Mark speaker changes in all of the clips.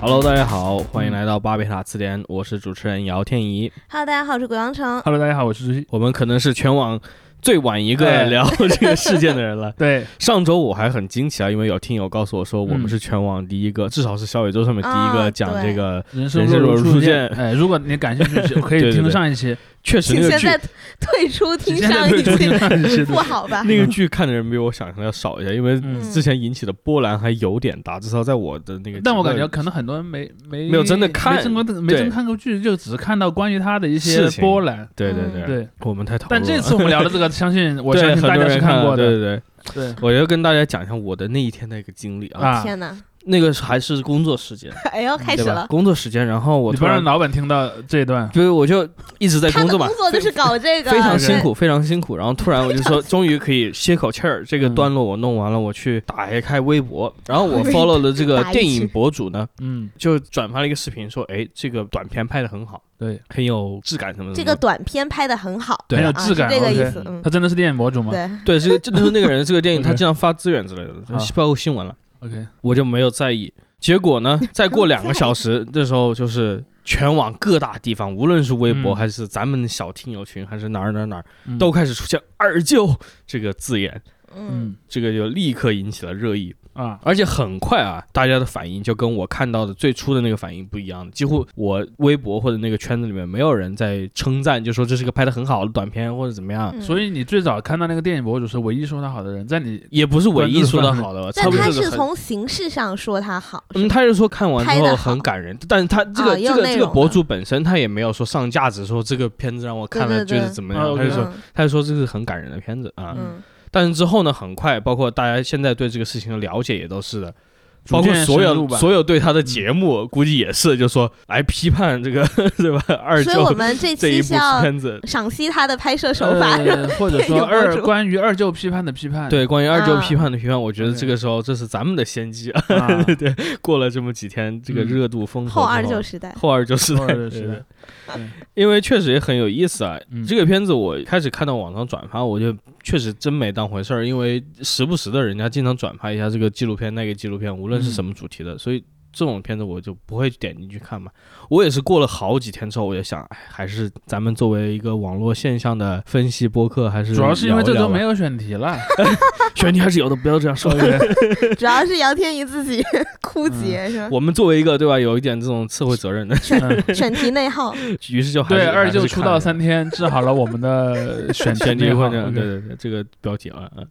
Speaker 1: Hello，大家好，欢迎来到巴别塔词典，我是主持人姚天怡。
Speaker 2: Hello，大家好，我是鬼王城。
Speaker 3: Hello，大家好，我是朱熹。
Speaker 1: 我们可能是全网最晚一个
Speaker 3: 哎
Speaker 1: 聊这个事件的 人了。
Speaker 3: 对，
Speaker 1: 上周我还很惊奇啊，因为有听友告诉我说，我们
Speaker 3: 嗯
Speaker 1: 是全网第一个，至少是小宇宙上面第一
Speaker 2: 啊
Speaker 1: 个讲
Speaker 2: 对
Speaker 1: 这个。
Speaker 3: 人生
Speaker 1: 人生
Speaker 3: 若
Speaker 1: 如初
Speaker 3: 初
Speaker 1: 见
Speaker 3: 哎，如果你感兴趣，可
Speaker 1: 对对对
Speaker 3: 以听上一期，
Speaker 1: 确实那
Speaker 2: 请
Speaker 1: 个
Speaker 2: 现
Speaker 1: 剧
Speaker 2: 在退出听
Speaker 3: 现
Speaker 2: 上
Speaker 3: 在
Speaker 2: 一
Speaker 3: 就
Speaker 2: 期，
Speaker 3: 听上一期。
Speaker 2: 不好吧？
Speaker 1: 那个剧看的人比我想象的要少一些，因为
Speaker 3: 嗯
Speaker 1: 之前引起的波澜还有点大，至少在我的那个。
Speaker 3: 但我感觉可能很多人没没
Speaker 1: 没有真的看
Speaker 3: 没真过没
Speaker 1: 对
Speaker 3: 真看过剧，就只看到关于他的一
Speaker 1: 事
Speaker 3: 些
Speaker 1: 情
Speaker 3: 波澜。
Speaker 1: 对对
Speaker 2: 嗯
Speaker 1: 对，
Speaker 3: 对，
Speaker 1: 我们太讨论
Speaker 3: 但
Speaker 1: 了。
Speaker 3: 这次我们聊 的这个，相信我
Speaker 1: 对
Speaker 3: 相
Speaker 1: 很
Speaker 3: 信
Speaker 1: 多
Speaker 3: 大家是
Speaker 1: 人
Speaker 3: 看
Speaker 1: 了
Speaker 3: 过
Speaker 1: 对
Speaker 3: 的。
Speaker 1: 对对，
Speaker 3: 对
Speaker 1: 我要跟大家讲一下我的那一天的一个经历啊，
Speaker 3: 啊，
Speaker 2: 哦天哪！
Speaker 1: 那个还是工作时间。
Speaker 2: 哎呦，开始
Speaker 1: 对吧？
Speaker 2: 了。
Speaker 1: 工作时间，然后我
Speaker 3: 你
Speaker 1: 突
Speaker 3: 不
Speaker 1: 然
Speaker 3: 让老板听到这一段，
Speaker 1: 就是我就一直在
Speaker 2: 他
Speaker 1: 工
Speaker 2: 的
Speaker 1: 作嘛
Speaker 2: 工，作就是搞这个，
Speaker 1: 非常
Speaker 2: 对
Speaker 1: 辛。苦，非常辛苦。然后突然我就 说，终于可以歇口气儿，这个
Speaker 3: 嗯
Speaker 1: 段落我弄完了，我去打开微 博，然后我 follow 了这个
Speaker 2: 打一
Speaker 1: 电影
Speaker 2: 起
Speaker 1: 博主呢，
Speaker 3: 嗯，
Speaker 1: 就转发了一个视频，说，哎，这个短片拍的很好，
Speaker 3: 对，
Speaker 1: 很有质感什么的。
Speaker 2: 啊这个短片拍的很好，
Speaker 1: 对
Speaker 3: 很有
Speaker 2: 啊，
Speaker 3: 质感。
Speaker 2: 是这个意
Speaker 3: OK，
Speaker 2: 思。嗯，
Speaker 3: 他真的是电影博主吗
Speaker 2: 对，嗯
Speaker 1: 对，这个这就是那个人，这个 电影他
Speaker 3: OK
Speaker 1: 经常发资源之类的，
Speaker 3: 啊
Speaker 1: 包括新闻了，
Speaker 3: ？OK，
Speaker 1: 我就没有在意。结果 呢，再过两个小时，这时候就是全网各大地方，无论是微博
Speaker 3: 嗯
Speaker 1: 还是咱们小听友群，还是哪儿哪儿哪儿。
Speaker 3: 嗯
Speaker 1: 都开始出现“二舅”这个字眼，
Speaker 2: 嗯，
Speaker 3: 嗯
Speaker 1: 这个就立刻引起了热议，
Speaker 3: 啊，
Speaker 1: 而且很快啊，大家的反应就跟我看到的最初的那个反应不一样的，几乎我微博或者那个圈子里面没有人在称赞，就说这是个拍的很好的短片或者怎么样，
Speaker 2: 嗯
Speaker 3: 所以你最早看到那个电影博主是唯一说他好的人，在你
Speaker 1: 也不是唯一说的好的，差
Speaker 2: 但
Speaker 1: 不多
Speaker 2: 他
Speaker 1: 这
Speaker 2: 是
Speaker 1: 个很。
Speaker 2: 从形式上说他好，
Speaker 1: 嗯，
Speaker 2: 是吧
Speaker 1: 他就说看完之
Speaker 2: 拍
Speaker 1: 后
Speaker 2: 得好
Speaker 1: 很感人，但是他这个、
Speaker 2: 啊也有
Speaker 1: 这个
Speaker 2: 内
Speaker 1: 这个
Speaker 2: 容的
Speaker 1: 博主本身他也没有说上价值，说这个片子让我看了
Speaker 2: 对对
Speaker 1: 觉
Speaker 2: 对
Speaker 1: 得怎么样，
Speaker 3: 啊
Speaker 1: 他就说
Speaker 2: 嗯
Speaker 1: 他就说这是很感人的片子啊，
Speaker 2: 嗯，
Speaker 1: 但是之后呢，很快，包括大家现在对这个事情的了解也都是的，包括
Speaker 3: 逐渐
Speaker 1: 所
Speaker 3: 深入
Speaker 1: 有
Speaker 3: 吧
Speaker 1: 所有对他的节目，估计也是，就说来批判这个 对吧？二
Speaker 2: 所以我
Speaker 1: 舅
Speaker 2: 们这
Speaker 1: 这一
Speaker 2: 期
Speaker 1: 部
Speaker 2: 是要
Speaker 1: 片子，
Speaker 2: 赏析他的拍摄手法，
Speaker 3: 呃 或者
Speaker 2: 电
Speaker 3: 说
Speaker 2: 影博
Speaker 3: 二
Speaker 2: 主
Speaker 3: 关于二舅批判的批判，
Speaker 1: 对关于二舅
Speaker 2: 啊
Speaker 1: 批判的批判，我觉得
Speaker 3: 嗯对
Speaker 1: 这个时候这是咱们的先机啊！
Speaker 3: 啊，
Speaker 1: 过了这么几天，这个
Speaker 3: 嗯
Speaker 1: 热度风头
Speaker 2: 后二
Speaker 1: 之
Speaker 2: 舅时代。
Speaker 1: 后二舅时代，
Speaker 3: 后二舅
Speaker 1: 对
Speaker 3: 时代
Speaker 1: 对
Speaker 3: 对
Speaker 1: 因为确实也很有意思啊。
Speaker 3: 嗯
Speaker 1: 这个片子我开始看到网上转发，我就确实真没当回事儿，因为时不时的人家经常转发一下这个纪录片、那个纪录片，无论是
Speaker 3: 嗯
Speaker 1: 什么主题的，所以这种片子我就不会点进去看嘛。我也是过了好几天之后，我就想，哎，还是咱们作为一个网络现象的分析播客，还是
Speaker 3: 主要是因为
Speaker 1: 聊
Speaker 3: 这
Speaker 1: 一
Speaker 3: 周
Speaker 1: 聊吧
Speaker 3: 没有选 题了，
Speaker 1: 选题还是有的，不要这样说。
Speaker 2: 主要是姚天怡自己 枯竭是吧？
Speaker 1: 我们作为一个对吧，有一点这种社会责任的，
Speaker 3: 嗯
Speaker 2: 选题内耗，
Speaker 1: 于是就还是
Speaker 3: 对，二舅
Speaker 1: 还是
Speaker 3: 出
Speaker 1: 看
Speaker 3: 道
Speaker 1: 了
Speaker 3: 三天治好了我 们 的选
Speaker 1: 选
Speaker 3: 题
Speaker 1: 题
Speaker 3: 内
Speaker 1: 会
Speaker 3: 耗
Speaker 1: 这样，
Speaker 3: OK
Speaker 1: 对对对，这个标题啊，嗯，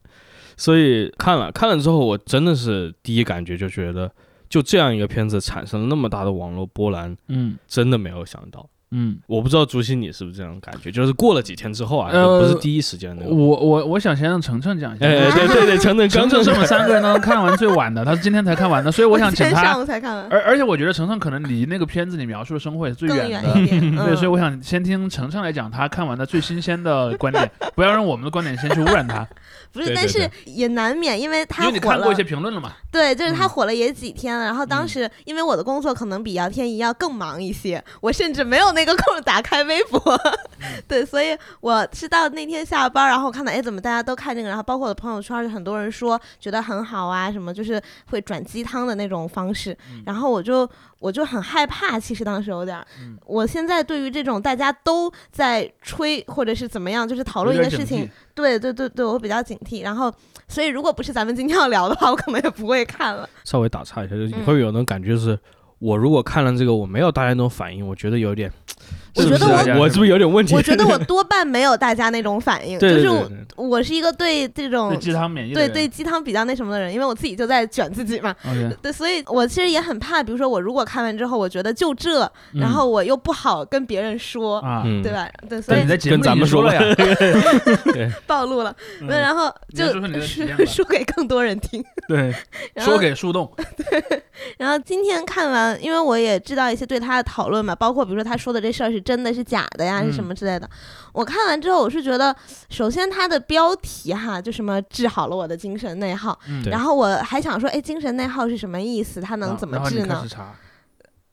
Speaker 1: 所以看了看了之后，我真的是第一感觉就觉得，就这样一个片子产生了那么大的网络波澜，
Speaker 3: 嗯
Speaker 1: 真的没有想到。
Speaker 3: 嗯，
Speaker 1: 我不知道竹溪你是不是这样感觉，就是过了几天之后啊，
Speaker 3: 呃
Speaker 1: 不是第一时间那
Speaker 3: 我
Speaker 1: 个，
Speaker 3: 我我想先让程程讲一下，
Speaker 1: 哎，对对对，强正
Speaker 3: 程
Speaker 1: 刚
Speaker 3: 程
Speaker 1: 正
Speaker 3: 是我们三个人当中看完最晚的，他是今天才看完的，所以我想请
Speaker 2: 今天上
Speaker 3: 他，
Speaker 2: 午才看完，
Speaker 3: 而而且我觉得程程可能离那个片子里描述的生活也是最
Speaker 2: 更
Speaker 3: 远
Speaker 2: 远
Speaker 3: 的。
Speaker 2: 一点。
Speaker 3: 对，
Speaker 2: 嗯
Speaker 3: 所以我想先听程程来讲他看完的最新鲜的观点，不要让我们的观点先去污染他，
Speaker 2: 不是，
Speaker 1: 对
Speaker 2: 但
Speaker 1: 对
Speaker 2: 是
Speaker 1: 对
Speaker 2: 也难免，因为他
Speaker 3: 因为你
Speaker 2: 火
Speaker 3: 看过
Speaker 2: 了
Speaker 3: 一些，评论了嘛。
Speaker 2: 对，就是他
Speaker 3: 嗯
Speaker 2: 火了也几天了。然后当
Speaker 3: 嗯
Speaker 2: 时因为我的工作可能比姚天怡要更忙一些， 我甚至没有那个空打开微博， 对，所以我是到那天下班，然后看到哎，怎么大家都看这个，然后包括我的朋友圈，就很多人说觉得很好啊，什么就是会转鸡汤的那种方式，
Speaker 3: 嗯
Speaker 2: 然后我就我就很害怕，其实当时有点儿，
Speaker 3: 嗯
Speaker 2: 我现在对于这种大家都在吹或者是怎么样，就是讨
Speaker 3: 讨
Speaker 2: 论一个事情。，对对对对，我比较警惕。然后，所以如果不是咱们今天要聊的话，我可能也不会看了。
Speaker 1: 稍微打岔一下，就是你
Speaker 2: 嗯
Speaker 1: 会有那种感觉是。我如果看了这个，我没有大家那种反应，我觉得有点，
Speaker 2: 我
Speaker 1: 是不
Speaker 2: 觉
Speaker 1: 是啊
Speaker 2: 得我
Speaker 1: 我是不是有点问题？
Speaker 2: 我觉 得我多半没有大家那种反 应，
Speaker 1: 对对对
Speaker 2: 就是
Speaker 1: 对
Speaker 2: 我我是一个对这种
Speaker 3: 对鸡汤免疫的
Speaker 2: 嗯对
Speaker 3: 人。
Speaker 2: 对鸡汤比较那什么的人，因为我自己就在卷自己嘛。
Speaker 3: OK，
Speaker 2: 对，所以我其实也很怕，比如说我如果看完之后，我觉得就这，
Speaker 3: 嗯
Speaker 2: 然后我又不好跟别人说，
Speaker 3: 啊，
Speaker 1: 嗯，
Speaker 2: 对吧？对，所
Speaker 3: 对，
Speaker 2: 以
Speaker 3: 你在节目
Speaker 1: 跟咱
Speaker 3: 里
Speaker 1: 们
Speaker 3: 就
Speaker 1: 说
Speaker 3: 说了呀，
Speaker 2: 暴露了。那、然后
Speaker 3: 嗯你
Speaker 2: 就
Speaker 3: 要说说你的体验吧
Speaker 2: 说给更多人听。
Speaker 3: 对，
Speaker 2: 然后
Speaker 3: 说给树洞，
Speaker 2: 然后今天看完，因为我也知道一些对他的讨论嘛，包括比如说他说的这事儿是真的是假的呀，
Speaker 3: 嗯
Speaker 2: 是什么之类的。我看完之后，我是觉得，首先他的标题哈，就什么治好了我的精神内耗，
Speaker 3: 嗯
Speaker 1: 对
Speaker 2: 然后我还想说，哎，精神内耗是什么意思？它能
Speaker 3: 啊
Speaker 2: 怎么
Speaker 3: 然后
Speaker 2: 治
Speaker 3: 你开
Speaker 2: 呢
Speaker 3: 始？查，查了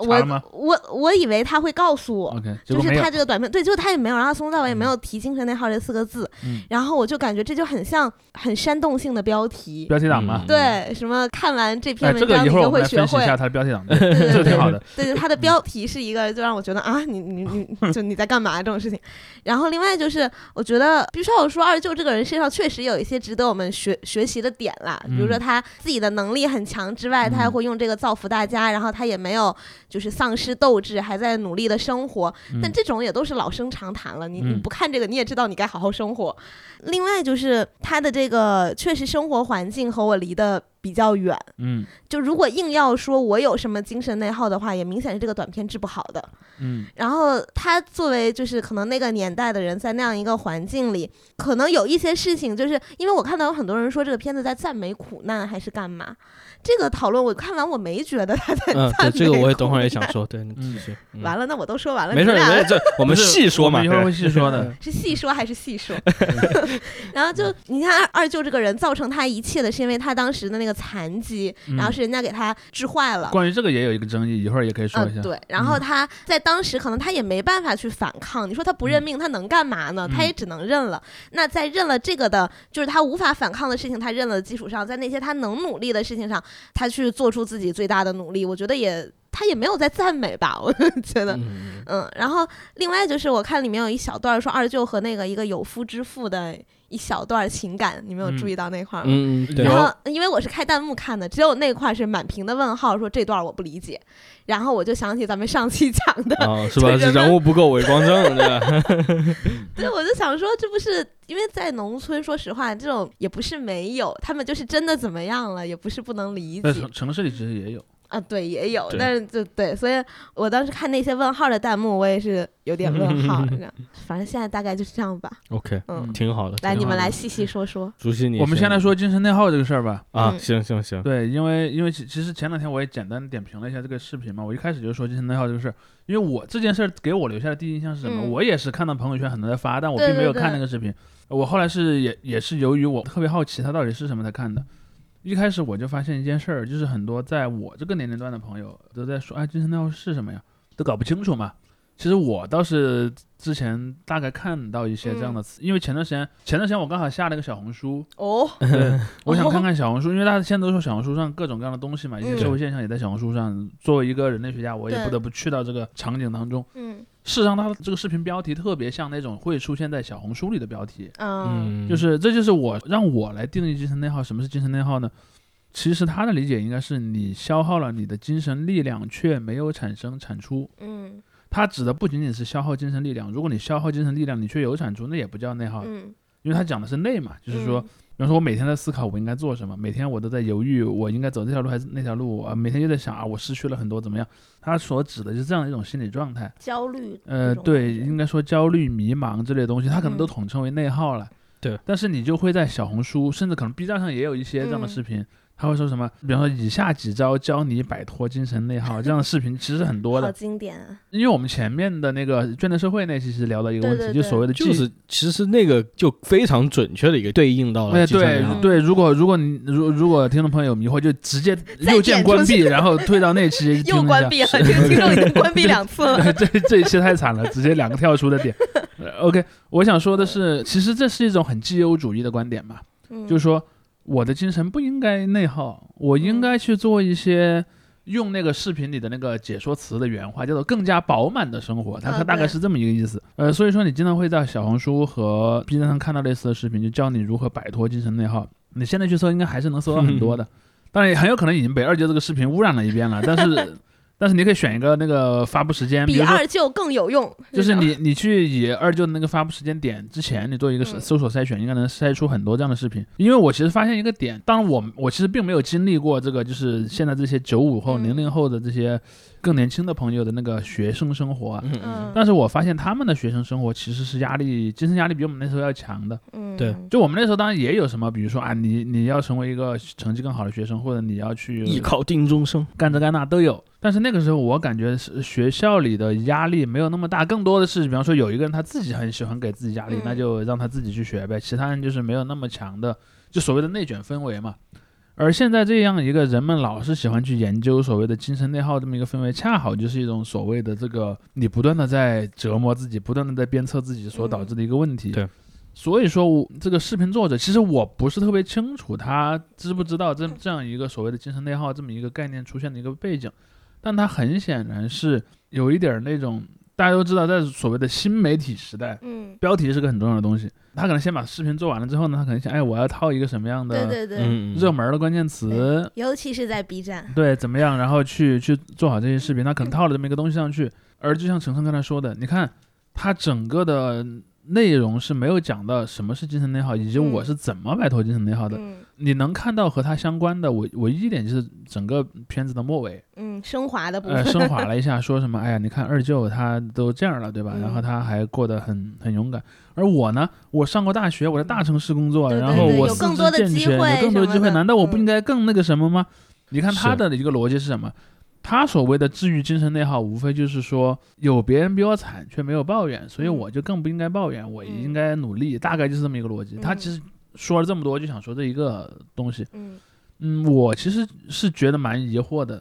Speaker 2: 我
Speaker 3: 吗
Speaker 2: 我我以为他会告诉我，
Speaker 3: OK，结
Speaker 2: 就
Speaker 3: 果
Speaker 2: 是
Speaker 3: 没有
Speaker 2: 他。这个短片，对，就是他也没有，然后从头到尾也
Speaker 3: 嗯
Speaker 2: 没有提“精神内耗”这四个字，
Speaker 3: 嗯，
Speaker 2: 然后我就感觉这就很像很煽动性的标题，
Speaker 3: 标题党嘛
Speaker 1: 嗯，
Speaker 2: 对，什么看完这篇
Speaker 3: 哎，这
Speaker 2: 文
Speaker 3: 个
Speaker 2: 章
Speaker 3: 一
Speaker 2: 你
Speaker 3: 会儿
Speaker 2: 就
Speaker 3: 我们
Speaker 2: 会
Speaker 3: 来
Speaker 2: 学
Speaker 3: 分析一
Speaker 2: 会，
Speaker 3: 下它的标题 党，对
Speaker 2: 对对
Speaker 3: 这个
Speaker 2: 对
Speaker 3: 挺好的。
Speaker 2: 对，就它的标题是一个就让我觉得啊，你你 你就你在干嘛这种事情。然后另外就是，我觉得必须要说二舅这个人身上确实有一些值得我们学学习的点啦，比如说
Speaker 3: 嗯
Speaker 2: 他自己的能力很强之外，他还
Speaker 3: 嗯
Speaker 2: 会用这个造福大家，然后他也没有就是丧失斗志，还在努力的生活。但
Speaker 3: 嗯
Speaker 2: 这种也都是老生常谈了，你你
Speaker 3: 嗯
Speaker 2: 不看这个你也知道你该好好生活。另外就是他的这个确实生活环境和我离得比较远。
Speaker 3: 嗯
Speaker 2: 就如果硬要说我有什么精神内耗的话，也明显是这个短片治不好的。
Speaker 3: 嗯
Speaker 2: 然后他作为就是可能那个年代的人，在那样一个环境里，可能有一些事情，就是因为我看到有很多人说这个片子在赞美苦难还是干嘛，这个讨论我看完我没觉得他在
Speaker 1: 嗯，对，
Speaker 2: 赞美苦难。
Speaker 1: 这个我也等会儿也想说，对，你继续。嗯
Speaker 2: 完了，那我都说完了，
Speaker 1: 没事
Speaker 2: 你
Speaker 1: 儿，
Speaker 2: 们俩
Speaker 1: 没事儿，这 我们
Speaker 3: 不是
Speaker 1: 细说
Speaker 3: 我
Speaker 1: 嘛
Speaker 3: 们一。会儿会细说的。
Speaker 2: 啊是细说还是 细说？然后就你看二二舅这个人造成他一切的，是因为他当时的那个残疾，
Speaker 3: 嗯
Speaker 2: 然后是人家给他治坏了。
Speaker 3: 关于这个也有一个争议，一会儿也可以说一下
Speaker 2: 嗯。。对，然后他在当时可能他也没办法去反抗，你说他不认命，他能干嘛呢？他也只能认了。那在认了这个的，就是他无法反抗的事情，他认了的基础上，在那些他能努力的事情上，他去做出自己最大的努力，我觉得也他也没有在赞美吧，我觉 得。
Speaker 1: 嗯，
Speaker 2: 嗯，然后另外就是我看里面有一小段儿说二舅和那个一个有夫之妇的一小段儿情感，你没有注意到那块儿吗？
Speaker 1: 嗯，嗯对
Speaker 3: 有
Speaker 2: 然后因为我是开弹幕看的，只有那块儿是满屏的问号，说这段儿我不理解，然后我就想起咱们上期讲的，
Speaker 1: 哦，是吧？
Speaker 2: 这人
Speaker 1: 人物不够伪光正，对 吧？
Speaker 2: 对，我就想说这不是因为在农村，说实话这种也不是没有，他们就是真的怎么样了，也不是不能理
Speaker 3: 在
Speaker 2: 解
Speaker 3: 城城市里其实也有，
Speaker 2: 啊，对，也有，
Speaker 1: 对
Speaker 2: 但是就对，所以我当时看那些问号的弹幕，我也是有点问号，你知道反正现在大概就是这样吧，
Speaker 1: OK，
Speaker 2: 嗯
Speaker 3: 嗯
Speaker 1: 挺好的。
Speaker 2: 来，
Speaker 1: 挺
Speaker 2: 你
Speaker 1: 好
Speaker 2: 们
Speaker 1: 的
Speaker 2: 来，细细说说。
Speaker 1: 竹溪，你
Speaker 3: 我们
Speaker 1: 先
Speaker 3: 先来说精神内耗这个事儿吧。
Speaker 1: 啊，
Speaker 2: 嗯
Speaker 1: 行行行，
Speaker 3: 对，因为因为其其实前两天我也简单点评了一下这个视频嘛，我一开始就说精神内耗这个事儿，因为我这件事儿给我留下的第一印象是什么？
Speaker 2: 嗯
Speaker 3: 我也是看到朋友圈很多人在发，但我
Speaker 2: 对
Speaker 3: 并没有
Speaker 2: 对
Speaker 3: 看
Speaker 2: 对
Speaker 3: 那个视频。我后来是也也是由于我特别好奇它到底是什么才看的。一开始我就发现一件事儿，就是很多在我这个年龄段的朋友都在说，哎，精神内耗是什么呀？都搞不清楚嘛。其实我倒是之前大概看到一些这样
Speaker 2: 嗯
Speaker 3: 的词，因为前段时间前段时间我刚好下了个小红书，
Speaker 2: 哦，
Speaker 3: 对，我想
Speaker 2: 哦
Speaker 3: 看看小红书，因为大家现在都说小红书上各种各样的东西嘛，一些
Speaker 2: 嗯
Speaker 3: 社会现象也在小红书上。作为一个人类学家，我也
Speaker 2: 对
Speaker 3: 不得不去到这个场景当中。
Speaker 2: 嗯
Speaker 3: 事实上，它的这个视频标题特别像那种会出现在小红书里的标题，
Speaker 2: 嗯
Speaker 1: 嗯，
Speaker 3: 就是这就是我让我来定义精神内耗。什么是精神内耗呢？其实他的理解应该是你消耗了你的精神力量，却没有产生产出。
Speaker 2: 嗯
Speaker 3: 它指的不仅仅是消耗精神力量，如果你消耗精神力量，你却有产出，那也不叫内耗，
Speaker 2: 嗯，
Speaker 3: 因为它讲的是内嘛，就是说
Speaker 2: 嗯，
Speaker 3: 比方说，我每天在思考我应该做什么，每天我都在犹豫我应该走这条路还是那条路，啊，每天就在想啊，我失去了很多怎么样？他所指的就是这样一种心理状态。
Speaker 2: 焦虑，
Speaker 3: 呃，对，应该说焦虑、迷茫之类的东西，他可能都
Speaker 2: 嗯
Speaker 3: 统称为内耗了。
Speaker 1: 对
Speaker 3: 但是你就会在小红书，甚至可能 B 站上也有一些这样的
Speaker 2: 嗯
Speaker 3: 视频，他会说什么，比方说以下几招教你摆脱精神内耗，这样的视频其实很多
Speaker 2: 好
Speaker 3: 的。
Speaker 2: 经典啊，
Speaker 3: 因为我们前面的那个《倦怠社会》那期其实聊到一个
Speaker 2: 对
Speaker 3: 问题，
Speaker 2: 对
Speaker 3: 就
Speaker 2: 对
Speaker 3: 所谓的
Speaker 1: 就
Speaker 3: 记
Speaker 1: 是其实那个就非常准确的一个对应到了
Speaker 3: 哎，
Speaker 1: 计算
Speaker 3: 对
Speaker 1: 量。
Speaker 2: 嗯
Speaker 3: 对，如果如果你如如果听众朋友有迷惑，就直接
Speaker 2: 再
Speaker 3: 右
Speaker 2: 点
Speaker 3: 键
Speaker 2: 出
Speaker 3: 关
Speaker 2: 去
Speaker 3: 闭，然后退到那期听
Speaker 2: 又
Speaker 3: 一
Speaker 2: 关
Speaker 3: 下
Speaker 2: 闭了，这个听众已经关闭两次 了。
Speaker 3: 对 这这一期太惨了，直接两个跳出的点。呃 OK，我想说的是，其实这是一种很绩优主义的观点嘛，就是
Speaker 2: 是
Speaker 3: 说我的精神不应该内耗，我应该去做一些。用那个视频里的那个解说词的原话，叫做“更加饱满的生活”，它
Speaker 2: 嗯
Speaker 3: 它大概
Speaker 2: 对
Speaker 3: 是这么一个意思。呃，所以说你经常会在小红书和 B 站上看到类似的视频，就教你如何摆脱精神内耗。你现在去搜，应该还是能搜到很多的。 当然，也很有可能已经被二舅这个视频污染了一遍了，但是但是你可以选一个那个发布时间，比
Speaker 2: 比
Speaker 3: 如说
Speaker 2: 二舅更有用，
Speaker 3: 就是
Speaker 2: 这种
Speaker 3: 你你去以二舅的那个发布时间点之前，你做一个
Speaker 2: 嗯
Speaker 3: 搜索筛选，应该能筛出很多这样的视频。因为我其实发现一个点，当然我我其实并没有经历过这个，就是现在这些九五后、
Speaker 2: 嗯
Speaker 3: 零零后的这些更年轻的朋友的那个学生生活啊。
Speaker 1: 嗯，
Speaker 2: 嗯
Speaker 3: 但是我发现他们的学生生活其实是压力，精神压力比我们那时候要强的。
Speaker 2: 嗯
Speaker 1: 对
Speaker 3: 就我们那时候当然也有什么，比如说啊，你你要成为一个成绩更好的学生，或者你要
Speaker 2: 嗯
Speaker 3: 去
Speaker 1: 艺考定终生。
Speaker 3: 干这干那都有。但是那个时候，我感觉是学校里的压力没有那么大，更多的是，比方说有一个人他自己很喜欢给自己压力，
Speaker 2: 嗯
Speaker 3: 那就让他自己去学呗。其他人就是没有那么强的，就所谓的内卷氛围嘛。而现在这样一个人们老是喜欢去研究所谓的精神内耗这么一个氛围，恰好就是一种所谓的这个你不断的在折磨自己，不断的在鞭策自己所导致的一个问题。
Speaker 1: 嗯对。
Speaker 3: 所以说我，这个视频作者其实我不是特别清楚他知不知道这这样一个所谓的精神内耗这么一个概念出现的一个背景，但他很显然是有一点儿那种大家都知道，在所谓的新媒体时代，
Speaker 2: 嗯，
Speaker 3: 标题是个很重要的东西。他可能先把视频做完了之后呢，他可能想，哎，我要套一个什么样
Speaker 2: 对
Speaker 3: 的
Speaker 2: 对对，
Speaker 1: 嗯，
Speaker 3: 热门的关键词，
Speaker 2: 尤其是在 B 站，
Speaker 3: 对，怎么样，然后去去做好这些视频，他可能套了这么一个东西上去。而就像程程刚才说的，你看他整个的内容是没有讲到什么是精神内耗，以及
Speaker 2: 嗯
Speaker 3: 我是怎么摆脱精神内耗的。
Speaker 2: 嗯
Speaker 3: 你能看到和他相关的唯唯一一点就是整个片子的末尾，
Speaker 2: 嗯，升华的部
Speaker 3: 呃，
Speaker 2: 分，
Speaker 3: 升华了一 下，说什么？哎呀，你看二舅他都这样了，对吧？
Speaker 2: 嗯
Speaker 3: 然后他还过得很很勇敢。而我呢，我上过大学，我在大城市工作，
Speaker 2: 对对
Speaker 3: 然后
Speaker 1: 对
Speaker 3: 我
Speaker 1: 有
Speaker 3: 四
Speaker 2: 更
Speaker 3: 肢
Speaker 2: 多的
Speaker 3: 健
Speaker 2: 机
Speaker 3: 全，
Speaker 2: 会
Speaker 3: 有更多的
Speaker 2: 什么
Speaker 3: 机会，
Speaker 2: 的
Speaker 3: 难道我不应
Speaker 2: 嗯
Speaker 3: 该更那个什么吗？你看他
Speaker 1: 是
Speaker 3: 的一个逻辑是什么？他所谓的治愈精神内耗，无非就是说有别人比我惨却没有抱怨，所以
Speaker 2: 嗯
Speaker 3: 我就更不应该抱怨，我
Speaker 2: 嗯
Speaker 3: 应该努力，大概就是这么一个逻辑。他
Speaker 2: 嗯
Speaker 3: 其实说了这么多，就想说这一个东西。
Speaker 2: 嗯
Speaker 3: 嗯，我其实是觉得蛮疑惑的，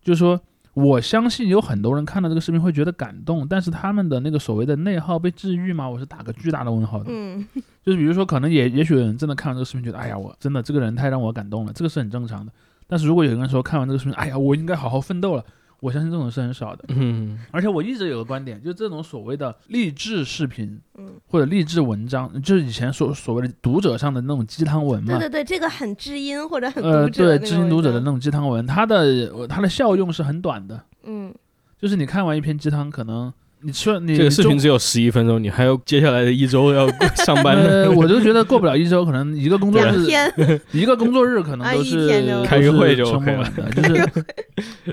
Speaker 3: 就是说，我相信有很多人看到这个视频会觉得感动，但是他们的那个所谓的内耗被治愈吗？我是打个巨大的问号的。
Speaker 2: 嗯
Speaker 3: 就是比如说，可能也也许有人真的看完这个视频觉得，哎呀，我真的这个人太让我感动了，这个是很正常的。但是如果有人说看完这个视频，哎呀，我应该好好奋斗了，我相信这种是很少的。
Speaker 1: 嗯，
Speaker 3: 而且我一直有个观点，就这种所谓的励志视频
Speaker 2: 嗯，
Speaker 3: 或者励志文章，就是以前所所谓的读者上的那种鸡汤文嘛，
Speaker 2: 对对对，这个很知音或者很
Speaker 3: 呃，
Speaker 2: 读
Speaker 3: 对，
Speaker 2: 者那
Speaker 3: 知
Speaker 2: 种
Speaker 3: 心读者的
Speaker 2: 文
Speaker 3: 那
Speaker 2: 章，
Speaker 3: 种鸡汤文，它的它的效用是很短的，
Speaker 2: 嗯
Speaker 3: 就是你看完一篇鸡汤，可能你吃了你
Speaker 1: 这个视频
Speaker 3: 中
Speaker 1: 只有十一分钟，你还有接下来的一周要 上班
Speaker 3: 呃，
Speaker 1: 呢，嗯
Speaker 3: 我就觉得过不了一周，可能一个工作
Speaker 2: 两
Speaker 3: 日，
Speaker 2: 天，
Speaker 3: 一个工作日可能
Speaker 2: 啊
Speaker 3: 都
Speaker 2: 一
Speaker 3: 是
Speaker 2: 天就
Speaker 3: 都
Speaker 1: 开个
Speaker 3: 是
Speaker 1: 会就
Speaker 3: 撑
Speaker 1: OK
Speaker 3: 不
Speaker 1: 了
Speaker 3: 满的，就是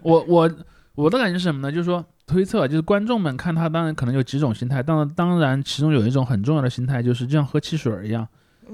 Speaker 3: 我我我的感觉是什么呢？就是说推测，就是观众们看他，当然可能有几种心态，当然当然其中有一种很重要的心态，就是就像喝汽水儿一样，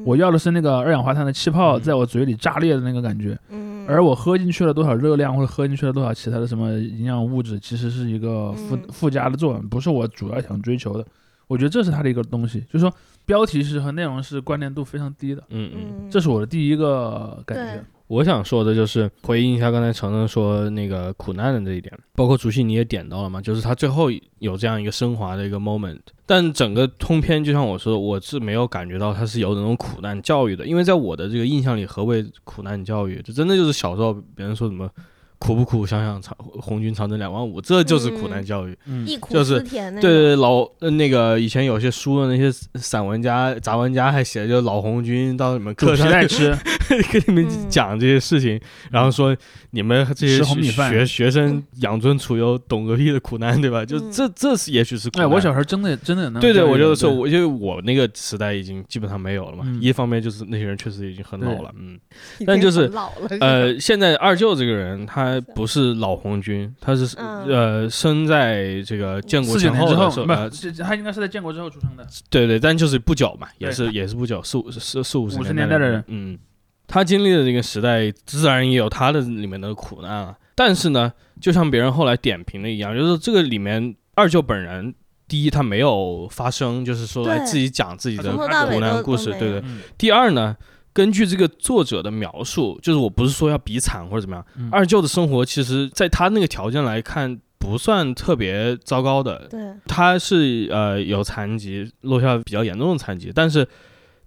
Speaker 3: 我
Speaker 2: 嗯
Speaker 3: 要的是那个二氧化碳的气泡
Speaker 1: 嗯
Speaker 3: 在我嘴里炸裂的那个感觉，
Speaker 2: 嗯，
Speaker 3: 而我喝进去了多少热量，或者喝进去了多少其他的什么营养物质，其实是一个附、
Speaker 2: 嗯
Speaker 3: 附加的作用，不是我主要想追求的。我觉得这是它的一个东西，就是说标题是和内容是关联度非常低的，
Speaker 1: 嗯嗯。
Speaker 2: 嗯，
Speaker 3: 这是我的第一个感觉。
Speaker 1: 我想说的就是回应一下刚才程程说那个苦难的这一点，包括竹溪你也点到了嘛，就是他最后有这样一个升华的一个 moment，但整个通篇就像我说的，我是没有感觉到他是有那种苦难教育的，因为在我的这个印象里，何谓苦难教育？就真的就是小时候别人说什么苦不苦，想想长红军长征两万五，这就是苦难教育。
Speaker 3: 嗯，
Speaker 2: 忆苦
Speaker 1: 就是
Speaker 2: 思甜那
Speaker 1: 对
Speaker 2: 种
Speaker 1: 对对，老呃那个以前有些书的那些散文家、杂文家还写，就老红军到你们
Speaker 3: 主
Speaker 1: 课
Speaker 3: 题
Speaker 1: 上
Speaker 3: 在 吃，
Speaker 1: 跟你
Speaker 2: 嗯
Speaker 1: 们讲这些事情，然后说你们这些
Speaker 3: 吃红米
Speaker 1: 学
Speaker 3: 饭
Speaker 1: 学学生养尊处优，懂个屁的苦难，对吧？就
Speaker 2: 嗯
Speaker 1: 这这是也许是苦
Speaker 3: 哎，
Speaker 1: 难。
Speaker 3: 我小时候真的真的有那种
Speaker 1: 对对，
Speaker 3: 教育
Speaker 1: 我就
Speaker 3: 的
Speaker 1: 是说，我因为我那个时代已经基本上没有了嘛。
Speaker 3: 嗯
Speaker 1: 一方面就是那些人确实已经很老
Speaker 3: 对
Speaker 1: 了，嗯，
Speaker 2: 已
Speaker 1: 但
Speaker 2: 经
Speaker 1: 就是
Speaker 2: 很老了，是吧，
Speaker 1: 呃，现在二舅这个人他不是老红军，他是
Speaker 2: 啊嗯
Speaker 1: 呃生在这个建国
Speaker 3: 四九
Speaker 1: 前
Speaker 3: 年之
Speaker 1: 后
Speaker 3: 后
Speaker 1: 的时，候，
Speaker 3: 不
Speaker 1: 呃
Speaker 3: 是，他应该是在建国之后出生的。
Speaker 1: 对对，但就是不久嘛，
Speaker 3: 对
Speaker 1: 也是也是不久，四五四四五十
Speaker 3: 五十
Speaker 1: 年
Speaker 3: 年代的人
Speaker 1: 嗯，他经历的这个时代，自然也有他的里面的苦难啊。但是呢，就像别人后来点评的一样，就是这个里面二舅本人，第一他没有发声，就是说
Speaker 2: 对
Speaker 1: 来自己讲自己的
Speaker 2: 从头
Speaker 3: 呃
Speaker 2: 到尾
Speaker 1: 苦
Speaker 2: 都
Speaker 1: 难
Speaker 2: 都
Speaker 1: 故事，
Speaker 2: 没
Speaker 1: 对
Speaker 2: 有
Speaker 1: 对。
Speaker 3: 嗯，
Speaker 1: 第二呢，根据这个作者的描述，就是我不是说要比惨或者怎么样，
Speaker 3: 嗯
Speaker 1: 二舅的生活其实在他那个条件来看，不算特别糟糕的，
Speaker 2: 对，
Speaker 1: 他是呃有残疾，落下比较严重的残疾，但是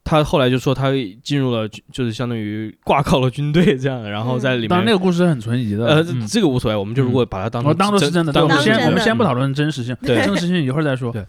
Speaker 1: 他后来就说他进入了军就是相当于挂靠了军队这样，然后在里
Speaker 3: 当然
Speaker 1: 面、
Speaker 3: 那个故事是很存疑的。
Speaker 1: 呃、
Speaker 3: 嗯
Speaker 1: 这个无所谓，我们就如果把它当
Speaker 3: 我
Speaker 1: 成
Speaker 3: 当
Speaker 1: 做
Speaker 3: 做是真的，对
Speaker 1: 当
Speaker 3: 我们
Speaker 1: 做
Speaker 3: 先
Speaker 2: 真
Speaker 3: 我们
Speaker 2: 的
Speaker 3: 先不讨论真实性，
Speaker 1: 对
Speaker 3: 真实性一会儿再说
Speaker 1: 对。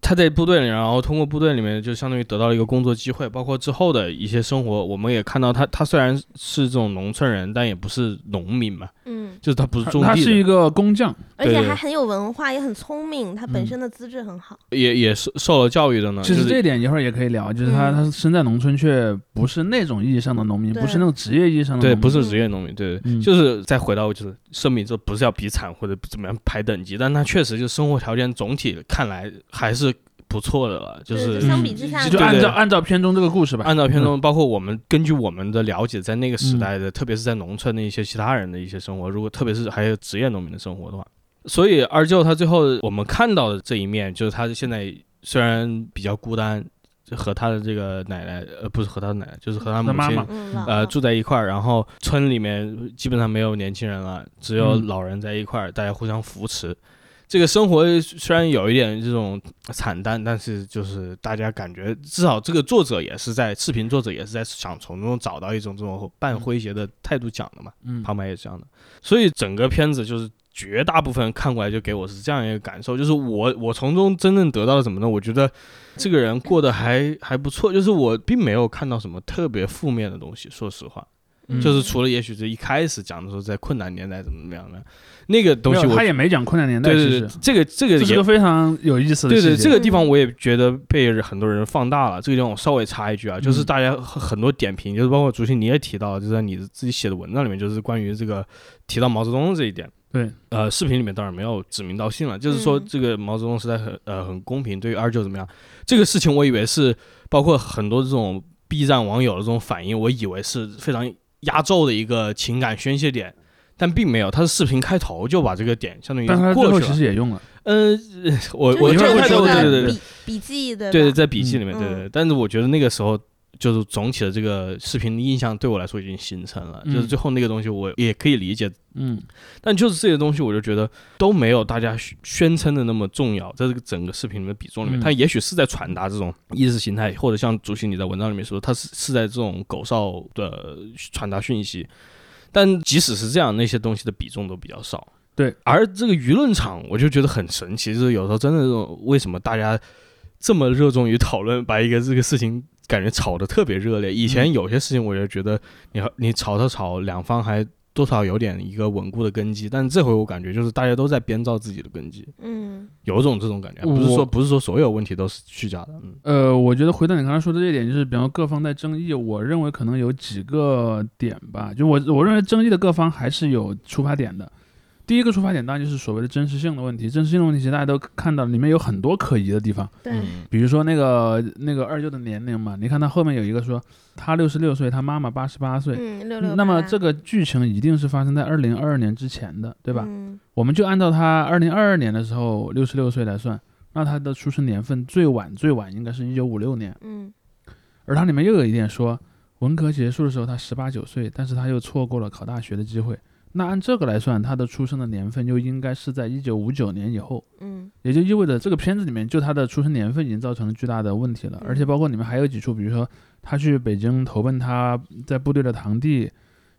Speaker 1: 他在部队里，然后通过部队里面就相当于得到了一个工作机会，包括之后的一些生活，我们也看到他他虽然是这种农村人，但也不是农民嘛，
Speaker 2: 嗯，
Speaker 1: 就是他不是
Speaker 3: 他
Speaker 1: 种
Speaker 3: 他
Speaker 1: 地
Speaker 3: 是
Speaker 1: 的
Speaker 3: 一个工匠，
Speaker 2: 而且
Speaker 1: 对对
Speaker 2: 还很有文化，也很聪明，他本
Speaker 3: 嗯
Speaker 2: 身的资质很好，
Speaker 1: 也也受受了教育的呢，
Speaker 3: 其
Speaker 1: 啊就
Speaker 3: 实
Speaker 1: 是
Speaker 3: 这一点一会儿也可以聊，就是他
Speaker 2: 嗯
Speaker 3: 他身在农村却不是那种意义上的农民，
Speaker 2: 对
Speaker 3: 不是那种职业意义上的
Speaker 1: 对，
Speaker 3: 农民，
Speaker 1: 不是职业农民，对对，
Speaker 3: 嗯
Speaker 1: 就是再回到就是声明，这不是要比惨或者怎么样排等级，但他确实就生活条件总体看来还是不错的了，就
Speaker 2: 对
Speaker 1: 是
Speaker 2: 就
Speaker 3: 嗯
Speaker 2: 相比之下
Speaker 3: 就
Speaker 1: 对
Speaker 3: 按
Speaker 1: 对
Speaker 3: 照按照片中这个故事吧，
Speaker 1: 按照片中，包括我们根据我们的了解，在那个时代
Speaker 3: 嗯
Speaker 1: 的，特别是在农村的一些其他人的一些生活，如果特别是还有职业农民的生活的话，所以二舅他最后我们看到的这一面，就是他现在虽然比较孤单，和他的这个奶奶，呃，不是和他的奶奶，就是和他母
Speaker 3: 他
Speaker 1: 亲，
Speaker 3: 妈妈
Speaker 2: 嗯，
Speaker 3: 呃
Speaker 2: 老
Speaker 1: 呃，住在一块儿，然后村里面基本上没有年轻人了，只有
Speaker 3: 嗯
Speaker 1: 老人在一块儿，大家互相扶持。这个生活虽然有一点这种惨淡，但是就是大家感觉，至少这个作者也是在视频作者也是在想从中找到一种这种半诙谐的态度讲的嘛。
Speaker 3: 嗯，
Speaker 1: 旁白也是这样的，所以整个片子就是绝大部分看过来就给我是这样一个感受，就是我我从中真正得到了什么呢？我觉得这个人过得还还不错，就是我并没有看到什么特别负面的东西，说实话，
Speaker 3: 嗯
Speaker 1: 就是除了也许是一开始讲的时候在困难年代怎么怎么样的那个东西
Speaker 3: 没有
Speaker 1: 我
Speaker 3: 他。也没讲困难年代，
Speaker 1: 对
Speaker 3: 其
Speaker 1: 对
Speaker 3: 实
Speaker 1: 对，这个这个
Speaker 3: 这是
Speaker 1: 也
Speaker 3: 个非常有意思的
Speaker 1: 对
Speaker 3: 细节。
Speaker 1: 对，这个地方
Speaker 2: 嗯
Speaker 1: 我也觉得被很多人放大了。这个地方我稍微插一句啊，就是
Speaker 3: 嗯
Speaker 1: 大家很很多点评，就是包括竹心你也提到，就是在你自己写的文章里面，就是关于这个提到毛泽东这一点。
Speaker 3: 对，
Speaker 1: 呃，视频里面当然没有指名道姓了，就是说
Speaker 2: 嗯
Speaker 1: 这个毛泽东时代很呃很公平，对于二舅怎么样？这个事情我以为是包括很多这种 B 站网友的这种反应，我以为是非常压轴的一个情感宣泄点，但并没有，他是视频开头就把这个点相当于
Speaker 3: 但是他最
Speaker 1: 过
Speaker 3: 后
Speaker 1: 去
Speaker 3: 其
Speaker 1: 了。
Speaker 3: 实也用了，
Speaker 1: 嗯，我
Speaker 2: 就
Speaker 1: 我
Speaker 2: 是
Speaker 3: 一
Speaker 1: 这
Speaker 3: 会
Speaker 1: 个态
Speaker 3: 儿会
Speaker 2: 这
Speaker 3: 说
Speaker 1: 度，
Speaker 2: 个
Speaker 1: 对
Speaker 3: 到
Speaker 1: 对对
Speaker 3: 的
Speaker 1: 对，
Speaker 2: 笔笔记对
Speaker 1: 对对，
Speaker 2: 吧
Speaker 1: 在笔记里面，
Speaker 2: 嗯
Speaker 1: 对对对。但是我觉得那个时候，就是总体的这个视频的印象对我来说已经形成了，
Speaker 3: 嗯
Speaker 1: 就是最后那个东西我也可以理解，
Speaker 3: 嗯，
Speaker 1: 但就是这些东西，我就觉得都没有大家宣宣称的那么重要，在这个整个视频里面的比重里面，
Speaker 3: 嗯
Speaker 1: 它也许是在传达这种意识形态，或者像主席你在文章里面说，它是是在这种狗哨的传达讯息。但即使是这样，那些东西的比重都比较少。
Speaker 3: 对，
Speaker 1: 而这个舆论场，我就觉得很神奇，就是有时候真的这种为什么大家这么热衷于讨论，把一个这个事情感觉吵得特别热烈。以前
Speaker 3: 嗯
Speaker 1: 有些事情，我就觉得你和你吵吵吵，两方还多少有点一个稳固的根基，但这回我感觉就是大家都在编造自己的根基，
Speaker 2: 嗯
Speaker 1: 有种这种感觉，啊不是
Speaker 3: 我
Speaker 1: 说不是说所有问题都是虚假的，嗯
Speaker 3: 呃，我觉得回到你刚才说的这一点，就是比方说各方在争议，我认为可能有几个点吧，就我我认为争议的各方还是有出发点的。第一个出发点当然就是所谓的真实性的问题，真实性的问题其实大家都看到了，里面有很多可疑的地方，
Speaker 2: 对
Speaker 1: 嗯
Speaker 3: 比如说那个那个二舅的年龄嘛，你看他后面有一个说他六十六岁，他妈妈八十八岁，
Speaker 2: 嗯六六
Speaker 3: 那么这
Speaker 2: 个
Speaker 3: 个剧情一定是发生在二零二二年之前的，对吧？
Speaker 2: 嗯
Speaker 3: 我们就按照他二零二二年的时候六十六岁来算，那他的出生年份最晚最晚应该是一九五六年。
Speaker 2: 嗯
Speaker 3: 而它里面又有一点说，文革结束的时候他十八九岁，但是他又错过了考大学的机会。那按这个来算，他的出生的年份又应该是在一九五九年以后，
Speaker 2: 嗯
Speaker 3: 也就意味着这个片子里面就他的出生年份已经造成了巨大的问题了，
Speaker 2: 嗯
Speaker 3: 而且包括里面还有几处，比如说他去北京投奔他在部队的堂弟，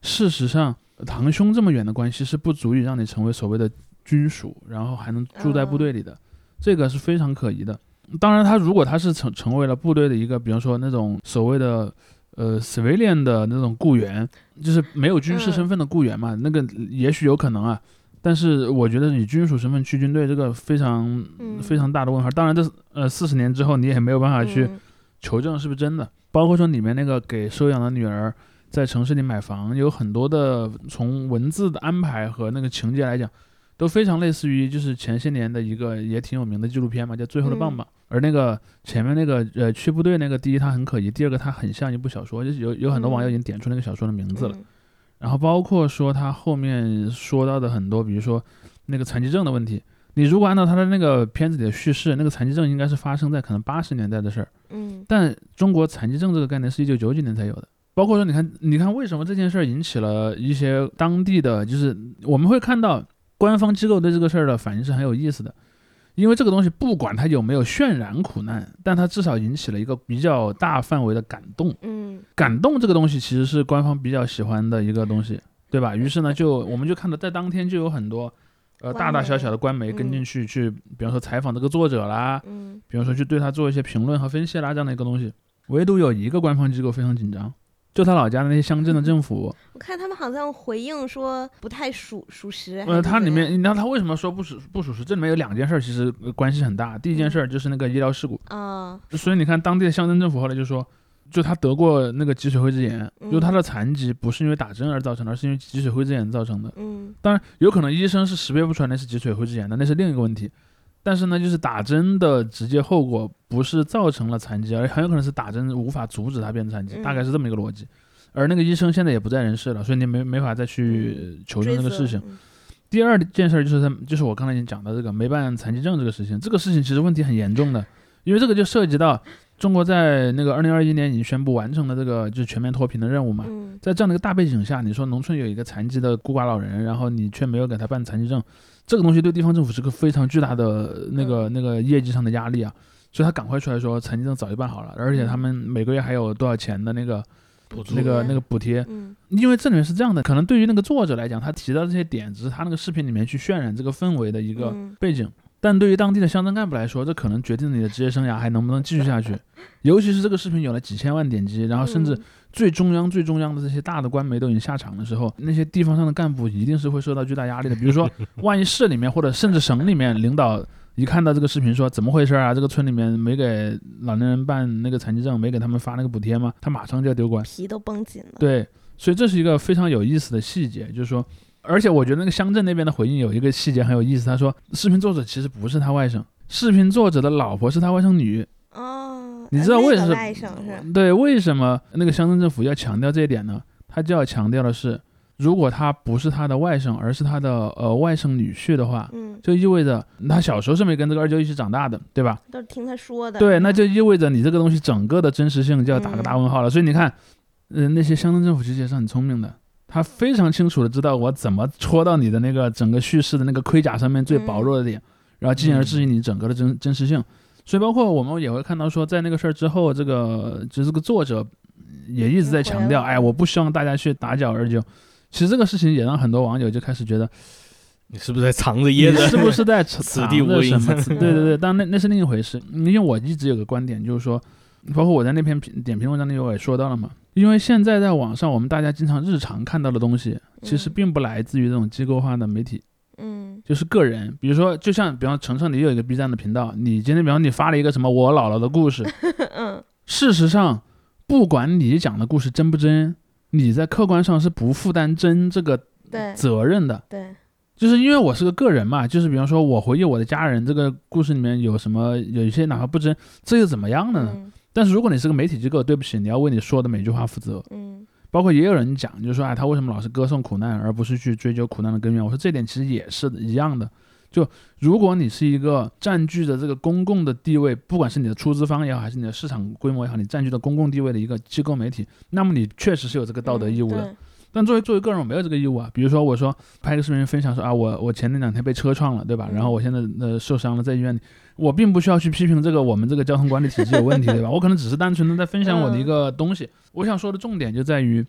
Speaker 3: 事实上堂兄这么远的关系是不足以让你成为所谓的军属，然后还能住在部
Speaker 2: 嗯
Speaker 3: 队里的，这个是非常可疑的。当然，他如果他是成成为了部队的一个，比方说那种所谓的呃 civilian 的那种雇员，就是没有军事
Speaker 2: 嗯
Speaker 3: 身份的雇员嘛，那个也许有可能啊。但是我觉得以军属身份去军队这个非常、
Speaker 2: 嗯
Speaker 3: 非常大的问号。当然这，呃四十年之后你也没有办法啊去
Speaker 2: 嗯
Speaker 3: 求证是不是真的。包括说里面那个给收养的女儿在城市里买房，有很多的从文字的安排和那个情节来讲，都非常类似于就是前些年的一个也挺有名的纪录片嘛，叫《最后的
Speaker 2: 嗯
Speaker 3: 棒棒》。而那个前面那个呃去部队那个，第一它很可疑，第二个它很像一部小说，就是有有很多网友已经点出那个小说的名字了。
Speaker 2: 嗯
Speaker 3: 然后包括说他后面说到的很多，比如说那个残疾证的问题。你如果按照他的那个片子里的叙事，那个残疾证应该是发生在可能八十年代的事儿，
Speaker 2: 嗯
Speaker 3: 但中国残疾证这个概念是一九九几年才有的。包括说，你看，你看为什么这件事儿引起了一些当地的，就是我们会看到官方机构对这个事儿的反应是很有意思的，因为这个东西不管它有没有渲染苦难，但它至少引起了一个比较大范围的感动。
Speaker 2: 嗯
Speaker 3: 感动这个东西其实是官方比较喜欢的一个东西，对吧？于是呢，就我们就看到在当天就有很多，呃，
Speaker 2: 官媒
Speaker 3: 大大小小的官媒嗯跟进去，去比方说采访这个作者啦，
Speaker 2: 嗯
Speaker 3: 比方说去对他做一些评论和分析啦这样的一个东西。唯独有一个官方机构非常紧张，就他老家的那些乡镇的政府，
Speaker 2: 我看他们好像回应说不太属属实，还
Speaker 3: 呃，
Speaker 2: 是
Speaker 3: 它
Speaker 2: 怎
Speaker 3: 里面
Speaker 2: 样
Speaker 3: 你知道它为什么说不属不属实？这里面有两件事儿其实呃关系很大。第一件事儿就是那个医疗事故，
Speaker 2: 啊
Speaker 3: 所以你看，当地的乡镇政府后来就说，就他得过那个脊髓灰质炎，
Speaker 2: 嗯
Speaker 3: 就他的残疾不是因为打针而造成的，而是因为脊髓灰质炎造成的。
Speaker 2: 嗯
Speaker 3: 当然，有可能医生是识别不出来那是脊髓灰质炎的，那是另一个问题。但是呢，就是打针的直接后果不是造成了残疾，而很有可能是打针无法阻止他变残疾，
Speaker 2: 嗯
Speaker 3: 大概是这么一个逻辑。而那个医生现在也不在人世了，所以你没没法再去呃求证那
Speaker 2: 追
Speaker 3: 个
Speaker 2: 责
Speaker 3: 事情。
Speaker 2: 嗯
Speaker 3: 第二件事儿就是他们，就是我刚才已经讲到这个没办残疾证这个事情，这个事情其实问题很严重的，因为这个就涉及到中国在那个二零二一年已经宣布完成了这个就是全面脱贫的任务嘛。
Speaker 2: 嗯
Speaker 3: 在这样的一个大背景下，你说农村有一个残疾的孤寡老人，然后你却没有给他办残疾证，这个东西对地方政府是个非常巨大的呃那个那个业绩上的压力啊。所以他赶快出来说，残疾证早就办好了，而且他们每个月还有多少钱的那个
Speaker 1: 补助
Speaker 3: 那个
Speaker 2: 嗯
Speaker 3: 那个补贴。
Speaker 2: 嗯
Speaker 3: 因为这里面是这样的，可能对于那个作者来讲，他提到这些点只是他那个视频里面去渲染这个氛围的一个
Speaker 2: 嗯
Speaker 3: 背景，但对于当地的乡镇干部来说，这可能决定了你的职业生涯还能不能继续 下去。尤其是这个视频有了几千万点击，然后甚至
Speaker 2: 嗯
Speaker 3: 最中央、最中央的这些大的官媒都已经下场的时候，那些地方上的干部一定是会受到巨大压力的。比如 说，万一市里面或者甚至省里面领导一看到这个视频说怎么回事啊，这个村里面没给老年人办那个残疾证，没给他们发那个补贴吗？他马上就要丢官。
Speaker 2: 皮都绷紧了。
Speaker 3: 对，所以这是一个非常有意思的细节，就是说，而且我觉得那个乡镇那边的回应有一个细节很有意思，他说视频作者其实不是他外甥，视频作者的老婆是他外甥女。
Speaker 2: 哦，
Speaker 3: 你
Speaker 2: 哎
Speaker 3: 知道
Speaker 2: 那
Speaker 3: 为
Speaker 2: 个
Speaker 3: 什么
Speaker 2: 外甥是
Speaker 3: 对，为什么那个乡镇政府要强调这一点呢？他就要强调的是，如果他不是他的外甥，而是他的呃外甥女婿的话，
Speaker 2: 嗯，
Speaker 3: 就意味着他小时候是没跟这个二舅一起长大的，对吧？
Speaker 2: 都是听他说的。
Speaker 3: 对，那就意味着你这个东西整个的真实性就要打个大问号了。所以你看，嗯、那些乡镇政府其实也是很聪明的，他非常清楚的知道我怎么戳到你的那个整个叙事的那个盔甲上面最薄弱的点，然后进而质疑你整个的真、真实性。所以包括我们也会看到说，在那个事儿之后，这个就是这个作者也一直在强调，
Speaker 2: 也回来
Speaker 3: 哎，
Speaker 2: 了
Speaker 3: 我不希望大家去打搅二舅。其实这个事情也让很多网友就开始觉得，
Speaker 1: 你是不是在藏着
Speaker 3: 你
Speaker 1: 掖着？
Speaker 3: 是不是在藏
Speaker 1: 此地无
Speaker 3: 着
Speaker 1: 银
Speaker 3: 什 么？
Speaker 2: 嗯
Speaker 3: 对对对，当然那那是另一回事。因为我一直有个观点，就是说，包括我在那篇评点评文章里我也说到了嘛，因为现在在网上我们大家经常日常看到的东西，其实
Speaker 2: 嗯
Speaker 3: 并不来自于这种机构化的媒体，
Speaker 2: 嗯
Speaker 3: 就是个人。比如说，就像比方程程，你有一个 B 站的频道，你今天比方你发了一个什么我姥姥的故 事，
Speaker 2: 嗯
Speaker 3: 事实上，不管你讲的故事真不真，你在客观上是不负担真这个
Speaker 2: 对
Speaker 3: 责任的。
Speaker 2: 对
Speaker 3: 就是因为我是个个人嘛，就是比方说我回忆我的家人这个故事里面有什么，有一些哪怕不真，这又怎么样呢？
Speaker 2: 嗯
Speaker 3: 但是如果你是个媒体机构，对不起，你要为你说的每句话负责。
Speaker 2: 嗯
Speaker 3: 包括也有人讲，就是说，哎，他为什么老是歌颂苦难，而不是去追究苦难的根源？我说这点其实也是一样的。就如果你是一个占据着这个公共的地位，不管是你的出资方也好，还是你的市场规模也好，你占据着公共地位的一个机构媒体，那么你确实是有这个道德义务的。
Speaker 2: 嗯
Speaker 3: 但作为作为个人，我没有这个义务啊。比如说，我说拍个视频分享说啊，我我前那两天被车撞了，对吧？
Speaker 2: 嗯
Speaker 3: 然后我现在呃受伤了，在医院里，我并不需要去批评这个我们这个交通管理体制有问题，对吧？我可能只是单纯的在分享我的一个东西。我想说的重点就在于，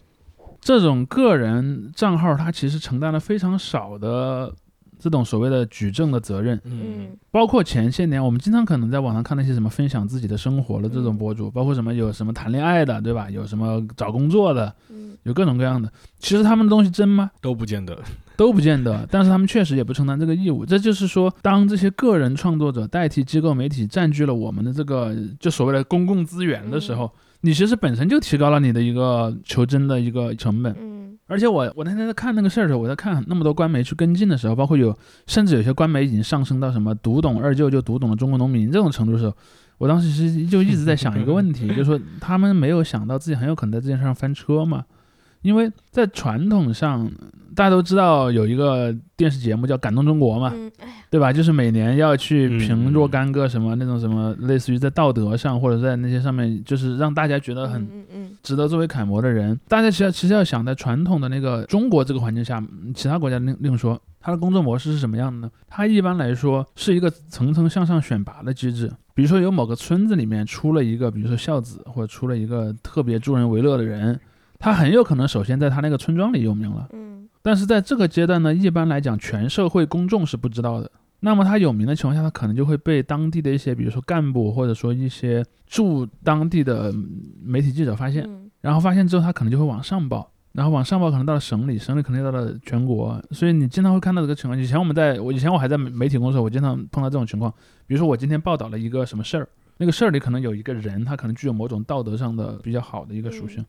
Speaker 3: 这种个人账号它其实承担了非常少的这种所谓的举证的责任。
Speaker 1: 嗯，
Speaker 2: 嗯
Speaker 3: 包括前些年，我们经常可能在网上看那些什么分享自己的生活的这种博主，包括什么有什么谈恋爱的，对吧？有什么找工作的，
Speaker 2: 嗯
Speaker 3: 有各种各样的。其实他们的东西真吗？
Speaker 1: 都不见得。
Speaker 3: 都不见得，但是他们确实也不承担这个义务。这就是说，当这些个人创作者代替机构媒体占据了我们的这个就所谓的公共资源的时候，你其实本身就提高了你的一个求真的一个成本。
Speaker 2: 嗯
Speaker 3: 而且我我那天在看那个事儿的时候，我在看那么多官媒去跟进的时候，包括有甚至有些官媒已经上升到什么读懂二舅就读懂了中国农民这种程度的时候，我当时其实就一直在想一个问题， 就是说他们没有想到自己很有可能在这件事上翻车嘛？因为在传统上，大家都知道有一个电视节目叫《感动中国》嘛，
Speaker 2: 嗯，哎呀，
Speaker 3: 对吧？就是每年要去评
Speaker 1: 嗯
Speaker 3: 若干个什么那种什么，类似于在道德上或者在那些上面，就是让大家觉得很
Speaker 2: 嗯嗯
Speaker 3: 值得作为楷模的人。大家其实其实要想，在传统的那个中国这个环境下，嗯其他国家另另说，它的工作模式是什么样的呢？它一般来说是一个层层向上选拔的机制。比如说，有某个村子里面出了一个，比如说孝子，或者出了一个特别助人为乐的人，他很有可能首先在他那个村庄里有名了。
Speaker 2: 嗯
Speaker 3: 但是在这个阶段呢，一般来讲，全社会公众是不知道的。那么他有名的情况下，他可能就会被当地的一些，比如说干部或者说一些驻当地的嗯媒体记者发现。
Speaker 2: 嗯
Speaker 3: 然后发现之后，他可能就会往上报，然后往上报可能到了省里，省里可能到了全国，所以你经常会看到这个情况。以前我们在我以前我还在媒媒体工作的时候，我经常碰到这种情况。比如说我今天报道了一个什么事儿，那个事儿里可能有一个人，他可能具有某种道德上的比较好的一个属性，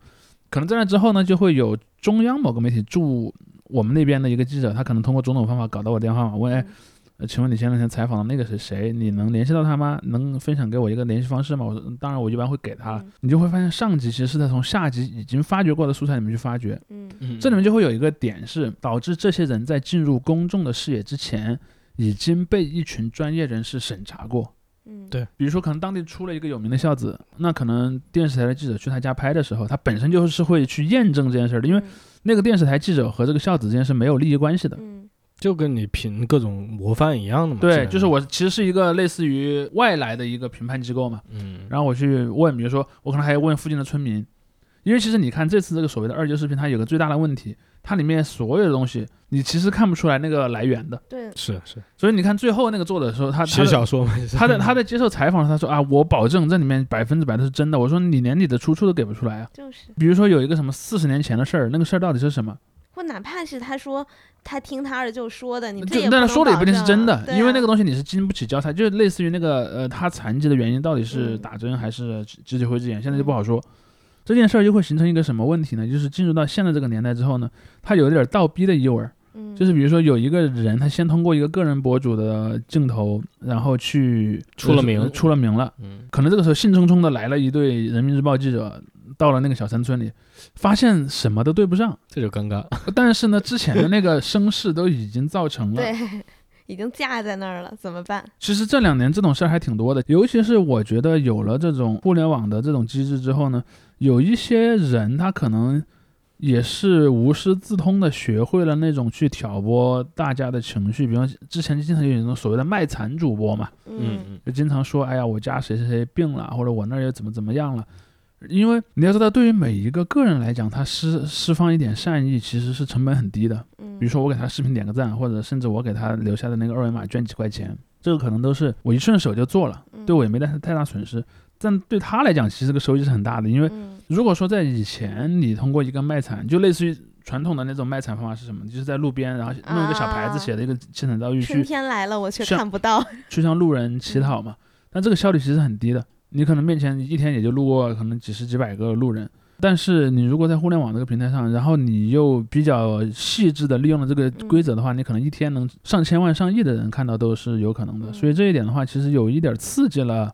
Speaker 3: 可能在那之后呢，就会有中央某个媒体驻我们那边的一个记者，他可能通过种种方法搞到我电话号码，问哎
Speaker 2: 嗯。
Speaker 3: 呃请问你前两天采访的那个是谁？你能联系到他吗？能分享给我一个联系方式吗？我说，嗯当然，我一般会给他了
Speaker 2: 嗯。
Speaker 3: 你就会发现，上级其实是在从下级已经发掘过的素材里面去发掘。
Speaker 2: 嗯
Speaker 1: 嗯
Speaker 3: 这里面就会有一个点是，导致这些人在进入公众的视野之前，已经被一群专业人士审查过。
Speaker 2: 嗯，
Speaker 1: 对
Speaker 3: 比如说，可能当地出了一个有名的孝子，那可能电视台的记者去他家拍的时候，他本身就是会去验证这件事儿的，因为
Speaker 2: 嗯
Speaker 3: 那个电视台记者和这个孝子之间是没有利益关系的。
Speaker 2: 嗯
Speaker 1: 就跟你评各种模范一样的嘛。
Speaker 3: 对，就是
Speaker 1: 我，
Speaker 3: 我其实是一个类似于外来的一个评判机构嘛，
Speaker 1: 嗯，
Speaker 3: 然后我去问，比如说我可能还要问附近的村民，因为其实你看这次这个所谓的二级视频，它有个最大的问题，它里面所有的东西你其实看不出来那个来源的，
Speaker 2: 对，
Speaker 1: 是是
Speaker 3: 所以你看最后那个作者的时候，他他
Speaker 1: 写
Speaker 3: 的
Speaker 1: 小说嘛，
Speaker 3: 他在他在接受采访的时候，他说啊，我保证这里面百分之百都是真的。我说你连你的出处都给不出来啊。
Speaker 2: 就是
Speaker 3: 比如说有一个什么四十年前的事儿，那个事儿到底是什么？
Speaker 2: 或哪怕是他说他听他二舅说的，你这
Speaker 3: 呃就
Speaker 2: 也
Speaker 3: 但他
Speaker 2: 能
Speaker 3: 说的也
Speaker 2: 保
Speaker 3: 不一定是
Speaker 2: 证
Speaker 3: 真
Speaker 2: 啊
Speaker 3: 的，
Speaker 2: 对
Speaker 3: 因为那
Speaker 2: 啊
Speaker 3: 个东西你是经不起交叉，就是类似于那个呃，他残疾的原因到底是
Speaker 2: 嗯
Speaker 3: 打针还是肢肢体灰质炎，现在就不好说。这件事儿就会形成一个什么问题呢？就是进入到现在这个年代之后呢，它有点倒逼的诱饵，
Speaker 2: 嗯
Speaker 3: 就是比如说有一个人，他先通过一个个人博主的镜头，然后去
Speaker 1: 出了名
Speaker 3: 出了名了，
Speaker 1: 嗯，
Speaker 3: 可能这个时候兴冲冲的来了一队人民日报记者，到了那个小山村里，发现什么都对不上，
Speaker 1: 这就尴尬。
Speaker 3: 但是呢，之前的那个声势都已经造成了。
Speaker 2: 对，已经架在那儿了，怎么办？
Speaker 3: 其实这两年这种事儿还挺多的，尤其是我觉得有了这种互联网的这种机制之后呢，有一些人他可能也是无师自通的，学会了那种去挑拨大家的情绪，比方之前经常有那种所谓的卖惨主播嘛，
Speaker 2: 嗯，
Speaker 3: 就经常说，哎呀，我家谁谁谁病了，或者我那儿又怎么怎么样了。因为你要知道，对于每一个个人来讲，他释释放一点善意其实是成本很低的。
Speaker 2: 嗯
Speaker 3: 比如说，我给他视频点个赞，或者甚至我给他留下的那个二维码捐几块钱，这个可能都是我一顺手就做
Speaker 2: 嗯
Speaker 3: 了，对我也没带太大损失。但对他来讲，其实这个收益是很大的，因为
Speaker 2: 嗯
Speaker 3: 如果说在以前，你通过一个卖惨，就类似于传统的那种卖惨方法是什么？就是在路边，然后弄一个小牌
Speaker 2: 啊
Speaker 3: 子写的一个七惨遭遇去
Speaker 2: 春天来了，我却
Speaker 3: 像
Speaker 2: 看不到。
Speaker 3: 去向路人乞
Speaker 2: 嗯
Speaker 3: 讨嘛。但这个效率其实很低的，你可能面前一天也就路过可能几十几百个路人。但是你如果在互联网这个平台上，然后你又比较细致的利用了这个
Speaker 2: 嗯
Speaker 3: 规则的话，你可能一天能上千万、上亿的人看到都是有可能的。
Speaker 2: 嗯
Speaker 3: 所以这一点的话，其实有一点刺激了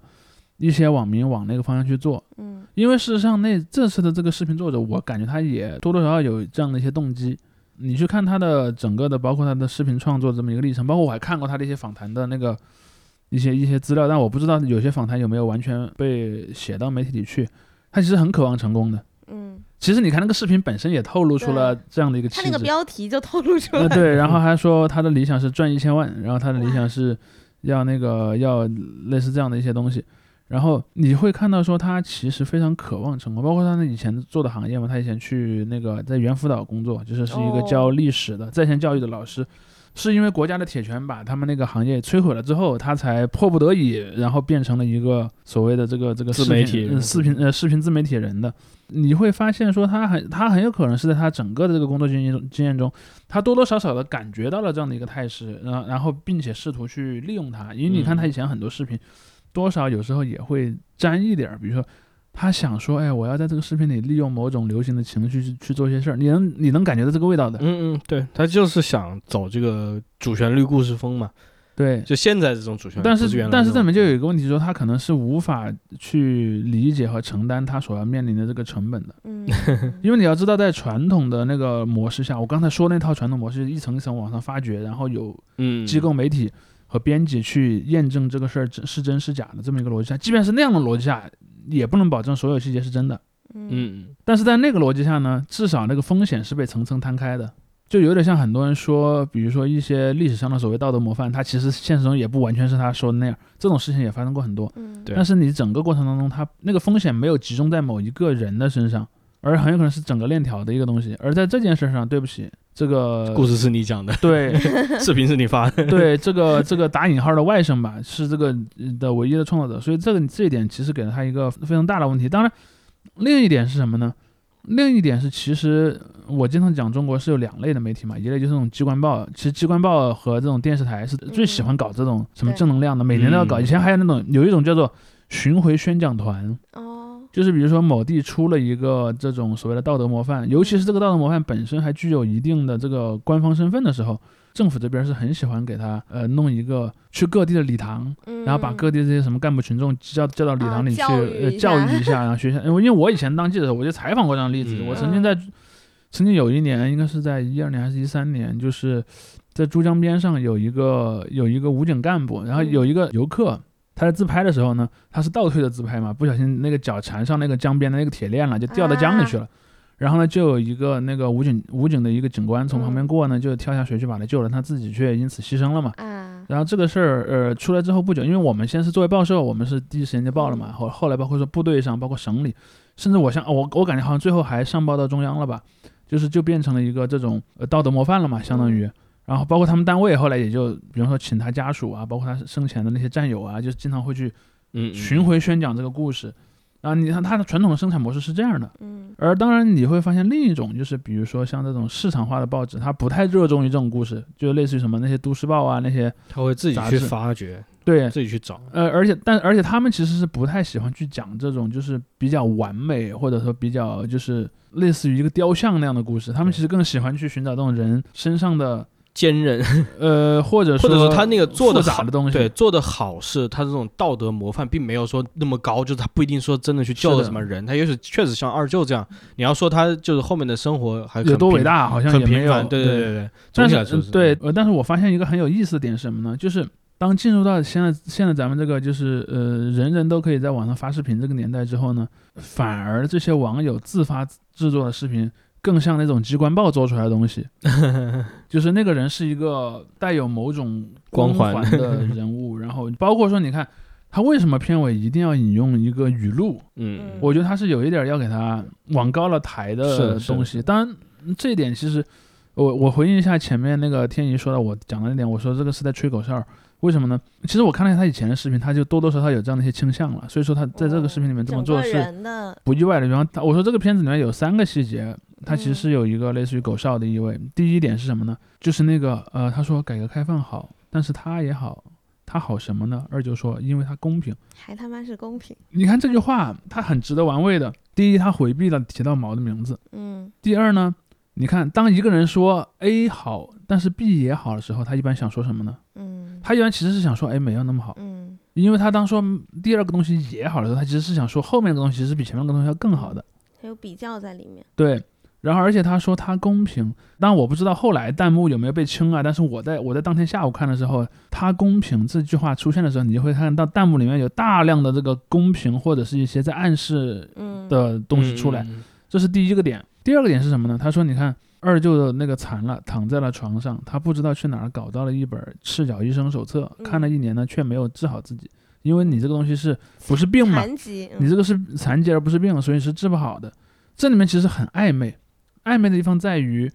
Speaker 3: 一些网民往那个方向去做。
Speaker 2: 嗯
Speaker 3: 因为事实上那这次的这个视频作者，我感觉他也多多少少有这样的一些动机。你去看他的整个的，包括他的视频创作这么一个历程，包括我还看过他的一些访谈的那个一些一些资料，但我不知道有些访谈有没有完全被写到媒体里去。他其实很渴望成功的。
Speaker 2: 嗯，
Speaker 3: 其实你看那个视频本身也透露出了这样的一个气
Speaker 2: 他
Speaker 3: 质。
Speaker 2: 那个标题就 透露出
Speaker 3: 呃，
Speaker 2: 来。
Speaker 3: 对，然后还说他的理想是赚一千万，然后他的理想是要那个要类似这样的一些东西，然后你会看到说他其实非常渴望成功，包括他那以前做的行业嘛，他以前去那个在猿辅导工作，就是是一个
Speaker 2: 哦
Speaker 3: 教历史的在线教育的老师。是因为国家的铁拳把他们那个行业摧毁了之后，他才迫不得已，然后变成了一个所谓的这个这个
Speaker 1: 自
Speaker 3: 视频
Speaker 1: 媒体人
Speaker 3: 呃视频呃视频自媒体人的。你会发现说他很他很有可能是在他整个的这个工作经验中经验中，他多多少少的感觉到了这样的一个态势，然后然后并且试图去利用它，因为你看
Speaker 1: 嗯
Speaker 3: 他以前很多视频，多少有时候也会沾一点儿，比如说。他想说，哎，我要在这个视频里利用某种流行的情绪去去做一些事儿，你能你能感觉到这个味道的，
Speaker 1: 嗯嗯，对他就是想走这个主旋律故事风嘛，
Speaker 3: 对。
Speaker 1: 就现在这种主旋律。
Speaker 3: 但
Speaker 1: 不
Speaker 3: 是
Speaker 1: 原来
Speaker 3: 但是
Speaker 1: 那种嗯
Speaker 3: 这里面就有一个问题，说他可能是无法去理解和承担他所要面临的这个成本的，
Speaker 2: 嗯，
Speaker 3: 因为你要知道，在传统的那个模式下，我刚才说那套传统模式一层一层往上发掘，然后有
Speaker 1: 嗯
Speaker 3: 机构媒体和编辑去验证这个事儿真是真是假的这么一个逻辑下，即便是那样的逻辑下，也不能保证所有细节是真的。
Speaker 2: 嗯
Speaker 1: 嗯
Speaker 3: 但是在那个逻辑下呢，至少那个风险是被层层摊开的，就有点像很多人说，比如说一些历史上的所谓道德模范，他其实现实中也不完全是他说的那样，这种事情也发生过很多。
Speaker 2: 嗯，
Speaker 1: 对
Speaker 3: 但是你整个过程当中，它那个风险没有集中在某一个人的身上，而很有可能是整个链条的一个东西。而在这件事上，对不起，这个
Speaker 1: 嗯，故事是你讲的，
Speaker 3: 对
Speaker 1: 视频是你发的。
Speaker 3: 对这个这个打引号的外甥吧，是这个呃的唯一的创造者，所以这个这一点其实给了他一个非常大的问题。当然，另一点是什么呢？另一点是，其实我经常讲中国是有两类的媒体嘛，一类就是那种机关报，其实机关报和这种电视台是最喜欢搞这种什么
Speaker 2: 对
Speaker 3: 正能量的，每年都要搞。
Speaker 1: 嗯
Speaker 3: 以前还有那种有一种叫做巡回宣讲团，
Speaker 2: 哦，
Speaker 3: 就是比如说某地出了一个这种所谓的道德模范，尤其是这个道德模范本身还具有一定的这个官方身份的时候，政府这边是很喜欢给他呃弄一个去各地的礼堂，然后把各地这些什么干部群众叫叫到礼堂里去、
Speaker 2: 嗯啊教育
Speaker 3: 呃
Speaker 2: 一下
Speaker 3: 教育一下，然后学校。因为因为我以前当记者的时候，我就采访过这样的例子，
Speaker 1: 嗯
Speaker 3: 我曾经在曾经有一年，应该是在一二年还是一三年，
Speaker 2: 嗯
Speaker 3: 就是在珠江边上有一个有一个武警干部，然后有一个游客。他在自拍的时候呢，他是倒退的自拍嘛，不小心那个脚缠上那个江边的那个铁链了，就掉到江里
Speaker 2: 啊
Speaker 3: 去了。然后呢，就有一个那个武警武警的一个警官从旁
Speaker 2: 嗯
Speaker 3: 边过呢，就跳下水去把他救了，他自己却因此牺牲了嘛。
Speaker 2: 啊，
Speaker 3: 然后这个事儿，呃，出来之后不久，因为我们先是作为报社，我们是第一时间就报了嘛。后后来包括说部队上，包括省里，甚至我像我我感觉好像最后还上报到中央了吧，就是就变成了一个这种呃道德模范了嘛，相当于。然后包括他们单位后来也就，比方说请他家属啊，包括他生前的那些战友啊，就是经常会去
Speaker 1: 嗯，嗯
Speaker 3: 巡回宣讲这个故事。啊，你看它的传统的生产模式是这样的，
Speaker 2: 嗯
Speaker 3: 而当然你会发现另一种就是，比如说像这种市场化的报纸，它不太热衷于这种故事，就类似于什么那些都市报啊那些，
Speaker 1: 他会自己
Speaker 3: 杂
Speaker 1: 去
Speaker 3: 志
Speaker 1: 发掘，
Speaker 3: 对，
Speaker 1: 自己去找。
Speaker 3: 呃，而且但而且他们其实是不太喜欢去讲这种就是比较完美或者说比较就是类似于一个雕像那样的故事，他们
Speaker 1: 对
Speaker 3: 其实更喜欢去寻找这种人身上的
Speaker 1: 坚韧，
Speaker 3: 呃或者
Speaker 1: 或者
Speaker 3: 说
Speaker 1: 说他那个做
Speaker 3: 复
Speaker 1: 的
Speaker 3: 杂
Speaker 1: 好
Speaker 3: 的东西，
Speaker 1: 对，做的好事，他这种道德模范并没有说那么高，就是他不一定说真的去救
Speaker 3: 是
Speaker 1: 了
Speaker 3: 的
Speaker 1: 什么人，他也许确实像二舅这样，你要说他就是后面的生活还
Speaker 3: 有
Speaker 1: 很
Speaker 3: 多伟
Speaker 1: 平，
Speaker 3: 大好像
Speaker 1: 很
Speaker 3: 也没
Speaker 1: 平
Speaker 3: 有
Speaker 1: 凡，对对对，总
Speaker 3: 但
Speaker 1: 体
Speaker 3: 是
Speaker 1: 来说
Speaker 3: 嗯
Speaker 1: 是
Speaker 3: 对，呃，但是我发现一个很有意思的点是什么呢？就是当进入到现在现在咱们这个就是呃人人都可以在网上发视频这个年代之后呢，反而这些网友自发制作的视频更像那种机关报做出来 的东西，就是那个人是一个带有某种光
Speaker 1: 光环
Speaker 3: 环的人物，然后包括说你看。他为什么片尾一定要引用一个语录？
Speaker 1: 嗯，
Speaker 3: 我觉得他是有一点要给他往高了抬
Speaker 1: 是
Speaker 3: 的
Speaker 1: 的是的
Speaker 3: 东西。当然，这一点其实我我回应一下前面那个天怡说的，我讲的那点，我说这个是在吹口哨，为什么呢？其实我看了一下他以前的视频，他就多多少少有这样的一些倾向了，所以说他在这个视频里面这么做
Speaker 2: 整
Speaker 3: 是
Speaker 2: 个人的
Speaker 3: 不意外的。比方他，我说这个片子里面有三个细节，它
Speaker 2: 嗯
Speaker 3: 其实是有一个类似于狗哨的意味。第一点是什么呢？就是那个呃，他说改革开放好，但是他也好，他好什么呢？二舅说，因为他公平。
Speaker 2: 还他妈是公平，
Speaker 3: 你看这句话，它很值得玩味的。第一，它回避了提到毛的名字；
Speaker 2: 嗯
Speaker 3: 第二呢，你看当一个人说 A 好，但是 B 也好的时候，他一般想说什么呢？
Speaker 2: 嗯
Speaker 3: 他一般其实是想说 A 没有那么好，
Speaker 2: 嗯
Speaker 3: 因为他当说第二个东西也好的时候，他其实是想说后面的东西是比前面的东西要更好的。
Speaker 2: 还有比较在里面，
Speaker 3: 对，然后而且他说他公平，但我不知道后来弹幕有没有被清啊。但是我在我在当天下午看的时候，他公平这句话出现的时候，你就会看到弹幕里面有大量的这个公平或者是一些在暗示
Speaker 2: 嗯
Speaker 3: 的东西出来。
Speaker 1: 嗯，嗯嗯
Speaker 3: 这是第一个点。第二个点是什么呢？他说：“你看二舅的那个残了，躺在了床上，他不知道去哪儿搞到了一本《赤脚医生手册》，
Speaker 2: 嗯
Speaker 3: 看了一年呢，却没有治好自己。因为你这个东西是不是病嘛？
Speaker 2: 残疾，嗯
Speaker 3: 你这个是残疾而不是病，所以是治不好的。这里面其实很暧昧，暧昧的地方在于，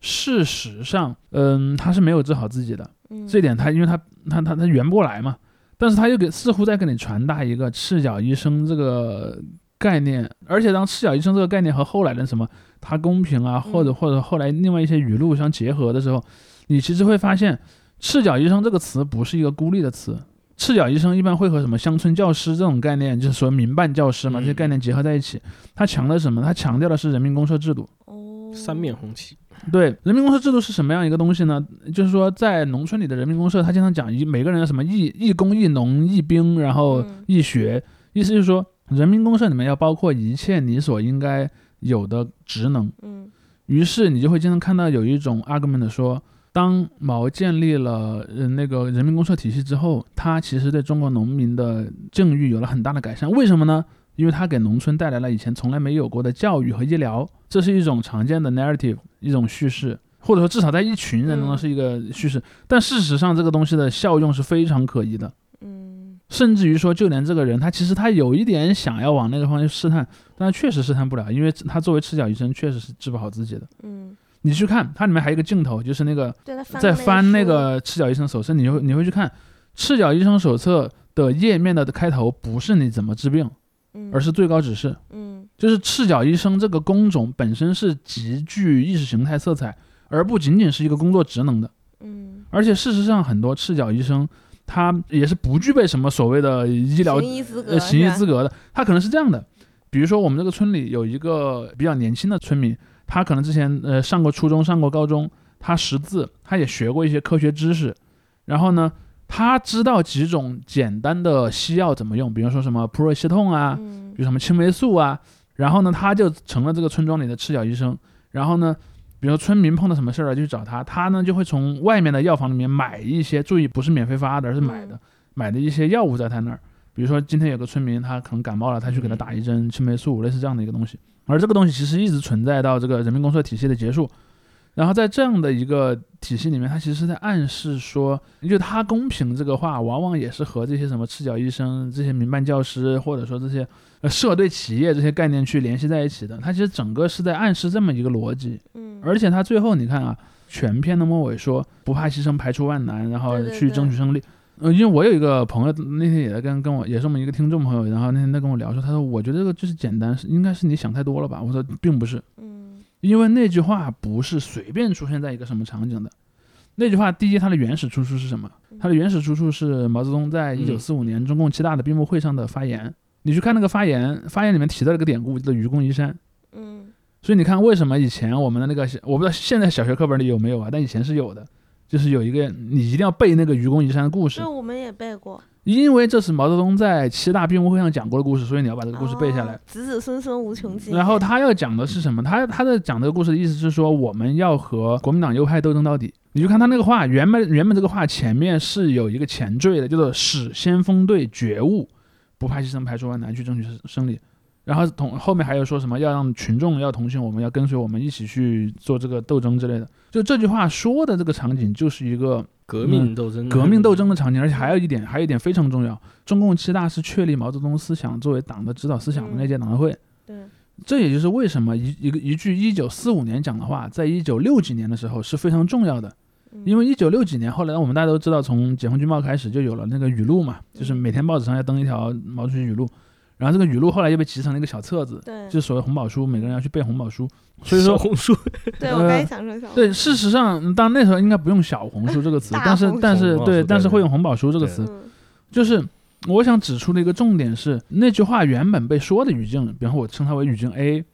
Speaker 3: 事实上，嗯，他是没有治好自己的。
Speaker 2: 嗯
Speaker 3: 这点他因为他他他他圆不过来嘛，但是他又给似乎在给你传达一个赤脚医生这个概念，而且当赤脚医生这个概念和后来的什么他公平啊，或者
Speaker 2: 嗯
Speaker 3: 或者后来另外一些语录相结合的时候，你其实会发现赤脚医生这个词不是一个孤立的词。赤脚医生一般会和什么乡村教师这种概念，就是说民办教师嘛，这些
Speaker 1: 嗯
Speaker 3: 概念结合在一起。他强调什么？他强调的是人民公社制度。
Speaker 2: 哦
Speaker 1: 三面红旗，
Speaker 3: 对，人民公社制度是什么样一个东西呢？就是说，在农村里的人民公社，他经常讲一每个人有什么义义工、义农、义兵，然后
Speaker 2: 嗯
Speaker 3: 义学，意思就是说，人民公社里面要包括一切你所应该有的职能。
Speaker 2: 嗯
Speaker 3: 于是你就会经常看到有一种 argument 说，当毛建立了呃那个人民公社体系之后，他其实对中国农民的境遇有了很大的改善。为什么呢？因为他给农村带来了以前从来没有过的教育和医疗，这是一种常见的 narrative，一种叙事，或者说至少在一群人当中
Speaker 2: 嗯
Speaker 3: 是一个叙事。但事实上，这个东西的效用是非常可疑的。
Speaker 2: 嗯
Speaker 3: 甚至于说，就连这个人，他其实他有一点想要往那个方向试探，但他确实试探不了，因为他作为赤脚医生，确实是治不好自己的。
Speaker 2: 嗯，
Speaker 3: 你去看，它里面还有一个镜头，就是那个
Speaker 2: 对他翻
Speaker 3: 在
Speaker 2: 了
Speaker 3: 翻那
Speaker 2: 书，
Speaker 3: 个《赤脚医生手册》，你会你会去看《赤脚医生手册》的页面的开头，不是你怎么治病，
Speaker 2: 嗯
Speaker 3: 而是最高指示。
Speaker 2: 嗯
Speaker 3: 就是赤脚医生这个工种本身是极具意识形态色彩，而不仅仅是一个工作职能的。
Speaker 2: 嗯，
Speaker 3: 而且事实上，很多赤脚医生他也是不具备什么所谓的医疗
Speaker 2: 行医资格
Speaker 3: 呃行医资
Speaker 2: 格，
Speaker 3: 格的，他可能是这样的，比如说我们这个村里有一个比较年轻的村民，他可能之前呃上过初中，上过高中，他识字，他也学过一些科学知识，然后呢，他知道几种简单的西药怎么用，比如说什么普瑞西痛啊，
Speaker 2: 嗯
Speaker 3: 比如什么青霉素啊，然后呢，他就成了这个村庄里的赤脚医生。然后呢，比如村民碰到什么啊事儿了，就去找他，他呢就会从外面的药房里面买一些，注意不是免费发的，而是买的，买的一些药物在他那儿。比如说今天有个村民他可能感冒了，他去给他打一针青霉素，类似这样的一个东西。而这个东西其实一直存在到这个人民公社体系的结束。然后在这样的一个体系里面，它其实是在暗示说，就他公平这个话，往往也是和这些什么赤脚医生、这些民办教师，或者说这些呃社队企业这些概念去联系在一起的。它其实整个是在暗示这么一个逻辑。
Speaker 2: 嗯，
Speaker 3: 而且他最后你看啊，全片的末尾说不怕牺牲，排除万难，然后
Speaker 2: 对对
Speaker 3: 去
Speaker 2: 对
Speaker 3: 争取胜利。呃，因为我有一个朋友，那天也在跟跟我，也是我们一个听众朋友，然后那天在跟我聊说，他说我觉得这个就是简单，是应该是你想太多了吧？我说并不是，
Speaker 2: 嗯
Speaker 3: 因为那句话不是随便出现在一个什么场景的。那句话，第一，它的原始出处是什么？
Speaker 2: 嗯
Speaker 3: 它的原始出处是毛泽东在一九四五年中共七大的闭幕会上的发言。你去看那个发言，发言里面提到了一个典故，叫做愚公移山。
Speaker 2: 嗯
Speaker 3: 所以你看，为什么以前我们的那个小，我不知道现在小学课本里有没有啊，但以前是有的，就是有一个你一定要背那个愚公移山的故事
Speaker 2: 这，我们也背过，
Speaker 3: 因为这是毛泽东在七大闭幕会上讲过的故事，所以你要把这个故事背下来
Speaker 2: 哦。子子孙孙无穷尽。
Speaker 3: 然后他要讲的是什么？他他在讲这个故事的意思是说，我们要和国民党右派斗争到底。你就看他那个话，原本原本这个话前面是有一个前缀的，叫做“使先锋队觉悟，不怕牺牲，排除万难，去争取胜利”。然后同后面还有说什么要让群众要同情我们，要跟随我们一起去做这个斗争之类的。就这句话说的这个场景，就是一个
Speaker 1: 嗯革命斗争，啊
Speaker 3: 革命斗争的场景，而且还有一点，还有一点非常重要，中共七大是确立毛泽东思想作为党的指导思想的那届党代会。
Speaker 2: 对，
Speaker 3: 这也就是为什么一一个一句一九四五年讲的话，在一九六几年的时候是非常重要
Speaker 2: 嗯
Speaker 3: 的，因为一九六几年后来我们大家都知道，从解放军报开始就有了那个语录嘛，
Speaker 2: 嗯
Speaker 3: 就是每天报纸上要登一条毛主席语录，然后这个语录后来又被集成了一个小册子，
Speaker 2: 对
Speaker 3: 就是所谓红宝书，每个人要去背红宝书。所
Speaker 2: 嗯
Speaker 1: 所
Speaker 3: 以
Speaker 1: 以说
Speaker 3: 说
Speaker 1: 嗯红书
Speaker 2: 对
Speaker 3: 呃
Speaker 2: 我刚才想说小红，
Speaker 3: 对，事实上，嗯当然那时候应该不用“小红书”这个词，
Speaker 2: 大
Speaker 3: 但是
Speaker 2: 红
Speaker 3: 但
Speaker 1: 书
Speaker 3: 是
Speaker 1: 红
Speaker 3: 对，
Speaker 1: 书
Speaker 3: 但是
Speaker 1: 对
Speaker 3: 会用“红宝书”这个
Speaker 1: 对
Speaker 3: 词。
Speaker 2: 嗯
Speaker 3: 就是我想指出的一个重点是，那句话原本被说的语境，比方说我称它为语境 A，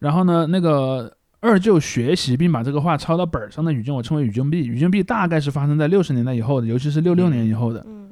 Speaker 3: 然后呢，那个二舅学习并把这个话抄到本儿上的语境，我称为语境 B。语境 B 大概是发生在六十年代以后的，尤其是六六年以后的。
Speaker 2: 嗯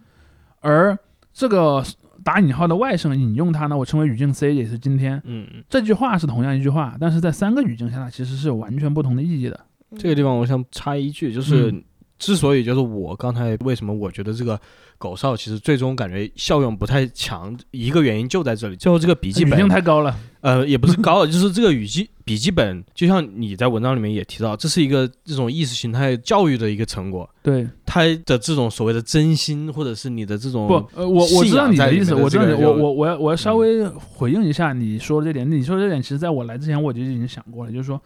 Speaker 3: 而这个打引号的外甥引用它呢，我称为语境 C，也是今天。
Speaker 1: 嗯，
Speaker 3: 这句话是同样一句话，但是在三个语境下，它其实是有完全不同的意义的。
Speaker 2: 嗯
Speaker 1: 这个地方我想插一句，就是。
Speaker 3: 嗯
Speaker 1: 之所以就是我刚才为什么我觉得这个狗哨其实最终感觉效用不太强，一个原因就在这里。最后这个笔记
Speaker 3: 语
Speaker 1: 本
Speaker 3: 境太高了，
Speaker 1: 呃，也不是高了，就是这个语记笔记本，就像你在文章里面也提到，这是一个这种意识形态教育的一个成果，
Speaker 3: 对，
Speaker 1: 它的这种所谓的真心，或者是你的这种
Speaker 3: 不，呃，我我
Speaker 1: 信
Speaker 3: 知道
Speaker 1: 仰
Speaker 3: 你
Speaker 1: 在
Speaker 3: 的
Speaker 1: 里
Speaker 3: 意
Speaker 1: 面
Speaker 3: 思，
Speaker 1: 的
Speaker 3: 我知
Speaker 1: 这
Speaker 3: 道你，
Speaker 1: 个
Speaker 3: 我
Speaker 1: 就嗯
Speaker 3: 我我要我要稍微回应一下你说的这点。你说的这点，其实在我来之前我就已经想过了，就是说，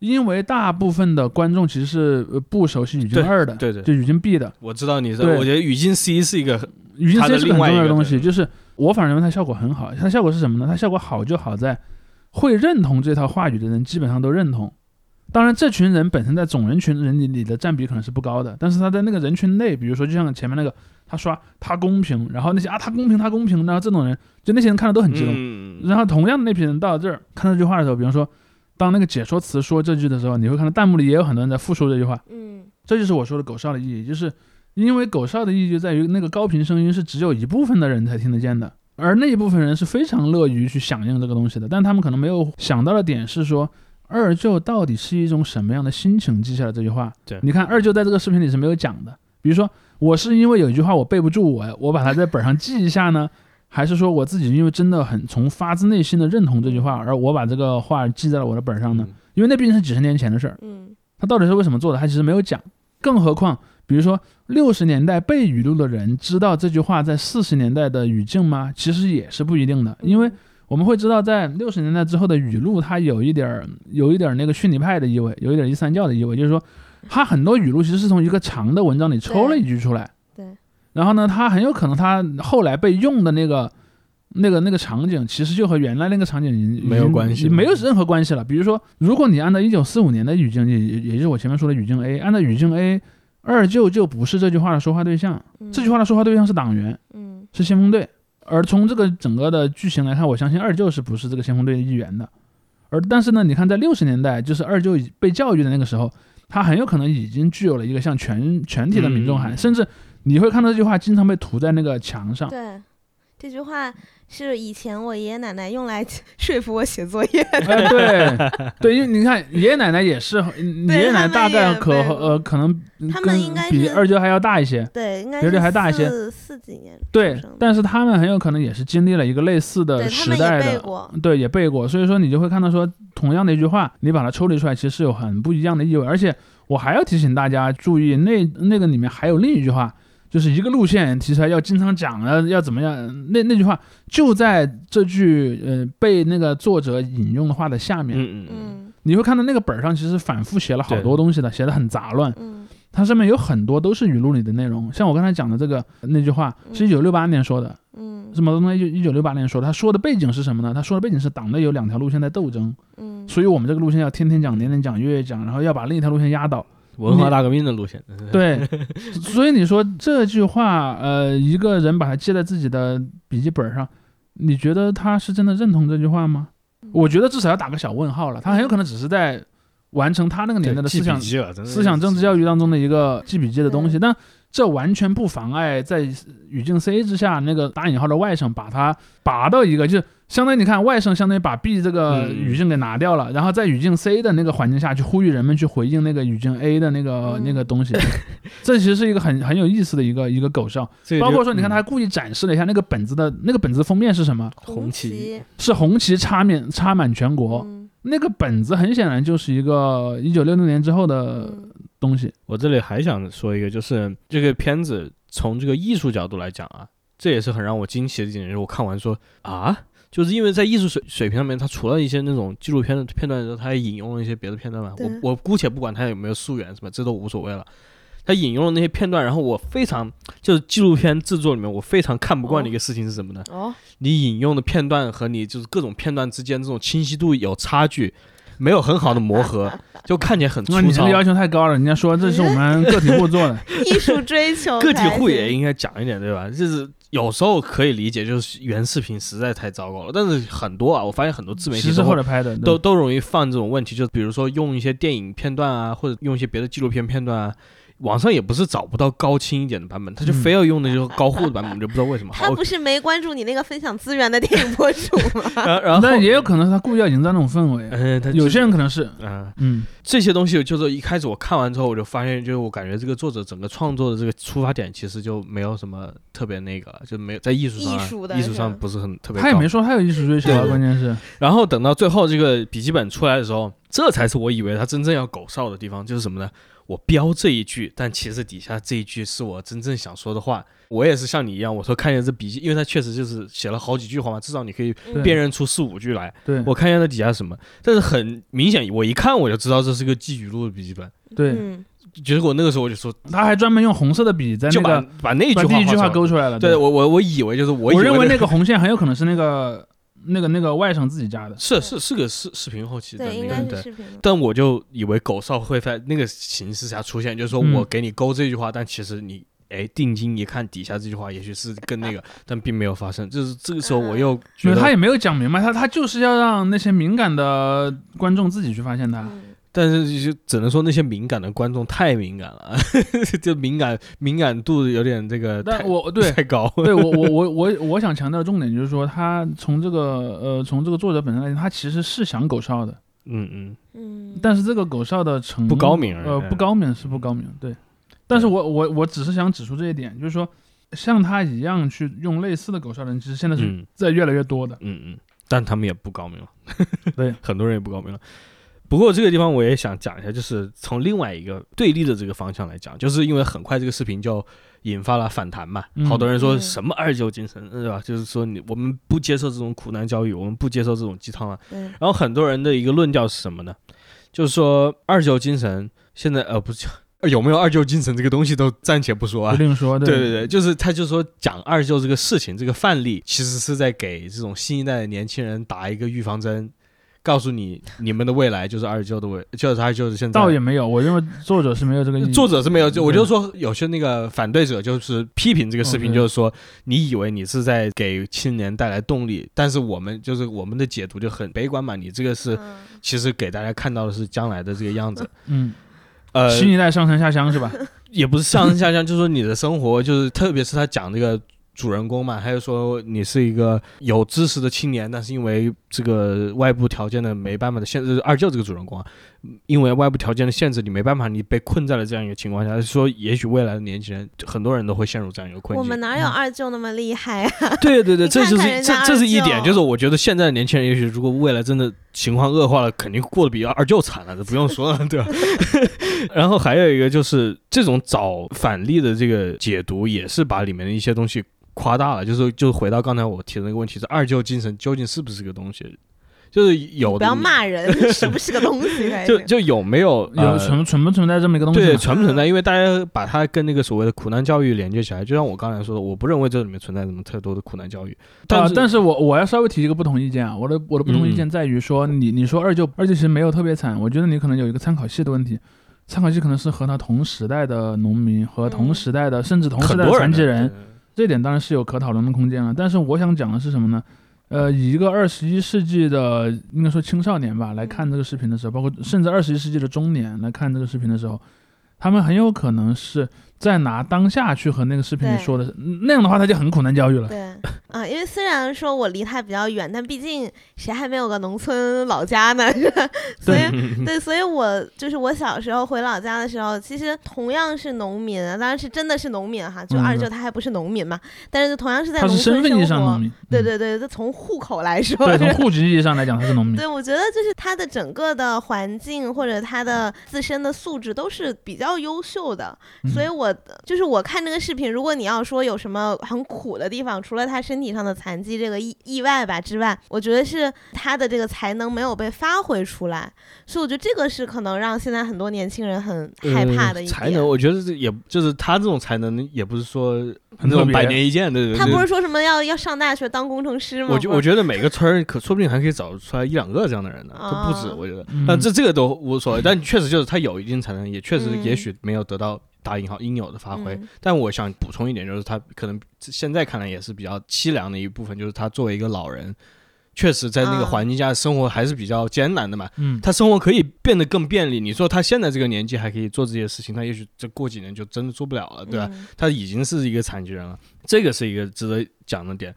Speaker 3: 因为大部分的观众其实是呃不熟悉语境二的，
Speaker 1: 对对
Speaker 3: 就语境 B 的，
Speaker 1: 我知道你是，
Speaker 3: 对
Speaker 1: 我觉得语境 C 是一个很
Speaker 3: 语境
Speaker 1: 它
Speaker 3: C
Speaker 1: 的
Speaker 3: 是个很重
Speaker 1: 另外
Speaker 3: 要
Speaker 1: 一
Speaker 3: 的
Speaker 1: 个
Speaker 3: 东西，
Speaker 1: 对
Speaker 3: 就是我反而认为它效果很好。它效果是什么呢？它效果好就好在会认同这套话语的人基本上都认同。当然，这群人本身在总人群人里里的占比可能是不高的，但是他在那个人群内，比如说就像前面那个，他刷他公平，然后那些啊他公平他公平，然后这种人，就那些人看了都很激动。
Speaker 1: 嗯，
Speaker 3: 然后同样的那批人到了这儿看到这句话的时候，比方说当那个解说词说这句的时候，你会看到弹幕里也有很多人在复述这句话，
Speaker 2: 嗯
Speaker 3: 这就是我说的狗哨的意义，就是因为狗哨的意义就在于那个高频声音是只有一部分的人才听得见的，而那一部分人是非常乐于去响应这个东西的，但他们可能没有想到的点是说。二舅到底是一种什么样的心情记下了这句话？
Speaker 1: 对
Speaker 3: 你看二舅在这个视频里是没有讲的。比如说，我是因为有一句话我背不住，我我把它在本上记一下呢，还是说我自己因为真的很从发自内心的认同这句话，而我把这个话记在了我的
Speaker 1: 嗯
Speaker 3: 本上呢？因为那毕竟是几十年前的事儿，
Speaker 2: 嗯
Speaker 3: 他到底是为什么做的，他其实没有讲。更何况，比如说六十年代背语录的人，知道这句话在四十年代的语境吗？其实也是不一定的，因为我们会知道，在六十年代之后的语录，它有一点儿有一点儿那个逊尼派的意味，有一点儿伊斯兰教的意味，就是说，它很多语录其实是从一个长的文章里抽了一句出来。
Speaker 2: 对。
Speaker 3: 然后呢，它很有可能它后来被用的那个。那个那个场景其实就和原来那个场景已经
Speaker 1: 没有关系
Speaker 3: 已经
Speaker 1: 了
Speaker 3: 没有任何关系了。比如说，如果你按照一九四五年的语境，也也也就是我前面说的语境 A，按照语境 A，二舅就不是这句话的说话对象，
Speaker 2: 嗯，
Speaker 3: 这句话的说话对象是党员，
Speaker 2: 嗯
Speaker 3: 是先锋队。而从这个整个的剧情来看，我相信二舅是不是这个先锋队的一员的。而但是呢，你看在六十年代，就是二舅已被教育的那个时候，他很有可能已经具有了一个向全全体的民众喊，
Speaker 1: 嗯
Speaker 3: 啊甚至你会看到这句话经常被涂在那个墙上。
Speaker 2: 对。这句话是以前我爷爷奶奶用来 说服我写作业 的。
Speaker 3: 哎，对对，因为你看爷爷奶奶也是，嗯
Speaker 2: 对
Speaker 3: 爷爷奶奶大概可
Speaker 2: 他们也
Speaker 3: 呃可能
Speaker 2: 他们
Speaker 3: 跟
Speaker 2: 应该
Speaker 3: 比
Speaker 2: 是
Speaker 3: 二舅还要大一些，
Speaker 2: 对，应该
Speaker 3: 比
Speaker 2: 是
Speaker 3: 这还大一些
Speaker 2: 四四几年出
Speaker 3: 对
Speaker 2: 生，的
Speaker 3: 但是他们很有可能也是经历了一个类似
Speaker 2: 对
Speaker 3: 的
Speaker 2: 他
Speaker 3: 时
Speaker 2: 们也
Speaker 3: 代
Speaker 2: 背
Speaker 3: 的，
Speaker 2: 过，
Speaker 3: 对，也背过，所以说你就会看到说，同样的一句话，你把它抽离出来，其实有很不一样的意味。而且我还要提醒大家注意，那那个里面还有另一句话，就是一个路线提出来要经常讲啊，要怎么样？那那句话就在这句呃被那个作者引用的话的下面，
Speaker 1: 嗯嗯嗯，
Speaker 2: 嗯
Speaker 3: 你会看到那个本儿上其实反复写了好多
Speaker 1: 对
Speaker 3: 东西的，写的很杂乱。
Speaker 2: 嗯
Speaker 3: 它上面有很多都是语录里的内容，像我刚才讲的这个那句话是一九六八年说的，
Speaker 2: 嗯
Speaker 3: 是毛泽东一九六八年说的。他说的背景是什么呢？他说的背景是党内有两条路线在斗争，
Speaker 2: 嗯，
Speaker 3: 所以我们这个路线要天天讲、年年讲、月月讲，然后要把另一条路线压倒。
Speaker 1: 文化大革命的路线，
Speaker 3: 对， 所以你说这句话，呃，一个人把它记在自己的笔记本上，你觉得他是真的认同这句话吗？
Speaker 1: 嗯
Speaker 3: 我觉得至少要打个小问号了。他很有可能只是在完成他那个年代的思
Speaker 1: 记笔
Speaker 3: 想
Speaker 1: 记了，真的是
Speaker 3: 思想政治教育当中的一个记笔记的东西，
Speaker 2: 对
Speaker 3: 但这完全不妨碍在语境 C 之下那个打引号的外省把它拔到一个，就是相当于你看外省相当于把 B 这个
Speaker 1: 嗯
Speaker 3: 语境给拿掉了，然后在语境 C 的那个环境下去呼吁人们去回应那个语境 A 的那个、
Speaker 2: 嗯
Speaker 3: 那个东西， 这其实是一个很很有意思的一个一个狗哨，
Speaker 1: 这个就
Speaker 3: 包括说你看他还
Speaker 1: 嗯
Speaker 3: 故意展示了一下那个本子的那个本子封面是什么，
Speaker 1: 红旗，
Speaker 3: 是红旗插面插满全国，
Speaker 2: 嗯
Speaker 3: 那个本子很显然就是一个一九六六年之后的
Speaker 2: 嗯
Speaker 3: 东西。
Speaker 1: 我这里还想说一个，就是这个片子从这个艺术角度来讲啊，这也是很让我惊奇的一点。就是我看完说啊，就是因为在艺术水水平上面，它除了一些那种纪录片的片段之后，它还引用了一些别的片段嘛。
Speaker 2: 对
Speaker 1: 我我姑且不管它有没有溯源什么，这都无所谓了。它引用了那些片段，然后我非常就是纪录片制作里面我非常看不惯的一个事情是什么呢？
Speaker 2: 哦，
Speaker 1: 你引用的片段和你就是各种片段之间这种清晰度有差距，没有很好的磨合，就看起来很粗
Speaker 3: 那你这
Speaker 1: 糙
Speaker 3: 个。要求太高了，人家说这是我们个体户做的，
Speaker 2: 艺术 追求
Speaker 1: 个体
Speaker 2: 才
Speaker 1: 户
Speaker 2: 行
Speaker 1: 也应该讲一点，对吧？就是有时候可以理解，就是原视频实在太糟糕了。但是很多啊，我发现很多 自媒
Speaker 3: 其
Speaker 1: 体
Speaker 3: 实
Speaker 1: 都
Speaker 3: 后
Speaker 1: 会
Speaker 3: 来拍的，对
Speaker 1: 都都容易犯这种问题，就比如说用一些电影片段啊，或者用一些别的纪录片片段啊。网上也不是找不到高清一点的版本，他就
Speaker 3: 嗯
Speaker 1: 非要用的就是高糊的版本，我就不知道为什么。好
Speaker 2: 他，不是没关注你那个分享资源的电影博主吗？
Speaker 1: 啊然后然后，
Speaker 3: 但也有可能是他故意要营造那种氛围。
Speaker 1: 嗯，他
Speaker 3: 有些人可能是，
Speaker 1: 嗯，
Speaker 3: 嗯，
Speaker 1: 这些东西就是一开始我看完之后，我就发现，就是我感觉这个作者整个创作的这个出发点其实就没有什么特别那个了，就没有在艺术上啊
Speaker 2: 艺术的是
Speaker 1: 上
Speaker 2: 吧
Speaker 1: 不是很特别高。
Speaker 3: 他也没说他有艺术追求啊，
Speaker 1: 对
Speaker 3: 关键是，
Speaker 1: 然后等到最后这个笔记本出来的时候，这才是我以为他真正要狗哨的地方，就是什么呢？我标这一句，但其实底下这一句是我真正想说的话。我也是像你一样，我说看见这笔记，因为他确实就是写了好几句话嘛，至少你可以
Speaker 3: 对
Speaker 1: 辨认出四五句来。
Speaker 3: 对
Speaker 1: 我看见他底下是什么，但是很明显，我一看我就知道这是个记语录的笔记本。
Speaker 3: 对，
Speaker 2: 嗯，
Speaker 1: 结果那个时候我就说，
Speaker 3: 他还专门用红色的笔在
Speaker 1: 就
Speaker 3: 那
Speaker 1: 把
Speaker 3: 个
Speaker 1: 把那一
Speaker 3: 把
Speaker 1: 句话
Speaker 3: 第一句
Speaker 1: 画出
Speaker 3: 话
Speaker 1: 来
Speaker 3: 勾出来了。
Speaker 1: 对，我我我以为就是我以
Speaker 3: 我认为
Speaker 1: 那
Speaker 3: 那个红线很有可能是那个那个那个外省自己加的，
Speaker 1: 是是是个视视频后期的
Speaker 2: 对，
Speaker 1: 那
Speaker 2: 应
Speaker 1: 个
Speaker 2: 该
Speaker 1: 对
Speaker 2: 是。视频了。
Speaker 1: 但我就以为狗哨会在那个形式下出现，就是说
Speaker 3: 嗯
Speaker 1: 我给你勾这句话，但其实你哎定睛一看底下这句话，也许是跟那 个，但并没有发生。就是这个时
Speaker 2: 嗯
Speaker 1: 候我又
Speaker 3: 因
Speaker 1: 觉
Speaker 3: 为
Speaker 1: 得，
Speaker 3: 他也没有讲明白，他他就是要让那些敏感的观众自己去发现他。
Speaker 2: 嗯
Speaker 1: 但是就只能说那些敏感的观众太敏感了， 就敏感敏感度有点这个太
Speaker 3: 但我对
Speaker 1: 太高。
Speaker 3: 对我我我我我想强调的重点就是说，他从这个呃从这个作者本身来讲，他其实是想狗哨的，
Speaker 1: 嗯嗯，
Speaker 2: 嗯，
Speaker 3: 但是这个狗哨的程
Speaker 1: 不高明
Speaker 3: 呃
Speaker 1: 嗯
Speaker 3: 不高明是不高明，对。但是我我我只是想指出这一点，就是说像他一样去用类似的狗哨的人，其实现在是
Speaker 1: 嗯
Speaker 3: 在越来越多的。
Speaker 1: 嗯嗯，但他们也不高明了，
Speaker 3: 对，
Speaker 1: 很多人也不高明了。不过这个地方我也想讲一下，就是从另外一个对立的这个方向来讲，就是因为很快这个视频就引发了反弹嘛，
Speaker 3: 嗯
Speaker 1: 好多人说
Speaker 2: 嗯
Speaker 1: 什么二舅精神，对吧？就是说你我们不接受这种苦难教育，我们不接受这种鸡汤啊。
Speaker 2: 对
Speaker 1: 然后很多人的一个论调是什么呢？就是说二舅精神现在呃不是 有没有二舅精神这个东西都暂且不说啊
Speaker 3: 不，另说，
Speaker 1: 对
Speaker 3: 对
Speaker 1: 对对，就是他就说讲二舅这个事情，这个范例其实是在给这种新一代的年轻人打一个预防针，告诉 你你们的未来就是二舅的未，就是二舅的现在。
Speaker 3: 倒也没有，我认为作者是没有这个意义。
Speaker 1: 作者是没有，就我
Speaker 3: 对
Speaker 1: 就说有些那个反对者就是批评这个视频，
Speaker 3: 嗯对
Speaker 1: 就是说你以为你是在给青年带来动力，但是我们就是我们的解读就很悲观嘛，你这个是
Speaker 2: 嗯
Speaker 1: 其实给大家看到的是将来的这个样 子。
Speaker 3: 嗯，
Speaker 1: 呃，
Speaker 3: 新一代上山下乡是吧？
Speaker 1: 也不是上升下降，就是说你的生活，就是特别是他讲这个主人公嘛，他就说你是一个有知识的青年，但是因为这个外部条件的没办法的限制，二舅这个主人公啊，因为外部条件的限制，你没办法，你被困在了这样一个情况下，说也许未来的年轻人很多人都会陷入这样一个困
Speaker 2: 我
Speaker 1: 境
Speaker 2: 们。
Speaker 3: 嗯
Speaker 2: 哪有二舅那么厉害啊？
Speaker 1: 对对对，
Speaker 2: 你
Speaker 1: 这
Speaker 2: 看
Speaker 1: 就是
Speaker 2: 看人
Speaker 1: 这
Speaker 2: 家
Speaker 1: 这
Speaker 2: 二
Speaker 1: 是一点，
Speaker 2: 舅
Speaker 1: 就是我觉得现在的年轻人，也许如果未来真的情况恶化了，肯定过得比二舅惨了，这不用说了， 对吧？ 然后还有一个就是这种找反例的这个解读，也是把里面的一些东西夸大了，就是就回到刚才我提的那个问题，是二舅精神究竟是不是个东西？就是有
Speaker 2: 不
Speaker 1: 的
Speaker 2: 要骂人， 是不是个东西？还
Speaker 1: 就是就有没有
Speaker 3: 有
Speaker 1: 呃
Speaker 3: 存存不存在这么一个东西？
Speaker 1: 对，存不存在？因为大家把它跟那个所谓的苦难教育连接起来，就像我刚才说的，我不认为这里面存在什么特多的苦难教育，但
Speaker 3: 啊，
Speaker 1: 是嗯
Speaker 3: 但是我我要稍微提一个不同意见啊，我的我的不同意见在于说，你你说二舅二舅其实没有特别惨，我觉得你可能有一个参考系的问题，参考系可能是和他同时代的农民和同时代的、甚至同时
Speaker 1: 很
Speaker 3: 代的
Speaker 1: 多人
Speaker 3: 残
Speaker 1: 的
Speaker 3: 疾人，
Speaker 1: 对
Speaker 3: 这点当然是有可讨论的空间啊了。但是我想讲的是什么呢？呃，以一个二十一世纪的应该说青少年吧来看这个视频的时候，包括甚至二十一世纪的中年来看这个视频的时候，他们很有可能是在拿当下去和那个视频里
Speaker 2: 对
Speaker 3: 说的是，嗯那样的话他就很苦难教育了。
Speaker 2: 对啊，因为虽然说我离他比较远，但毕竟谁还没有个农村老家呢？ 是吧所以 对，所以我就是我小时候回老家的时候，其实同样是农民，当然是真的是农民哈，就
Speaker 3: 嗯
Speaker 2: 二舅他还不是农民嘛，但是同样是在
Speaker 3: 他
Speaker 2: 农
Speaker 3: 是身
Speaker 2: 村
Speaker 3: 份意义上
Speaker 2: 生
Speaker 3: 的农
Speaker 2: 活。
Speaker 3: 民，
Speaker 2: 对
Speaker 3: 嗯
Speaker 2: 对对，就从户口来说，
Speaker 3: 对，从户籍意义上来讲他是农
Speaker 1: 嗯
Speaker 3: 民。
Speaker 2: 对，我觉得就是他的整个的环境或者他的自身的素质都是比较优秀的，
Speaker 3: 嗯
Speaker 2: 所以我就是我看这个视频，如果你要说有什么很苦的地方，除了他身体上的残疾这个意意外吧之外，我觉得是他的这个才能没有被发挥出来，所以我觉得这个是可能让现在很多年轻人很害怕的
Speaker 1: 呃
Speaker 2: 一点。
Speaker 1: 才能，我觉得这也就是他这种才能，也不是说那
Speaker 3: 很特
Speaker 1: 种
Speaker 3: 别
Speaker 1: 百年一见的人。
Speaker 2: 他不
Speaker 1: 就是
Speaker 2: 说什么要要上大学当工程师吗？
Speaker 1: 我觉
Speaker 2: 或者
Speaker 1: 我觉得每个村儿可说不定还可以找出来一两个这样的人呢，都不止。
Speaker 2: 啊
Speaker 1: 我觉得，
Speaker 3: 嗯
Speaker 1: 但这这个都无所谓。但确实就是他有一定才能，也确实
Speaker 2: 嗯
Speaker 1: 也许没有得到打引号应有的发挥。
Speaker 2: 嗯
Speaker 1: 但我想补充一点，就是他可能现在看来也是比较凄凉的一部分，就是他作为一个老人，确实在那个
Speaker 2: 啊
Speaker 1: 环境下生活还是比较艰难的嘛。
Speaker 3: 嗯，
Speaker 1: 他生活可以变得更便利。你说他现在这个年纪还可以做这些事情，他也许这过几年就真的做不了了，对啊吧？
Speaker 2: 嗯
Speaker 1: 他已经是一个残疾人了，这个是一个值得讲的点。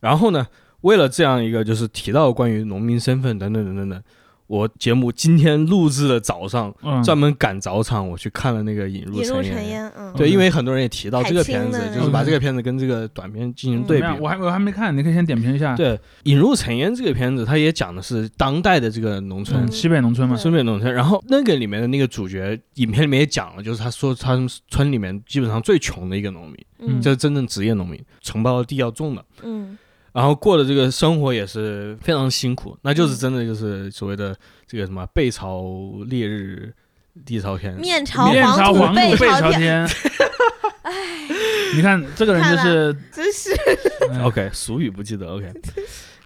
Speaker 1: 然后呢，为了这样一个就是提到关于农民身份等等等等等，我节目今天录制的早上，
Speaker 3: 嗯
Speaker 1: 专门赶早场，我去看了那个《引入
Speaker 2: 引入
Speaker 1: 尘烟》
Speaker 2: 尘烟，嗯，
Speaker 1: 对，
Speaker 3: 嗯
Speaker 1: 因为很多人也提到这个片子
Speaker 2: 海清，的
Speaker 1: 就是把
Speaker 3: 嗯
Speaker 1: 这个片子跟这个短片进行
Speaker 2: 嗯
Speaker 1: 对比
Speaker 3: 怎么
Speaker 1: 嘛。
Speaker 3: 样我还我还没看，你可以先点评一下。
Speaker 1: 对《引入尘烟》这个片子，它也讲的是当代的这个农村
Speaker 3: 嗯，西北农村嘛
Speaker 2: 对，
Speaker 1: 顺便农村，然后那个里面的那个主角，影片里面也讲了，就是他说他们村里面基本上最穷的一个农民，
Speaker 2: 嗯
Speaker 1: 就是真正职业农民，承包的地要种的，
Speaker 2: 嗯
Speaker 1: 然后过的这个生活也是非常辛苦，那就是真的就是所谓的这个什么背朝烈日地朝天，
Speaker 2: 面朝
Speaker 3: 面朝
Speaker 2: 土
Speaker 3: 黄土背
Speaker 2: 朝
Speaker 3: 朝， 天。你看这个人就
Speaker 2: 看
Speaker 3: 是
Speaker 2: 真是
Speaker 3: 嗯
Speaker 1: OK 俗语不记得 OK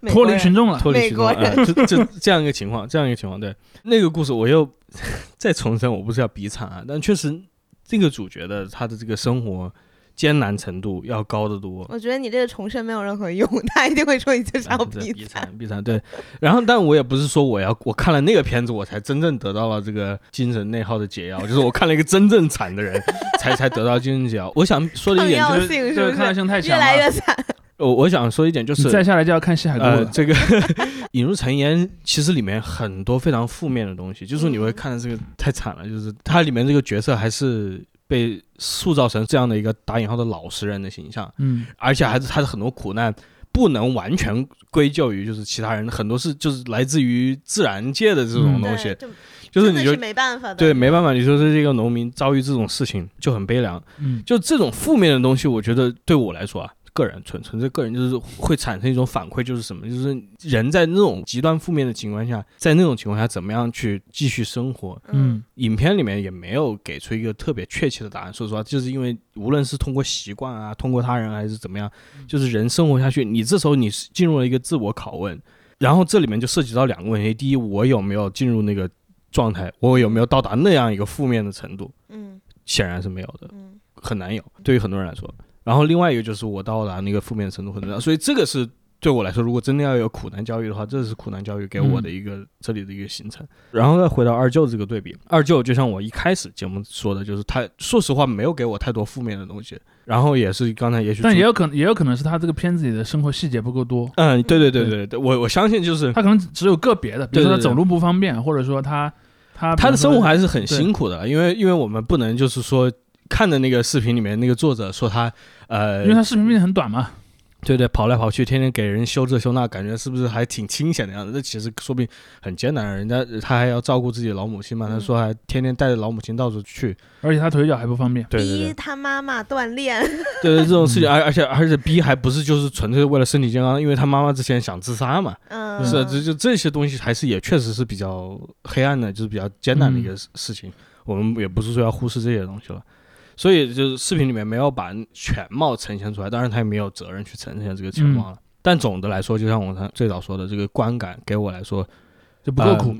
Speaker 2: 美
Speaker 3: 脱
Speaker 2: 国
Speaker 3: 离
Speaker 2: 人
Speaker 3: 群众了。
Speaker 1: 脱离
Speaker 2: 美
Speaker 1: 群众
Speaker 2: 国
Speaker 1: 啊，就就这样一个情况，这样一个情况，对那个故事我又 再重申，我不是要比惨啊，但确实这个主角的他的这个生活艰难程度要高得 多。
Speaker 2: 我觉得你这个重申没有任何用，他一定会说你就是要
Speaker 1: 啊 对
Speaker 2: 比
Speaker 1: 比
Speaker 2: 惨。
Speaker 1: 惨，比惨，对。然后，但我也不是说我要我看了那个片子，我才真正得到了这个精神内耗的解药，就是我看了一个真正惨的人， 才才得到精神解药。我想说的一点就
Speaker 2: 抗药
Speaker 1: 是，
Speaker 2: 性是
Speaker 3: 对
Speaker 2: 不
Speaker 3: 抗药
Speaker 2: 是
Speaker 3: 性太
Speaker 2: 越
Speaker 3: 强
Speaker 2: 来
Speaker 3: 了。
Speaker 2: 越惨？
Speaker 1: 我我想说一点 就是
Speaker 3: 你，再下来就要看西海沟
Speaker 1: 呃，
Speaker 3: 了。
Speaker 1: 这个 引入尘烟，其实里面很多非常负面的东西，就是说你会
Speaker 2: 嗯
Speaker 1: 看到这个太惨了，就是它里面这个角色还是被塑造成这样的一个打引号的老实人的形象，
Speaker 3: 嗯，
Speaker 1: 而且还是他的很多苦难不能完全归咎于就是其他人，很多是就是来自于自然界的这种
Speaker 3: 嗯
Speaker 1: 东西，
Speaker 2: 对，
Speaker 1: 就是
Speaker 2: 真的
Speaker 1: 你就是
Speaker 2: 没办法的。嗯
Speaker 1: 对没办法，你说这个农民遭遇这种事情就很悲凉，
Speaker 3: 嗯，
Speaker 1: 就这种负面的东西，我觉得对我来说啊，个人纯纯粹个人就是会产生一种反馈，就是什么，就是人在那种极端负面的情况下，在那种情况下怎么样去继续生活。
Speaker 2: 嗯，
Speaker 3: 嗯
Speaker 1: 影片里面也没有给出一个特别确切的答案。说实话，就是因为无论是通过习惯啊，通过他人还是怎么样，就是人生活下去，你这时候你是进入了一个自我拷问，然后这里面就涉及到两个问题：第一，我有没有进入那个状态？我有没有到达那样一个负面的程度？
Speaker 2: 嗯
Speaker 1: 显然是没有的。
Speaker 2: 嗯
Speaker 1: 很难有，对于很多人来说。然后另外一个就是我到达那个负面程度很大，所以这个是对我来说，如果真的要有苦难教育的话，这是苦难教育给我的一个、这里的一个形成。然后再回到二舅这个对比，二舅就像我一开始节目说的，就是他说实话没有给我太多负面的东西，然后也是刚才也许
Speaker 3: 但也
Speaker 1: 出
Speaker 3: 有可能，也有可能是他这个片子里的生活细节不够多，
Speaker 1: 嗯，对对对
Speaker 3: 对
Speaker 1: 对对，我我相信就是
Speaker 3: 他可能只有个别的，比如说
Speaker 1: 对对
Speaker 3: 他
Speaker 1: 对
Speaker 3: 走路不方便，或者说他他
Speaker 1: 他的生活还是很
Speaker 3: 对
Speaker 1: 辛苦的，因为因为我们不能就是说看的那个视频里面那个作者说他呃
Speaker 3: 因为他视频片很短嘛，
Speaker 1: 对对，跑来跑去，天天给人修这修那，感觉是不是还挺清闲的样子？那其实说不定很艰难，人家他还要照顾自己的老母亲嘛。他
Speaker 2: 嗯
Speaker 1: 说还天天带着老母亲到处去，
Speaker 3: 而且他腿脚还不方便。
Speaker 1: 对对
Speaker 2: 逼
Speaker 1: 对，
Speaker 2: 他妈妈锻炼，
Speaker 1: 对对这种事情，而而且而且逼还不是就是纯粹为了身体健康，因为他妈妈之前想自杀嘛，
Speaker 2: 嗯，
Speaker 1: 是啊这就这些东西还是也确实是比较黑暗的，就是比较艰难的一
Speaker 3: 嗯
Speaker 1: 个事事情。我们也不是说要忽视这些东西了。所以就是视频里面没有把全貌呈现出来，当然他也没有责任去呈现这个
Speaker 3: 嗯
Speaker 1: 全貌了。但总的来说，就像我刚最早说的，这个观感给我来说
Speaker 3: 就不够
Speaker 1: 嗯
Speaker 3: 苦，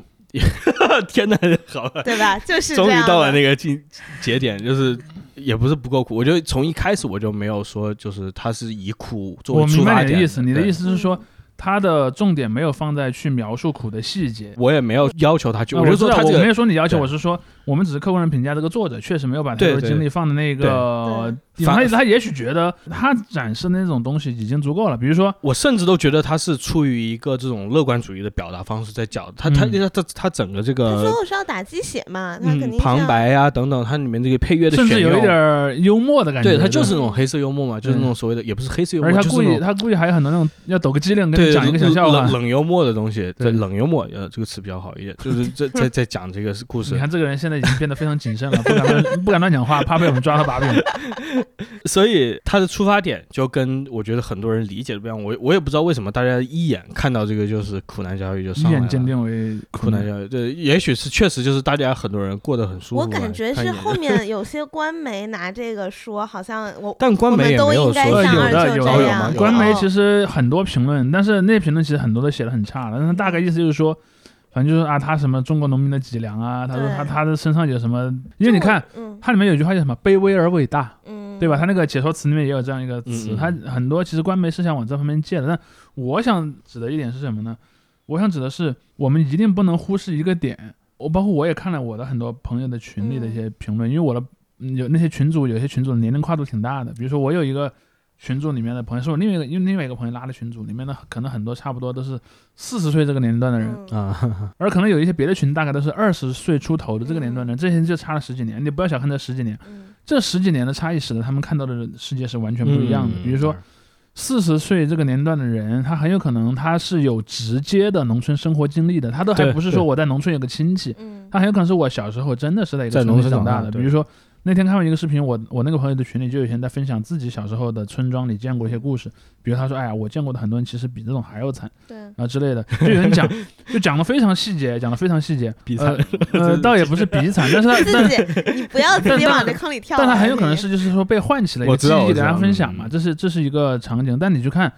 Speaker 1: 天呐，好了，
Speaker 2: 对 吧？就是
Speaker 1: 终
Speaker 2: 这
Speaker 1: 于
Speaker 2: 样
Speaker 1: 到
Speaker 2: 的
Speaker 1: 了那个境节点，就是也不是不够苦，我就从一开始我就没有说，就是他是以苦作
Speaker 3: 我
Speaker 1: 为出
Speaker 3: 明
Speaker 1: 发
Speaker 3: 白你
Speaker 1: 点
Speaker 3: 的意思，你的意
Speaker 1: 思，
Speaker 3: 思是说
Speaker 2: 嗯
Speaker 3: 他的重点没有放在去描述苦的细节。
Speaker 1: 我也没有要求他去，
Speaker 3: 啊
Speaker 1: 就
Speaker 3: 我
Speaker 1: 说
Speaker 3: 知道
Speaker 1: 他这
Speaker 3: 我没
Speaker 1: 个
Speaker 3: 有说你要求，
Speaker 1: 对
Speaker 3: 我是说我们只是客观的评价这个作者确实没有把太
Speaker 1: 对
Speaker 3: 多
Speaker 1: 对
Speaker 3: 精力放在那个地方。
Speaker 1: 对
Speaker 3: 他
Speaker 1: 反
Speaker 3: 他也许觉得他展示的那种东西已经足够了，比如说
Speaker 1: 我甚至都觉得他是出于一个这种乐观主义的表达方式在讲他，他
Speaker 3: 嗯
Speaker 1: 他他他整个这
Speaker 2: 他最
Speaker 1: 个
Speaker 2: 后是要打鸡血嘛，他肯定
Speaker 1: 呃嗯
Speaker 2: 是
Speaker 1: 旁
Speaker 2: 要，
Speaker 1: 白啊等等，它里面这个配乐的
Speaker 3: 甚
Speaker 1: 选
Speaker 3: 至有一
Speaker 1: 用
Speaker 3: 点儿幽默的感觉。
Speaker 1: 对
Speaker 3: 他
Speaker 1: 他就是那种黑色幽默嘛，就是那
Speaker 3: 对
Speaker 1: 种所谓的也不是黑色幽默，
Speaker 3: 而且
Speaker 1: 就
Speaker 3: 他
Speaker 1: 是
Speaker 3: 故
Speaker 1: 那种
Speaker 3: 意，他故意还有很多那种要抖个机灵，跟
Speaker 1: 对
Speaker 3: 你讲一个小笑话
Speaker 1: 冷。冷幽默的东西，对
Speaker 3: 对
Speaker 1: 冷幽默，呃，这个词比较好 一点，就是这在在讲这个故
Speaker 3: 你
Speaker 1: 事，
Speaker 3: 看这个人现在已经变得非常谨慎了，不敢乱 不敢乱讲话，怕被我们抓 到把柄。
Speaker 1: 所以他的出发点就跟我觉得很多人理解的不一样，我我也不知道为什么大家一眼看到这个就是苦难教育就
Speaker 3: 一
Speaker 1: 上来
Speaker 3: 眼鉴
Speaker 1: 了。
Speaker 3: 定为
Speaker 1: 苦难教育，对，也许是确实就是大家很多人过得很舒服吧。
Speaker 2: 我感觉
Speaker 1: 看
Speaker 2: 是
Speaker 1: 一眼
Speaker 2: 后 面有些官媒拿这个说，好像我
Speaker 1: 但官媒也没有
Speaker 2: 我们都应该
Speaker 1: 说
Speaker 3: 呃，有
Speaker 2: 哎像二
Speaker 3: 的
Speaker 2: 舅
Speaker 3: 有
Speaker 1: 这
Speaker 3: 的
Speaker 1: 样
Speaker 3: 官媒
Speaker 2: 哦
Speaker 3: 其实很多评论，但是那评论其实很多都写的很差的，但是大概意思就是说，反正就是啊，他什么中国农民的脊梁啊，他说
Speaker 2: 对
Speaker 3: 他他的身上有什么，因为你看，
Speaker 2: 嗯
Speaker 3: 它里面有句话叫什么卑微而伟大，
Speaker 2: 嗯，
Speaker 3: 对吧？他那个解说词里面也有这样一个
Speaker 1: 嗯
Speaker 3: 词，
Speaker 1: 嗯
Speaker 3: 他很多其实官媒是想往这方面借的，但我想指的一点是什么呢？我想指的是我们一定不能忽视一个点，我包括我也看了我的很多朋友的群里的一些评论，因为我的嗯有那些群主，有些群主的年龄跨度挺大的，比如说我有一个群组里面的朋友，是我另外一个因为另外一个朋友拉的群组，里面的可能很多差不多都是四十岁这个年龄段的人，
Speaker 2: 嗯
Speaker 1: 啊，
Speaker 3: 而可能有一些别的群大概都是二十岁出头的这个年龄
Speaker 1: 嗯
Speaker 3: 段的人，这些人就差了十几年，你不要小看这十几年。
Speaker 2: 嗯
Speaker 3: 这十几年的差异使得他们看到的世界是完全不一样的。
Speaker 1: 嗯
Speaker 3: 比如说，，四十岁这个年龄段的人，他很有可能他是有直接的农村生活经历的，他都还
Speaker 1: 对
Speaker 3: 不是说我在农村有个亲戚，
Speaker 2: 嗯
Speaker 3: 他很有可能是我小时候真的是在一个
Speaker 1: 在
Speaker 3: 村
Speaker 1: 农
Speaker 3: 里
Speaker 1: 村
Speaker 3: 长
Speaker 1: 长
Speaker 3: 大
Speaker 1: 大
Speaker 3: 的。
Speaker 1: 对
Speaker 3: 比如说那天看完一个视频，我我那个朋友的群里就有些人在分享自己小时候的村庄里见过一些故事，比如他说，哎呀，我见过的很多人其实比这种还要惨
Speaker 2: 对，
Speaker 3: 啊之类的，就有 人讲，就讲的非常细节，讲的非常细节，
Speaker 1: 比
Speaker 3: 呃 呃，倒也不是比惨，但是他但
Speaker 2: 自己你不要自己
Speaker 3: 但
Speaker 2: 往这坑里跳啊，
Speaker 3: 但它很有可能
Speaker 2: 你
Speaker 3: 是就是说被唤起了一
Speaker 1: 我
Speaker 3: 个
Speaker 1: 知
Speaker 3: 记
Speaker 1: 道
Speaker 3: 忆，
Speaker 1: 我
Speaker 3: 给
Speaker 1: 知
Speaker 3: 大家
Speaker 1: 道
Speaker 3: 分享嘛，
Speaker 1: 嗯
Speaker 3: 这是这是一个场景。但你去看，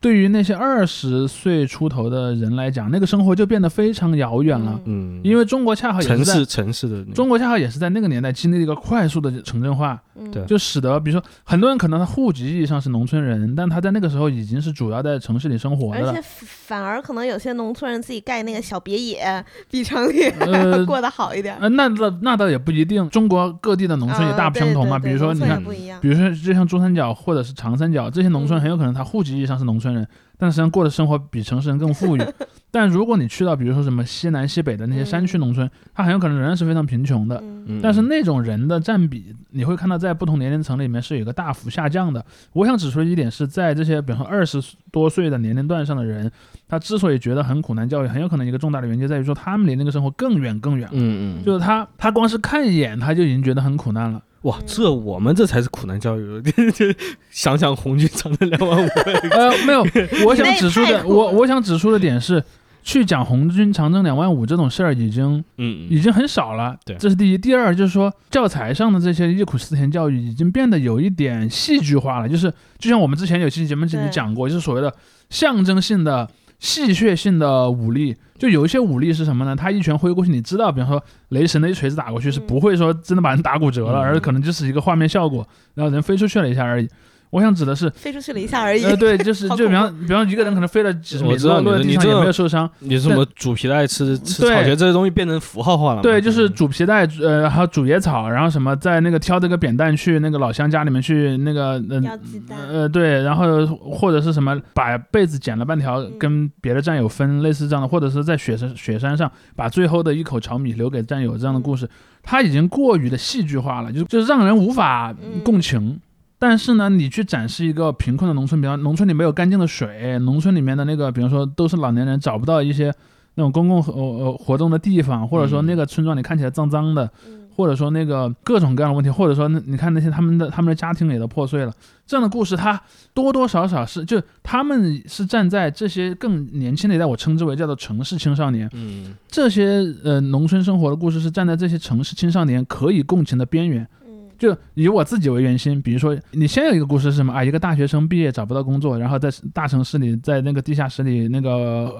Speaker 3: 对于那些二十岁出头的人来讲，那个生活就变得非常遥远了，
Speaker 2: 嗯
Speaker 1: 嗯，
Speaker 3: 因为中国恰好也是
Speaker 1: 城市
Speaker 3: 在
Speaker 1: 城市的那个
Speaker 3: 中国恰好也是在那个年代经历了一个快速的城镇化，
Speaker 2: 嗯
Speaker 1: 对
Speaker 3: 就使得比如说很多人可能他户籍意义上是农村人，但他在那个时候已经是主要在城市里生活的
Speaker 2: 而
Speaker 3: 了
Speaker 2: 且。反而可能有些农村人自己盖那个小 别野，比城里
Speaker 3: 呃
Speaker 2: 过得好一点。
Speaker 3: 呃，那那那倒也不一定，中国各地的农村也
Speaker 2: 啊
Speaker 3: 大不相
Speaker 2: 对
Speaker 3: 同嘛。
Speaker 2: 对
Speaker 3: 比
Speaker 2: 对
Speaker 3: 如说，
Speaker 2: 农
Speaker 3: 你
Speaker 2: 村
Speaker 3: 看
Speaker 2: 也，不一样
Speaker 3: 比如说，就像珠三角或者是长三角这些农村，
Speaker 2: 嗯
Speaker 3: 很有可能他户籍意义上是农村人，但实际上过的生活比城市人更富裕。但如果你去到比如说什么西南西北的那些山区农村，他很有可能仍然是非常贫穷的。
Speaker 2: 嗯
Speaker 1: 嗯，
Speaker 3: 但是那种人的占比，你会看到在不同年龄层里面是有一个大幅下降的。我想指出的一点是在这些，比方说二十多岁的年龄段上的人，他之所以觉得很苦难教育，很有可能一个重大的原因就在于说他们离那个生活更远更远了。
Speaker 1: 嗯嗯，
Speaker 3: 就是他，他光是看一眼他就已经觉得很苦难了。
Speaker 1: 哇，
Speaker 2: 嗯
Speaker 1: 这我们这才是苦难教 育。就想想红军长的两万五，
Speaker 3: 呃，没有，我想指出
Speaker 2: 那也太
Speaker 3: 的，
Speaker 2: 酷了
Speaker 3: 我我想指出的点是，去讲红军长征两万五这种事儿已经
Speaker 1: 嗯
Speaker 3: 已经很少了，
Speaker 1: 对
Speaker 3: 这是第一。第二就是说，教材上的这些忆苦思甜教育已经变得有一点戏剧化了，就是就像我们之前有期节目里
Speaker 2: 对
Speaker 3: 讲过，就是所谓的象征性的。戏谑性的武力，就有一些武力是什么呢？他一拳挥过去，你知道，比方说雷神的一锤子打过去是
Speaker 2: 嗯
Speaker 3: 不会说真的把人打骨折了，
Speaker 1: 嗯
Speaker 3: 而可能就是一个画面效果，然后人飞出去了一下而已。我想指的是，
Speaker 2: 飞出去了一下而已。
Speaker 3: 呃，对，就是
Speaker 2: 哎好
Speaker 3: 就比
Speaker 2: 恐
Speaker 3: 方比方一个人可能飞了几十米，
Speaker 1: 我知道
Speaker 3: 落
Speaker 1: 你的
Speaker 3: 落在地
Speaker 1: 你
Speaker 3: 上
Speaker 1: 这
Speaker 3: 也
Speaker 1: 个
Speaker 3: 没有受伤。
Speaker 1: 你什么煮皮带吃吃
Speaker 3: 嗯对
Speaker 1: 草鞋这些东西变成符号化了嘛？
Speaker 3: 对，就是煮皮带，呃，还有煮野草，然后什么在那个挑这个扁担去那个老乡家里面去那个，
Speaker 2: 要
Speaker 3: 呃
Speaker 2: 鸡蛋，
Speaker 3: 呃，对，然后或者是什么把被子剪了半条，
Speaker 2: 嗯
Speaker 3: 跟别的战友分，类似这样的，或者是在雪山雪山上把最后的一口炒米留给战友这样的故事，它已经过于的戏剧化了，就就是让人无法
Speaker 2: 嗯
Speaker 3: 共情。但是呢，你去展示一个贫困的农村，比方农村里没有干净的水，农村里面的那个，比方说都是老年人，找不到一些那种公共活呃活动的地方，或者说
Speaker 1: 嗯
Speaker 3: 那个村庄里看起来脏脏的，
Speaker 2: 嗯
Speaker 3: 或者说那个各种各样的问题，或者说那你看那些他呃们的他们的家庭也都破碎了，这样的故事，它多多少少是就他们是站在这些更年轻的一代，我称之为叫做城市青少年，
Speaker 1: 嗯，
Speaker 3: 这些呃农村生活的故事是站在这些城市青少年可以共情的边缘。
Speaker 2: 嗯
Speaker 3: 就以我自己为圆心，比如说你先有一个故事是什么啊？一个大学生毕业找不到工作，然后在大城市里，在那个地下室里那个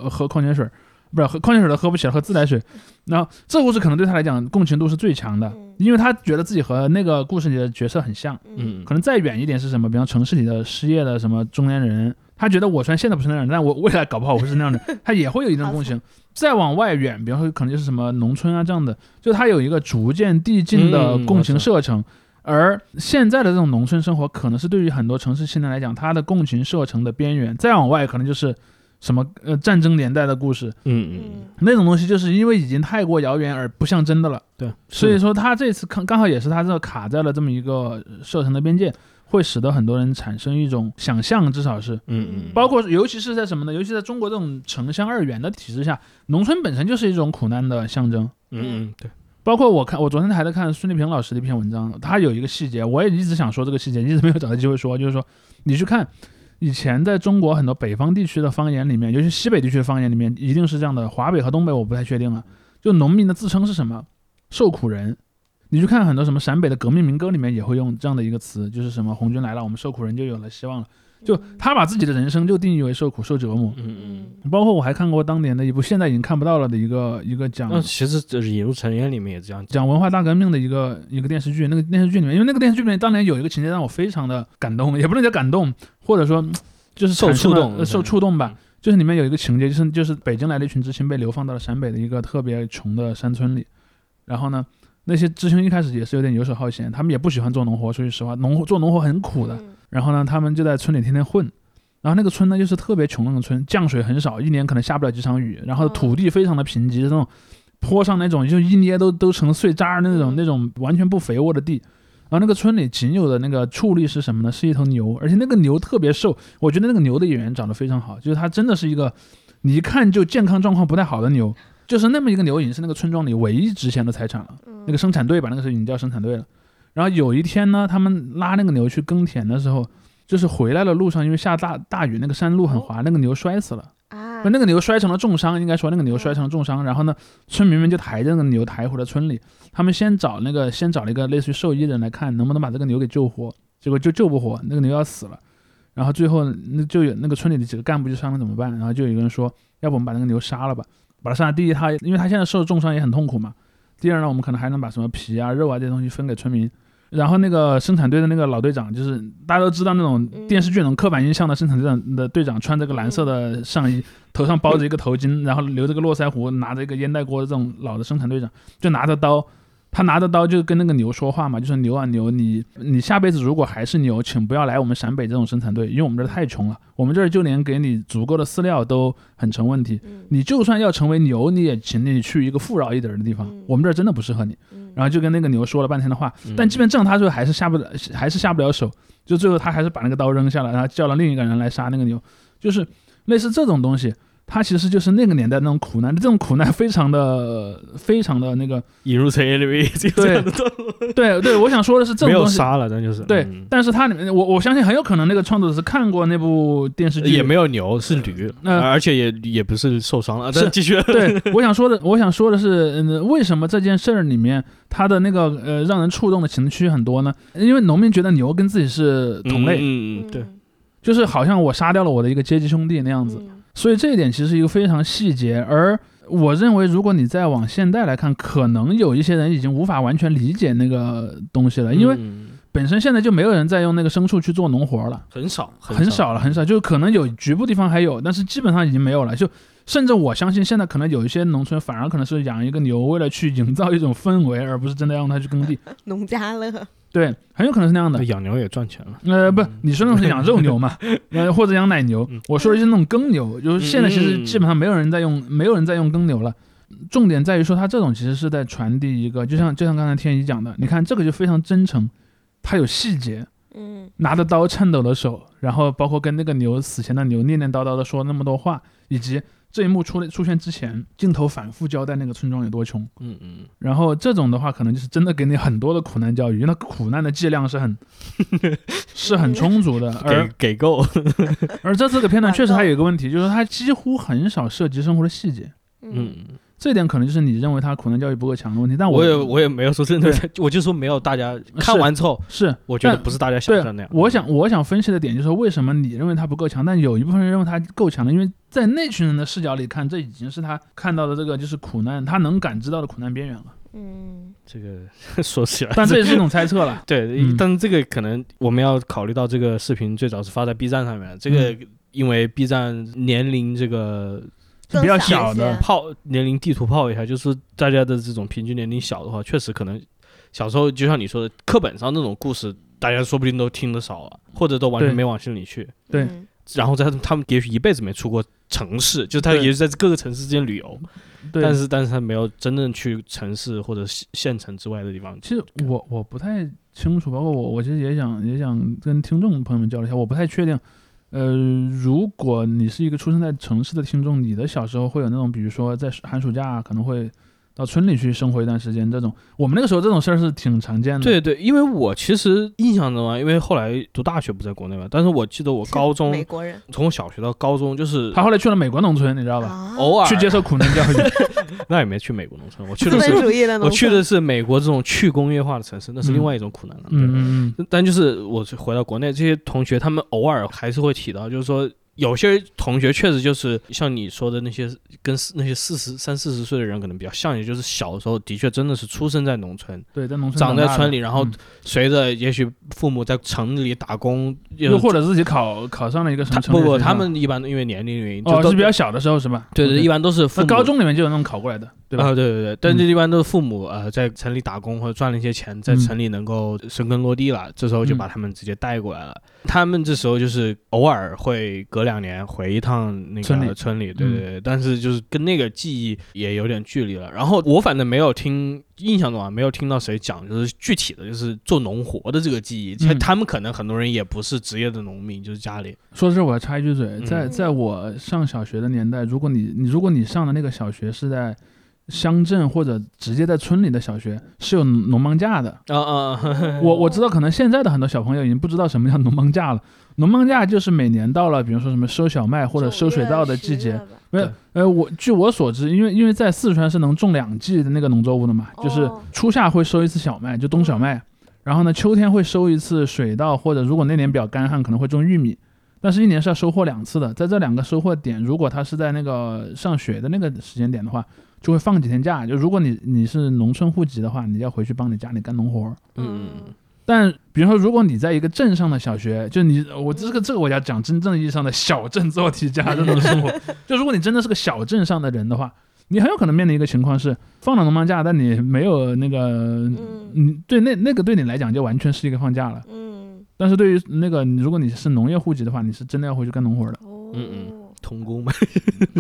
Speaker 3: 呃喝矿泉水儿，不是喝矿泉水都喝不起了，喝自来水。然后这个故事可能对他来讲共情度是最强的
Speaker 2: 嗯，
Speaker 3: 因为他觉得自己和那个故事里的角色很像。
Speaker 2: 嗯
Speaker 1: 嗯
Speaker 3: 可能再远一点是什么？比方城市里的失业的什么中年人，他觉得我虽然现在不是那样人，但我未来搞不好我是那样的人，他也会有一种共情。再往外远，比方说可能就是什么农村啊这样的，就他有一个逐渐递进的
Speaker 1: 嗯
Speaker 3: 共情射程。而现在的这种农村生活，可能是对于很多城市青年来讲，他的共情射程的边缘。再往外，可能就是什么呃战争年代的故事，
Speaker 1: 嗯嗯，
Speaker 2: 嗯
Speaker 3: 那种东西就是因为已经太过遥远而不像真的了。
Speaker 1: 对，
Speaker 3: 所以
Speaker 1: 是
Speaker 3: 说他这次刚刚好也是他这卡在了这么一个射程的边界，会使得很多人产生一种想象，至少是
Speaker 1: 嗯嗯，
Speaker 3: 包括尤其是在什么呢？尤其在中国这种城乡二元的体制下，农村本身就是一种苦难的象征。
Speaker 1: 嗯嗯对，
Speaker 3: 包括我看，我昨天还在看孙立平老师的一篇文章，他有一个细节，我也一直想说这个细节，一直没有找到机会说，就是说你去看以前在中国很多北方地区的方言里面，尤其西北地区的方言里面，一定是这样的。华北和东北我不太确定了，就农民的自称是什么？受苦人。你去看很多什么陕北的革命民歌里面也会用这样的一个词，就是什么红军来了，我们受苦人就有了希望了。就他把自己的人生就定义为受苦、受折磨。
Speaker 1: 嗯嗯。
Speaker 2: 嗯
Speaker 3: 包括我还看过当年的一部现在已经看不到了的一个一个讲
Speaker 1: 那其实这是引入尘烟里面也这样讲，
Speaker 3: 讲文化大革命的一个一个电视剧，那个电视剧里面，因为那个电视剧里面当年有一个情节让我非常的感动，也不能叫感动，或者说嗯就是
Speaker 1: 受
Speaker 3: 产生了
Speaker 1: 触动
Speaker 3: 呃受触动吧。就是里面有一个情节，就是就是北京来的一群知青被流放到了陕北的一个特别穷的山村里，然后呢，那些知青一开始也是有点游手好闲，他们也不喜欢做农活，说句实话，农活做农活很苦的。
Speaker 2: 嗯
Speaker 3: 然后呢，他们就在村里天天混。然后那个村呢，又是特别穷那种村，降水很少，一年可能下不了几场雨，然后
Speaker 2: 哦
Speaker 3: 土地非常的贫瘠，这种坡上那种就一捏都都成碎渣儿那种
Speaker 2: 嗯
Speaker 3: 那种完全不肥沃的地。然后那个村里仅有的那个畜力是什么呢？是一头牛，而且那个牛特别瘦，我觉得那个牛的演员长得非常好，就是它真的是一个你一看就健康状况不太好的牛，就是那么一个牛已经是那个村庄里唯一值钱的财产了。
Speaker 2: 嗯
Speaker 3: 那个生产队吧，那个时候已经叫生产队了。然后有一天呢，他们拉那个牛去耕田的时候，就是回来的路上，因为下大大雨，那个山路很滑，那个牛摔死了。
Speaker 2: 啊
Speaker 3: 不，那个牛摔成了重伤，应该说那个牛
Speaker 2: 哦
Speaker 3: 摔成了重伤。然后呢，村民们就抬着那个牛抬回了村里。他们先找那个先找了一个类似于兽医人来看能不能把这个牛给救活，结果就救不活，那个牛要死了。然后最后那就有那个村里的几个干部就商量怎么办，然后就有一个人说，要不我们把那个牛杀了吧，把它杀了。第一，它因为它现在受重伤也很痛苦嘛。第二呢，我们可能还能把什么皮啊、肉啊这些东西分给村民。然后那个生产队的那个老队长，就是大家都知道那种
Speaker 2: 嗯
Speaker 3: 电视剧那种刻板印象的生产队长的队长，穿着个蓝色的上衣，头上包着一个头巾，然后留着个络腮胡，拿着一个烟袋锅的这种老的生产队长，就拿着刀，他拿着刀就跟那个牛说话嘛，就说牛啊牛，你你下辈子如果还是牛，请不要来我们陕北这种生产队，因为我们这儿太穷了，我们这儿就连给你足够的饲料都很成问题。
Speaker 2: 嗯
Speaker 3: 你就算要成为牛，你也请你去一个富饶一点儿的地方
Speaker 2: 嗯，
Speaker 3: 我们这儿真的不适合你。
Speaker 2: 嗯
Speaker 3: 然后就跟那个牛说了半天的话，
Speaker 1: 嗯
Speaker 3: 但即便这样，他最后还是下不了，还是下不了手。就最后他还是把那个刀扔下了，然后叫了另一个人来杀那个牛，就是类似这种东西。它其实就是那个年代那种苦难，这种苦难非常的、 非常的那个。
Speaker 1: 引入尘烟里面也这
Speaker 3: 对
Speaker 1: 样的段落，
Speaker 3: 对对，我想说的是这
Speaker 1: 没
Speaker 3: 种
Speaker 1: 有
Speaker 3: 东西。
Speaker 1: 杀了，但就是
Speaker 3: 对
Speaker 1: 嗯，
Speaker 3: 但是它里面，我我相信很有可能那个创作者是看过那部电视剧，
Speaker 1: 也没有牛，是驴，啊
Speaker 3: 呃
Speaker 1: 而且也也不是受伤了，
Speaker 3: 是
Speaker 1: 但继续，
Speaker 3: 对，我想说的，我想说的是，嗯，为什么这件事儿里面他的那个呃让人触动的情绪很多呢？因为农民觉得牛跟自己是同类，
Speaker 1: 嗯嗯嗯，对，
Speaker 3: 就是好像我杀掉了我的一个阶级兄弟那样子。
Speaker 2: 嗯
Speaker 3: 所以这一点其实是一个非常细节，而我认为，如果你再往现代来看，可能有一些人已经无法完全理解那个东西了，因为
Speaker 1: 嗯
Speaker 3: 本身现在就没有人再用那个牲畜去做农活了，
Speaker 1: 很少
Speaker 3: 很
Speaker 1: 少，
Speaker 3: 少了，很少，就可能有局部地方还有，但是基本上已经没有了。就甚至我相信，现在可能有一些农村反而可能是养一个牛，为了去营造一种氛围，而不是真的让它去耕地。
Speaker 2: 农家乐，
Speaker 3: 对，很有可能是那样的
Speaker 1: 那。养牛也赚钱了。
Speaker 3: 呃，不，你说那种是养肉牛嘛，呃，或者养奶牛，我说的是那种耕牛，就是现在其实基本上没有人在用，没有人在用耕牛了。重点在于说，它这种其实是在传递一个，就像就像刚才天一讲的，你看这个就非常真诚，它有细节，
Speaker 2: 嗯，
Speaker 3: 拿着刀颤抖的手，然后包括跟那个牛死前的牛念念叨叨的说那么多话，以及这一幕出出现之前，镜头反复交代那个村庄有多穷，
Speaker 1: 嗯嗯，
Speaker 3: 然后这种的话，可能就是真的给你很多的苦难教育，那苦难的剂量是很是很充足的。
Speaker 1: 给
Speaker 3: 而
Speaker 1: 给够，
Speaker 3: 而这次的片段
Speaker 2: 管
Speaker 3: 确实
Speaker 2: 够
Speaker 3: 还有一个问题，就是它几乎很少涉及生活的细节，
Speaker 2: 嗯，
Speaker 1: 嗯，
Speaker 3: 这一点可能就是你认为它苦难教育不够强的问题。但
Speaker 1: 我
Speaker 3: 我
Speaker 1: 也我也没有说真的，我就说没有大家看完之后，
Speaker 3: 是
Speaker 1: 我觉得
Speaker 3: 但
Speaker 1: 不是大家想
Speaker 3: 对
Speaker 1: 象那样。嗯
Speaker 3: 我想我想分析的点就是为什么你认为它不够强，但有一部分人认为它够强的，因为在那群人的视角里看，这已经是他看到的这个就是苦难，他能感知到的苦难边缘了。
Speaker 2: 嗯，
Speaker 1: 这个 说起来，。
Speaker 3: 但这也是一种猜测了
Speaker 1: 对，
Speaker 3: 嗯
Speaker 1: 但是这个可能我们要考虑到这个视频最早是发在 B 站上面的，这个
Speaker 3: 嗯
Speaker 1: 因为 B 站年龄这个
Speaker 2: 更
Speaker 3: 比较小
Speaker 2: 小一
Speaker 3: 的
Speaker 2: 些
Speaker 1: 泡年龄地图炮一下，就是大家的这种平均年龄小的话，确实可能小时候就像你说的，课本上那种故事，大家说不定都听得少了，或者都完全
Speaker 3: 对
Speaker 1: 没往心里去。
Speaker 3: 对
Speaker 2: 嗯
Speaker 1: 然后在他们也许一辈子没出过城市，就是他也
Speaker 3: 对
Speaker 1: 是在各个城市之间旅游，
Speaker 3: 对，
Speaker 1: 但是但是他没有真正去城市或者县县城之外的地方。
Speaker 3: 其实我我不太清楚，包括我，我其实也想也想跟听众朋友们交流一下，我不太确定。呃，如果你是一个出生在城市的听众，你的小时候会有那种，比如说在寒暑假啊可能会到村里去生活一段时间这种，我们那个时候这种事儿是挺常见的。
Speaker 1: 对对，因为我其实印象中啊，因为后来读大学不在国内嘛，但是我记得我高
Speaker 2: 美
Speaker 1: 中
Speaker 2: 国人，
Speaker 1: 从小学到高中就是
Speaker 3: 他后来去了美国农村，你知道吧？
Speaker 2: 啊
Speaker 1: 偶尔
Speaker 3: 去接受苦难教育。
Speaker 1: 那也没去美国农村，我去
Speaker 2: 资
Speaker 1: 的
Speaker 2: 本
Speaker 1: 是
Speaker 2: 主义的农
Speaker 1: 我去
Speaker 2: 村
Speaker 1: 的是美国这种去工业化的城市，那是另外一种苦难了。对
Speaker 3: 嗯嗯嗯，
Speaker 1: 但就是我是回到国内，这些同学他们偶尔还是会提到，就是说有些同学确实就是像你说的那些，跟四那些四十三四十岁的人可能比较像，也就是小时候的确真的是出生在农村，
Speaker 3: 对，在农村
Speaker 1: 长
Speaker 3: 大
Speaker 1: 在
Speaker 3: 的
Speaker 1: 村里，然后
Speaker 3: 嗯
Speaker 1: 随着也许父母在城里打工，
Speaker 3: 又
Speaker 1: 又
Speaker 3: 或者自己考考上了一个什
Speaker 1: 他
Speaker 3: 么城
Speaker 1: 不
Speaker 3: 市
Speaker 1: 不，
Speaker 3: 学校
Speaker 1: 他们一般都因为年龄原因，就
Speaker 3: 哦
Speaker 1: 都
Speaker 3: 是比较小的时候是吧？
Speaker 1: 对对，
Speaker 3: OK
Speaker 1: 一般都是父
Speaker 3: 那
Speaker 1: 母
Speaker 3: 高中里面就有那种考过来的，对吧？
Speaker 1: 啊，
Speaker 3: 嗯
Speaker 1: 对对对，但这一般都是父母呃在城里打工或者赚了一些钱，在城里能够生根落地了，这时候
Speaker 3: 嗯
Speaker 1: 就把他们直接带过来了。他们这时候就是偶尔会隔两年回一趟那个
Speaker 3: 村里嗯
Speaker 1: 村里，对对对，但是就是跟那个记忆也有点距离了。然后我反正没有听印象中啊，没有听到谁讲就是具体的就是做农活的这个记忆，其实
Speaker 3: 嗯
Speaker 1: 他们可能很多人也不是职业的农民，就是家里
Speaker 3: 说这我要插一句嘴，在
Speaker 2: 嗯
Speaker 3: 在我上小学的年代，如果你你如果你上的那个小学是在乡镇或者直接在村里的小学，是有农忙假的。
Speaker 1: 啊
Speaker 3: 哦
Speaker 1: 啊，
Speaker 3: 嗯
Speaker 1: 啊
Speaker 3: 我我知道，可能现在的很多小朋友已经不知道什么叫农忙假了。农忙假就是每年到了，比如说什么收小麦或者收水稻的季节，，没有
Speaker 1: 对，
Speaker 3: 呃，我据我所知，因为因为在四川是能种两季的那个农作物的嘛，就是
Speaker 2: 哦
Speaker 3: 初夏会收一次小麦，就冬小麦，然后呢，秋天会收一次水稻，或者如果那年比较干旱，可能会种玉米。但是，一年是要收获两次的，在这两个收获点，如果他是在那个上学的那个时间点的话，就会放几天假。就如果你你是农村户籍的话，你要回去帮你家里干农活儿。
Speaker 1: 嗯嗯嗯
Speaker 2: 嗯，
Speaker 3: 但比如说，如果你在一个镇上的小学，就你呃我这个这个我要讲真正意义上的小镇做题家这种 生活，就如果你真的是个小镇上的人的话，你很有可能面临一个情况是放了农忙假，但你没有那个，嗯，对那那个对你来讲就完全是一个放假了。
Speaker 2: 嗯，。
Speaker 3: 但是对于那个如果你是农业户籍的话，你是真的要回去干农活的
Speaker 2: 哦，
Speaker 1: 嗯童工 嘛，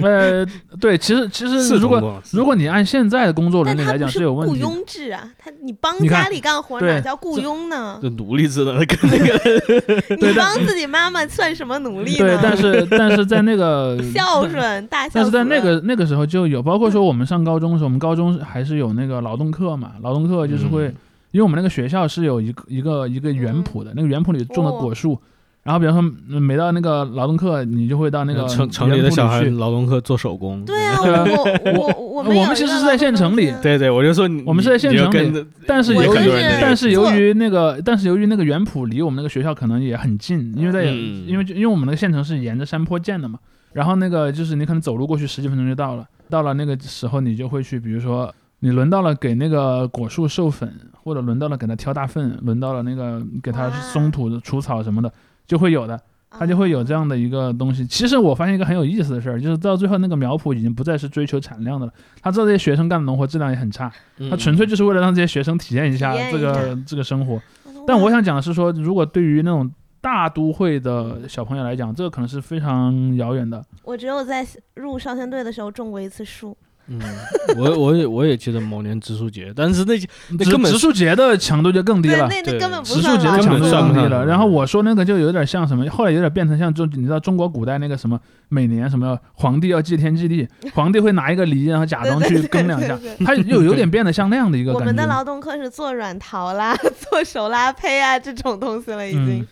Speaker 3: 呃，对，其实其实如果
Speaker 1: 果
Speaker 3: 如果你按现在的工作伦
Speaker 2: 但
Speaker 3: 理
Speaker 2: 他
Speaker 3: 来
Speaker 2: 不
Speaker 3: 讲
Speaker 2: 是
Speaker 3: 有问
Speaker 2: 雇
Speaker 3: 题的。
Speaker 2: 佣制啊，他你帮
Speaker 3: 你
Speaker 2: 家
Speaker 3: 看
Speaker 2: 里干活
Speaker 3: 对
Speaker 2: 哪叫雇 佣呢？
Speaker 1: 这奴隶制的跟那个
Speaker 2: 你帮自己妈妈算什么奴隶呢？
Speaker 3: 对，但是但是在那个
Speaker 2: 孝顺大孝啊
Speaker 3: 但是
Speaker 2: 子，
Speaker 3: 在那个那个时候就有，包括说我们上高中的时候，我们高中还是有那个劳动课嘛，劳动课就是会，
Speaker 1: 嗯
Speaker 3: 因为我们那个学校是有一个一个一个园圃的，那个园圃里种的果树，然后比方说嗯每到那个劳动课，你就会到那个
Speaker 1: 城城里
Speaker 3: 园
Speaker 1: 的
Speaker 3: 圃
Speaker 1: 小孩
Speaker 3: 去
Speaker 1: 劳动课做手工。
Speaker 2: 对啊，
Speaker 3: 对啊
Speaker 2: 我我我我们
Speaker 3: 我
Speaker 2: 有
Speaker 3: 们
Speaker 2: 一
Speaker 3: 其实
Speaker 2: 个
Speaker 3: 是
Speaker 2: 劳
Speaker 3: 在
Speaker 2: 动
Speaker 3: 县
Speaker 2: 公
Speaker 3: 城里
Speaker 2: 司
Speaker 1: 对对，我就说你
Speaker 3: 我们是在县
Speaker 1: 你就
Speaker 3: 城
Speaker 1: 跟
Speaker 3: 里
Speaker 1: 着
Speaker 3: 但是
Speaker 2: 啊
Speaker 1: 我
Speaker 3: 由
Speaker 1: 就
Speaker 3: 于
Speaker 1: 是
Speaker 3: 但是
Speaker 2: 做
Speaker 3: 由于那个但是由于那个园圃离我们那个学校可能也很近，因为在、
Speaker 1: 嗯
Speaker 3: 因为因为我们那个县城是沿着山坡建的嘛，然后那个就是你可能走路过去十几分钟就到了，到了那个时候你就会去，比如说。你轮到了给那个果树授粉，或者轮到了给它挑大粪，轮到了那个给它
Speaker 2: 哇哦
Speaker 3: 松土除草什么的，就会有的。它就会有这
Speaker 2: 样。
Speaker 3: 样的一个东西。其实我发现一个很有意思的事儿，就是到最后那个苗圃已经不再是追求产量的了，他知道这些学生干的农活质量也很差，
Speaker 1: 嗯
Speaker 3: 他纯粹就是为了让这些学生体验一下
Speaker 2: 体验一
Speaker 3: 这个这个生活。
Speaker 2: 啊
Speaker 3: 但我想讲的是说，如果对于那种大都会的小朋友来讲，这个可能是非常遥远的。
Speaker 2: 我只有在入少先队的时候种过一次树，
Speaker 1: 嗯， 我我也我也记得某年植树节，但是那些那
Speaker 3: 植
Speaker 1: 根本
Speaker 3: 植
Speaker 1: 是
Speaker 3: 树节的强度就更低
Speaker 2: 对，
Speaker 3: 了。
Speaker 2: 那那
Speaker 1: 对
Speaker 2: 根本不
Speaker 3: 植树
Speaker 2: 算
Speaker 3: 节
Speaker 1: 根
Speaker 3: 的
Speaker 2: 吧
Speaker 1: 本
Speaker 3: 强度就
Speaker 1: 算
Speaker 3: 更
Speaker 1: 不
Speaker 3: 低
Speaker 1: 上
Speaker 3: 了，
Speaker 1: 嗯
Speaker 3: 然后我说那个就有点像什么，后来有点变成像中，你知道中国古代那个什么，每年什么皇帝要祭天祭 地，皇帝会拿一个犁，然后假
Speaker 2: 对
Speaker 3: 装
Speaker 2: 对
Speaker 3: 去
Speaker 2: 对
Speaker 3: 耕两
Speaker 2: 对
Speaker 3: 下，
Speaker 2: 对
Speaker 3: 它又有点变得像那样的一个
Speaker 2: 我
Speaker 3: 感
Speaker 2: 们的
Speaker 3: 觉。
Speaker 2: 劳动课是做软陶啦， 做手拉胚啊这种东西了，已经
Speaker 3: 嗯。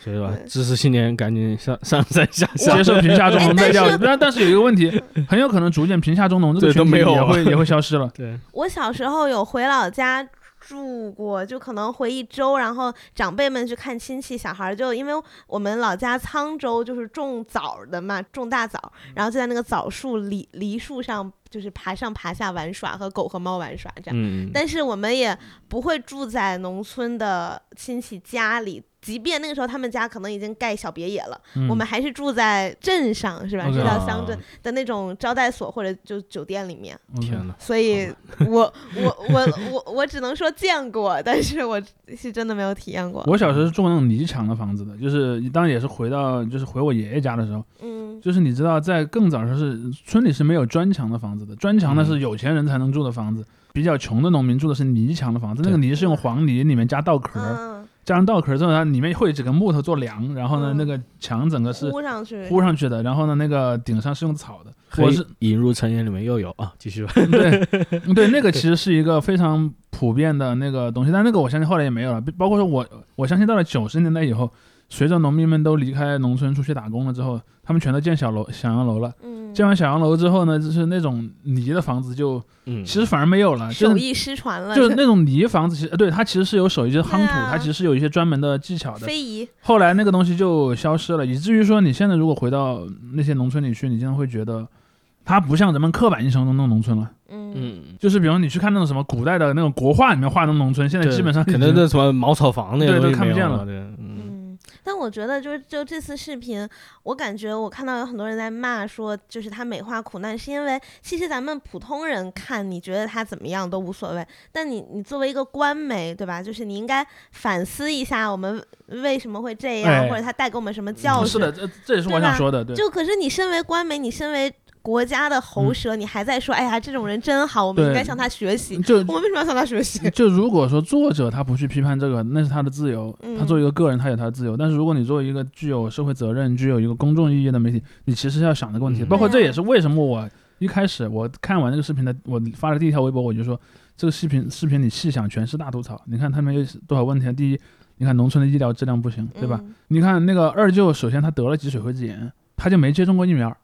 Speaker 1: 所以吧
Speaker 2: 对，
Speaker 1: 知识青年赶紧上上山下乡，
Speaker 3: 接受贫下中农再教
Speaker 2: 哎
Speaker 3: 育，但但是有一个问题，很有可能逐渐贫下中农这个
Speaker 1: 对
Speaker 3: 群
Speaker 1: 都
Speaker 3: 体
Speaker 1: 没有啊
Speaker 3: 也
Speaker 1: 了
Speaker 3: 会也会消失了。
Speaker 1: 对，
Speaker 2: 我小时候有回老家住过，就可能回一周，然后长辈们去看亲戚，小孩儿就因为我们老家沧州就是种枣的嘛，种大枣，
Speaker 3: 嗯
Speaker 2: 然后就在那个枣树梨梨树上就是爬上爬下玩耍，和狗和猫玩耍这样。
Speaker 1: 嗯，
Speaker 2: 但是我们也不会住在农村的亲戚家里，即便那个时候他们家可能已经盖小别野了，
Speaker 3: 嗯
Speaker 2: 我们还是住在镇上，是吧？
Speaker 3: OK
Speaker 2: 住到乡镇
Speaker 1: 啊
Speaker 2: 的那种招待所或者就酒店里面。
Speaker 1: 天
Speaker 3: OK
Speaker 1: 哪，
Speaker 2: 所以我，我我我我只能说见过，但是我是真的没有体验过。
Speaker 3: 我小时候是住那种泥墙的房子的，就是当然也是回到就是回我爷爷家的时候，
Speaker 2: 嗯，
Speaker 3: 就是你知道，在更早的时候是村里是没有砖墙的房子的，砖墙呢
Speaker 1: 嗯
Speaker 3: 是有钱人才能住的房子，比较穷的农民住的是泥墙的房子。那
Speaker 1: 对
Speaker 3: 个泥是用黄泥里面加稻壳，
Speaker 2: 嗯，
Speaker 3: 加上稻壳之后，它里面会有几个木头做梁，然后呢，
Speaker 2: 嗯
Speaker 3: 那个墙整个是
Speaker 2: 呼上去，
Speaker 3: 糊上去的，然后呢，那个顶上是用草的。我
Speaker 1: 我
Speaker 3: 是
Speaker 1: 是引入成年里面又有啊，继续吧，
Speaker 3: 对对，那个其实是一个非常普遍的那个东西，但那个我相信后来也没有了。包括说我，我相信到了九十年代以后，随着农民们都离开农村出去打工了之后，他们全都建小楼、小洋楼了。
Speaker 2: 嗯，
Speaker 3: 建完小洋楼之后呢，就是那种泥的房子就
Speaker 1: 嗯，
Speaker 3: 其实反而没有了，就
Speaker 2: 手
Speaker 3: 是
Speaker 2: 艺失传了，
Speaker 3: 就是那种泥房子，其实呃对它其实是有手艺，就是夯
Speaker 2: 对
Speaker 3: 土，
Speaker 2: 啊
Speaker 3: 它其实是有一些专门的技巧的。
Speaker 2: 非遗，
Speaker 3: 后来那个东西就消失了，以至于说你现在如果回到那些农村里去，你经常会觉得它不像人们刻板印象中那种农村了。
Speaker 2: 嗯，
Speaker 1: 嗯，
Speaker 3: 就是比如你去看那种什么古代的那种国画里面画的那种农村，现在
Speaker 1: 嗯对
Speaker 3: 基本上
Speaker 1: 可
Speaker 3: 已
Speaker 1: 能
Speaker 3: 经
Speaker 1: 那什么茅草房那些
Speaker 3: 对
Speaker 1: 东
Speaker 3: 都
Speaker 1: 西
Speaker 3: 看
Speaker 1: 没
Speaker 3: 不
Speaker 1: 有
Speaker 3: 见
Speaker 1: 了，
Speaker 3: 了
Speaker 1: 对，嗯，
Speaker 2: 嗯，但我觉得就是就这次视频，我感觉我看到有很多人在骂说，就是他美化苦难，是因为其实咱们普通人看，你觉得他怎么样都无所谓，但你你作为一个官媒，对吧？就是你应该反思一下我们为什么会这样，
Speaker 3: 哎嗯
Speaker 2: 或者他带给我们什么教训。
Speaker 3: 是的，这这也是我
Speaker 2: 对吧啊
Speaker 3: 想说的，对。嗯
Speaker 2: 就可是你身为官媒，你身为国家的喉舌，你还在说，哎呀，这种人真好，我们
Speaker 3: 对嗯
Speaker 2: 应该向他学习。
Speaker 3: 就
Speaker 2: 我们为什么要向他学习？
Speaker 3: 就如果说作者他不去批判这个，那是他的自由
Speaker 2: 嗯，
Speaker 3: 他作为一个个人，他有他的自由。但是如果你作为一个具有社会责任、具有一个公众意义的媒体，你其实要想这个问题。
Speaker 1: 嗯
Speaker 3: 包括这
Speaker 2: 对啊
Speaker 3: 也是为什么我一开始我看完这个视频的，我发了第一条微博，我就说这个视频视频你细想全是大吐槽。你看他们有多少问题啊？第一，你看农村的医疗质量不行，对吧？
Speaker 2: 嗯？
Speaker 3: 你看那个二舅，首先他得了脊髓灰质炎，他就没接种过疫苗，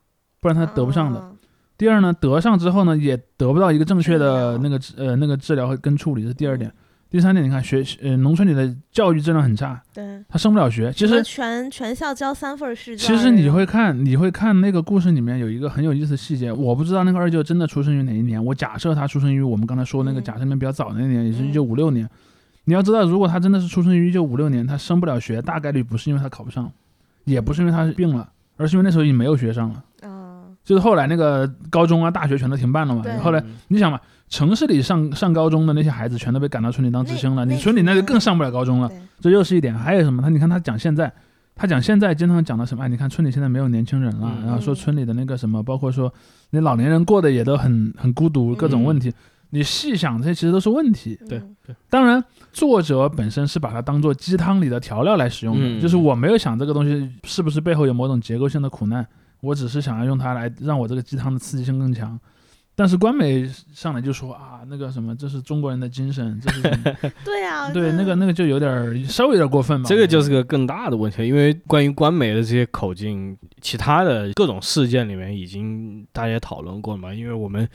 Speaker 3: 不然他得不上的。
Speaker 2: 嗯。
Speaker 3: 第二呢，得上之后呢，也得不到一个正确的
Speaker 2: 治疗
Speaker 3: 那个治呃那个治疗和跟处理，这是第二点。第三点，你看学呃农村里的教育质量很差，
Speaker 2: 对。
Speaker 3: 他上不了学。其
Speaker 2: 什么
Speaker 3: 实
Speaker 2: 全全校交三份试卷。
Speaker 3: 其实你会看你会看那个故事里面有一个很有意思的细节，我不知道那个二舅真的出生于哪一年，我假设他出生于我们刚才说那个
Speaker 2: 嗯
Speaker 3: 假设里面比较早的那年，也是
Speaker 2: 嗯
Speaker 3: 一九五六年。你要知道，如果他真的是出生于一九五六年，他升不了学，大概率不是因为他考不上，也不是因为他病了，而是因为那时候已经没有学上了。
Speaker 2: 啊，
Speaker 3: 就是后来那个高中啊、大学全都停办了嘛
Speaker 2: 对。
Speaker 3: 后来
Speaker 1: 嗯
Speaker 3: 你想嘛，城市里上上高中的那些孩子，全都被赶到村里当知青了，
Speaker 2: 那
Speaker 3: 你村里那就更上不了高中了。
Speaker 2: 对，
Speaker 3: 这又是一点。还有什么？他你看他讲现在，他讲现在经常讲的什么？哎，你看村里现在没有年轻人了，
Speaker 1: 嗯
Speaker 3: 然后说村里的那个什么，包括说那老年人过得也都很很孤独，各种问题。你细想，这些其实都是问题。
Speaker 1: 对
Speaker 2: 嗯
Speaker 3: 当然，作者本身是把它当做鸡汤里的调料来使用的，
Speaker 1: 嗯
Speaker 3: 就是我没有想这个东西是不是背后有某种结构性的苦难，我只是想要用它来让我这个鸡汤的刺激性更强。但是官媒上来就说啊，那个什么，这是中国人的精神，这是什 么
Speaker 2: 对啊，
Speaker 3: 对
Speaker 2: 就
Speaker 3: 那个那个就有点儿稍微有点过分吧。
Speaker 1: 这个就是个更大的问题，因为关于官媒的这些口径，其他的各种事件里面已经大家也讨论过了嘛。因为我们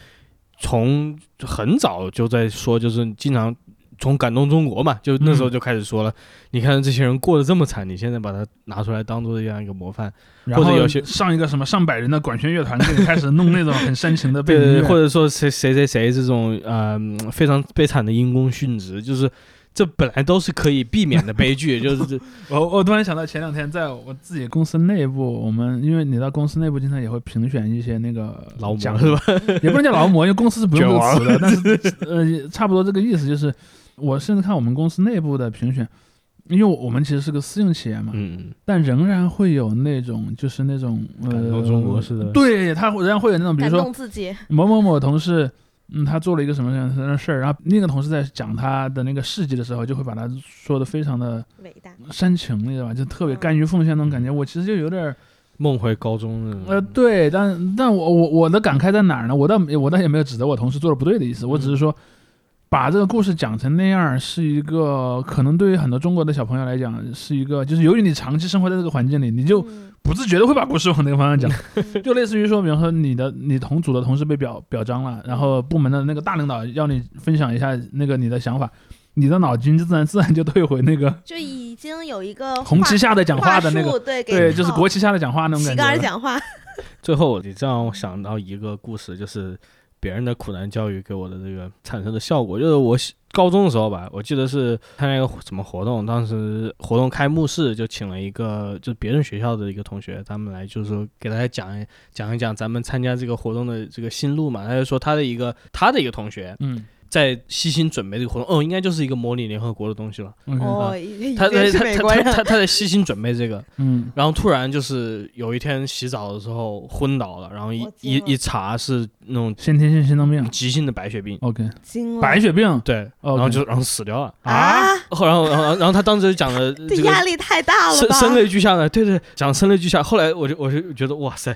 Speaker 1: 从很早就在说，就是经常从感动中国嘛，就那时候就开始说了，你看这些人过得这么惨，你现在把它拿出来当做这样一个模范，
Speaker 3: 然
Speaker 1: 或者
Speaker 3: 后
Speaker 1: 有些
Speaker 3: 上一个什么上百人的管弦乐团就开始弄那种很煽情的背景
Speaker 1: 对，
Speaker 3: 乐，
Speaker 1: 或 者说谁谁谁谁这种呃嗯非常悲惨的因公殉职，就是这本来都是可以避免的悲剧，就是这
Speaker 3: 我哦我突然想到前两天在我自己公司内部，我们因为你到公司内部经常也会评选一些那个
Speaker 1: 劳模
Speaker 3: 奖
Speaker 1: 是吧？
Speaker 3: 也不能叫劳模，因为 公司是不用
Speaker 1: 卷
Speaker 3: 这个
Speaker 1: 王
Speaker 3: 词的，但是呃差不多这个意思就是，我甚至看我们公司内部的评选，因为我们其实是个私营企业嘛，
Speaker 1: 嗯，
Speaker 3: 但仍然会有那种就是那种呃
Speaker 1: 感动中国式的
Speaker 3: 对，他仍然会有那种比如
Speaker 2: 感
Speaker 3: 说
Speaker 2: 动自己，
Speaker 3: 某某某同事，嗯，他做了一个什么什么什么事儿，然后另一个同事在讲他的那个事迹的时候，就会把他说的非常的
Speaker 2: 伟大。
Speaker 3: 煽情，你知道吧？就特别
Speaker 2: 嗯
Speaker 3: 甘于奉献那种感觉。我其实就有点儿，
Speaker 1: 梦回高中的
Speaker 3: 呃，对，但但我我我的感慨在哪儿呢？我倒我倒也没有指责我同事做的不对的意思，我只是
Speaker 2: 嗯
Speaker 3: 说。把这个故事讲成那样儿，是一个可能对于很多中国的小朋友来讲，是一个就是由于你长期生活在这个环境里，你就
Speaker 2: 嗯
Speaker 3: 不自觉的会把故事往那个方向讲，
Speaker 2: 嗯
Speaker 3: 就类似于说，比如说你的你同组的同事被表表彰了，然后部门的那个大领导要你分享一下那个你的想法，你的脑筋就自然自然就退回那个
Speaker 2: 就已经有一个
Speaker 3: 红旗
Speaker 2: 话
Speaker 3: 下的讲话的那
Speaker 2: 话
Speaker 3: 个，
Speaker 2: 术对，给
Speaker 3: 对，
Speaker 2: 你
Speaker 3: 就是
Speaker 2: 套
Speaker 3: 国旗下的讲话那种
Speaker 2: 旗
Speaker 3: 感
Speaker 2: 杆儿
Speaker 3: 觉了。
Speaker 2: 讲话，
Speaker 1: 最后，你这让我想到一个故事，就是别人的苦难教育给我的这个产生的效果，就是我小高中的时候吧，我记得是参加一个什么活动，当时活动开幕式就请了一个就是别人学校的一个同学，他们来就是说给大家讲一讲一讲咱们参加这个活动的这个心路嘛，他就说他的一个他的一个同学
Speaker 3: 嗯，
Speaker 1: 在悉心准备这个活动，哦，应该就是一个模拟联合国的东西了，
Speaker 3: 嗯 OK，
Speaker 2: 哦，已已
Speaker 1: 他
Speaker 2: 经
Speaker 1: 在
Speaker 2: 是
Speaker 1: 他
Speaker 2: 美国
Speaker 1: 他
Speaker 2: 人
Speaker 1: 他他他在悉心准备这个，
Speaker 3: 嗯，
Speaker 1: 然后突然就是有一天洗澡的时候昏倒了，然后一
Speaker 2: 我啊
Speaker 1: 一
Speaker 2: 惊了
Speaker 1: 一查是那种
Speaker 3: 先天性心脏病
Speaker 1: 急性的白血病，
Speaker 3: ，OK，
Speaker 2: 惊了
Speaker 3: 白血病
Speaker 1: 对，
Speaker 3: OK
Speaker 1: 然后就然后死掉了。
Speaker 3: 啊，
Speaker 2: 啊！
Speaker 1: 后然后然后然 后他当时就讲 的
Speaker 2: 这
Speaker 1: 这个
Speaker 2: 压力太大了
Speaker 1: 声
Speaker 2: 吧？
Speaker 1: 声泪俱下的，对对，讲声泪俱下。后来我就我就觉得哇塞，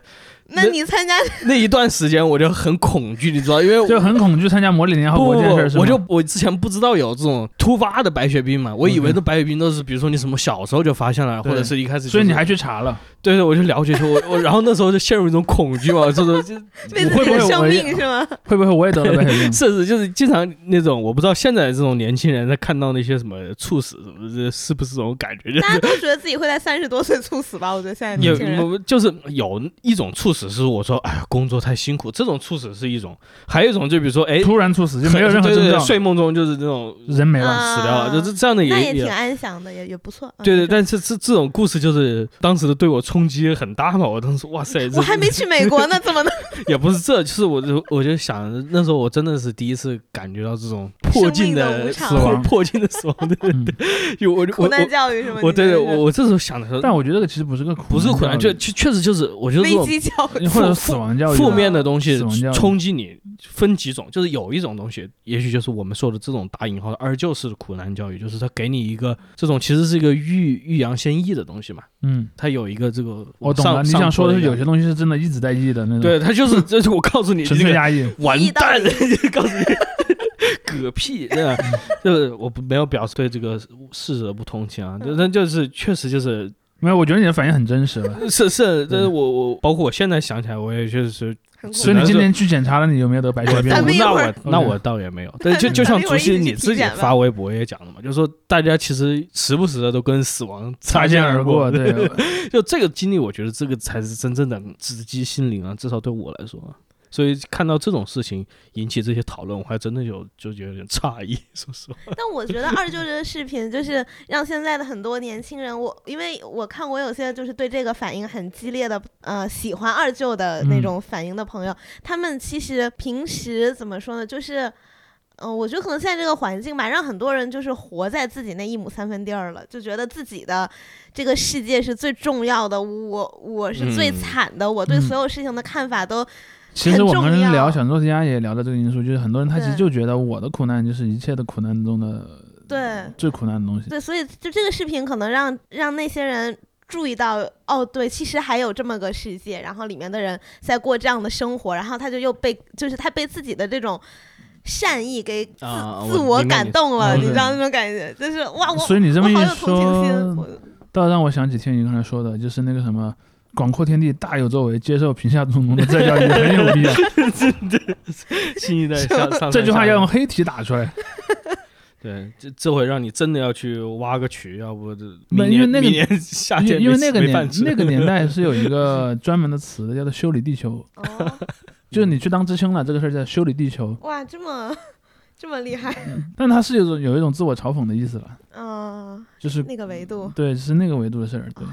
Speaker 2: 那你参加
Speaker 1: 那一段时间我就很恐惧，你知道，因为我
Speaker 3: 就很恐惧参加模拟联合
Speaker 1: 不
Speaker 3: 国
Speaker 1: 不
Speaker 3: 这件事儿，
Speaker 1: 不，
Speaker 3: 是吗
Speaker 1: 我就我之前不知道有这种突发的白血病嘛，我以为
Speaker 3: OK
Speaker 1: 这白血病都是比如说你什么小时候就发现了，或者
Speaker 3: 嗯对
Speaker 1: 是一开始就是，
Speaker 3: 所以你还去查了，
Speaker 1: 对对，我就了解说，我我然后那时候就陷入一种恐惧嘛，就是 就
Speaker 2: 为
Speaker 3: 我会不
Speaker 2: 自己的
Speaker 3: 会
Speaker 2: 生
Speaker 3: 我也
Speaker 2: 命是吗？
Speaker 3: 会不会我也得了白血病？
Speaker 1: 甚至 就是经常那种，我不知道现在这种年轻人，他看到那些什么猝死什么的，是不是这种感觉？就是
Speaker 2: 大家都觉得自己会在三十多岁猝死吧？我觉得现在年轻人
Speaker 1: 有，就是有一种猝死是我说，哎呀，工作太辛苦，这种猝死是一种；还有一种就比如说，哎，
Speaker 3: 突然猝死就没有任何
Speaker 1: 对对
Speaker 3: 征
Speaker 1: 对
Speaker 3: 兆，
Speaker 1: 睡梦中就是这种
Speaker 3: 人没了，
Speaker 1: 死掉了，
Speaker 2: 啊
Speaker 1: 就是这样的
Speaker 2: 那
Speaker 1: 也
Speaker 2: 也挺安详的，也也不错。嗯
Speaker 1: 对对，
Speaker 2: 那种
Speaker 1: 但是这这种故事就是当时的对我冲击很大嘛，我当时哇塞，这
Speaker 2: 我还没去美 国呢，怎么能
Speaker 1: 也不是这，就是我就我就想那时候我真的是第一次感觉到这种破镜
Speaker 2: 生命的
Speaker 1: 的
Speaker 2: 无常
Speaker 1: 死亡， 破镜的死亡，对对
Speaker 3: 嗯
Speaker 1: 就我就
Speaker 2: 苦
Speaker 1: 我
Speaker 2: 难教育什么？
Speaker 1: 我我对对
Speaker 2: 你
Speaker 1: 我我这时候想的时候，
Speaker 3: 但我觉得这个其实不是个苦，
Speaker 1: 不是苦难，就
Speaker 3: 教育
Speaker 1: 确确实就是我觉得这
Speaker 2: 危
Speaker 1: 种
Speaker 2: 机教育
Speaker 3: 或
Speaker 1: 负
Speaker 3: 者死亡教育
Speaker 1: 负
Speaker 3: 吧
Speaker 1: 面的东西
Speaker 3: 死亡教育
Speaker 1: 冲击你分几种，就是有一种东西，也许就是我们说的这种打引号的二舅式的苦难教育，就是他给你一个这种其实是一个欲欲扬先抑的东西嘛，
Speaker 3: 嗯，
Speaker 1: 他有一个这个
Speaker 3: 我懂
Speaker 1: 上
Speaker 3: 了，你
Speaker 1: 上
Speaker 3: 想说的
Speaker 1: 坡
Speaker 3: 是
Speaker 1: 一样
Speaker 3: 有些东西是真的一直在抑的那种，
Speaker 1: 对，他就是 就是我告诉你
Speaker 3: 纯
Speaker 1: 这个
Speaker 3: 粹压抑。
Speaker 1: 完
Speaker 2: 一到
Speaker 1: 蛋，
Speaker 2: 底
Speaker 1: 告诉你嗝屁，对吧？ 就是我不没有表示对这个逝者不同情啊，但但就是确实就是
Speaker 3: 没有，我觉得你的反应很真实 了。
Speaker 1: 是是，但是
Speaker 3: 嗯
Speaker 1: 我我包括我现在想起来，我也确实
Speaker 2: 很苦
Speaker 1: 所
Speaker 3: 所
Speaker 1: 以
Speaker 3: 以
Speaker 1: 你今
Speaker 3: 你今
Speaker 1: 天
Speaker 3: 天去检查了，你有没有得白血
Speaker 1: 我
Speaker 3: 病？
Speaker 2: 咱们一
Speaker 1: 那
Speaker 2: 会
Speaker 1: 我
Speaker 2: 儿
Speaker 1: 那
Speaker 3: OK
Speaker 1: 我倒也没有， 但就
Speaker 2: 咱
Speaker 1: 就像
Speaker 2: 们一会
Speaker 1: 竹
Speaker 2: 儿一
Speaker 1: 溪
Speaker 2: 起去
Speaker 1: 你自
Speaker 2: 体
Speaker 1: 己
Speaker 2: 检吧
Speaker 1: 发微博也讲的嘛，就是说大家其实时不时的都跟死亡
Speaker 3: 擦肩而过，
Speaker 1: 过。
Speaker 3: 对，
Speaker 1: 就这个经历，我觉得这个才是真正的直击心灵啊，至少对我来说啊。所以看到这种事情引起这些讨论，我还真的有就觉得有点诧异，说实话。
Speaker 2: 但我觉得二舅这个视频就是让现在的很多年轻人，我因为我看我有些就是对这个反应很激烈的，呃，喜欢二舅的那种反应的朋友，他们其实平时怎么说呢，就是。嗯、我觉得可能现在这个环境吧，让很多人就是活在自己那一亩三分地儿了，就觉得自己的这个世界是最重要的，我我是最
Speaker 1: 嗯
Speaker 2: 惨的，我对
Speaker 3: 嗯
Speaker 2: 所有事情的看法都
Speaker 3: 其实我
Speaker 2: 很重
Speaker 3: 们
Speaker 2: 要
Speaker 3: 聊小诺之家也聊到这个因素，就是很多人他其实
Speaker 2: 对
Speaker 3: 就觉得我的苦难就是一切的苦难中的
Speaker 2: 对，
Speaker 3: 最苦难的东西。
Speaker 2: 对，所以就这个视频可能让让那些人注意到，哦，对，其实还有这么个世界，然后里面的人在过这样的生活，然后他就又被，就是他被自己的这种善意给自、
Speaker 1: 啊
Speaker 2: 自
Speaker 1: 我
Speaker 2: 我
Speaker 1: 明白
Speaker 2: 感
Speaker 1: 你
Speaker 2: 动了，
Speaker 3: 嗯
Speaker 2: 你知道
Speaker 3: 对
Speaker 2: 那种感觉，就是哇，我
Speaker 3: 所以你这么
Speaker 2: 我
Speaker 3: 一
Speaker 2: 好有同情心，
Speaker 3: 说，
Speaker 2: 啊我
Speaker 3: 倒让我想起天宇刚才说的，就是那个什么。广阔天地大有作为，接受贫下中农的再教育很有 必要。
Speaker 1: 新一代上上
Speaker 3: 这句话要用黑体打出来。
Speaker 1: 对，这这回让你真的要去挖个渠，要不这
Speaker 3: 没
Speaker 1: 明
Speaker 3: 因为
Speaker 1: 年
Speaker 3: 那个
Speaker 1: 明年 夏
Speaker 3: 因
Speaker 1: 天
Speaker 3: 为
Speaker 1: 没
Speaker 3: 因为那个
Speaker 1: 没饭
Speaker 3: 年
Speaker 1: 吃
Speaker 3: 那个 年代是有一个专门的词的，叫做修理地球，
Speaker 2: 哦，
Speaker 3: 就是你去当知青了，这个事儿叫修理地球，
Speaker 2: 哇，这么这么厉害，
Speaker 3: 但它是有一种有一种自我嘲讽的意思了，
Speaker 2: 嗯、
Speaker 3: 就是
Speaker 2: 那个维度。
Speaker 3: 对，是那个维度的事儿，对，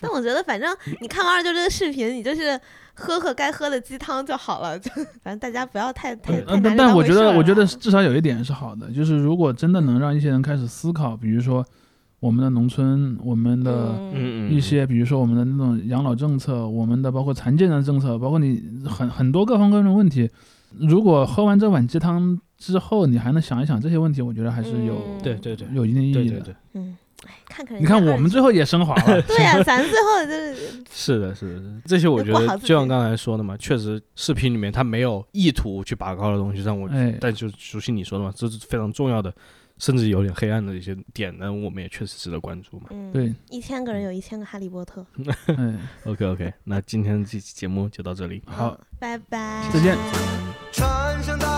Speaker 2: 但我觉得，反正你看完二舅这个视频，你就是喝喝该喝的鸡汤就好了。就 反正大家不要太太太
Speaker 3: 嗯，
Speaker 2: 拿
Speaker 3: 但
Speaker 2: 这
Speaker 3: 但
Speaker 2: 当
Speaker 3: 我
Speaker 2: 回
Speaker 3: 觉
Speaker 2: 事儿啊
Speaker 3: 得，
Speaker 2: 了
Speaker 3: 我觉得至少有一点是好的，就是如果真的能让一些人开始思考，比如说我们的农村，我们的
Speaker 2: 嗯
Speaker 1: 嗯嗯
Speaker 3: 一些，比如说我们的那种养老政策，我们的包括残疾人政策，包括你很很多各方各面的问题，如果喝完这碗鸡汤之后，你还能想一想这些问题，我觉得还是有、
Speaker 2: 嗯
Speaker 1: 对对对
Speaker 3: 有一定意义的。
Speaker 1: 对对对，
Speaker 2: 嗯，哎，看看人
Speaker 3: 你
Speaker 2: 家
Speaker 3: 看我
Speaker 2: 二
Speaker 3: 们
Speaker 2: 舅，
Speaker 3: 最后也升华 了
Speaker 2: 对呀、咱最后就是
Speaker 1: 是的，是的，是的这些我觉
Speaker 2: 就过好
Speaker 1: 得
Speaker 2: 自己
Speaker 1: 就像刚才说的嘛，确实视频里面他没有意图去拔高的东西，但我
Speaker 3: 哎，
Speaker 1: 但就熟悉你说的嘛，这是非常重要的，甚至有点黑暗的一些点呢，我们也确实值得关注嘛。
Speaker 2: 嗯，
Speaker 3: 对，
Speaker 2: 一千个人有一千个哈利波特。
Speaker 3: 哎，
Speaker 1: OK OK，那今天这期节目就到这里。
Speaker 3: 好
Speaker 2: 嗯，拜拜，
Speaker 3: 再见。
Speaker 4: 穿上大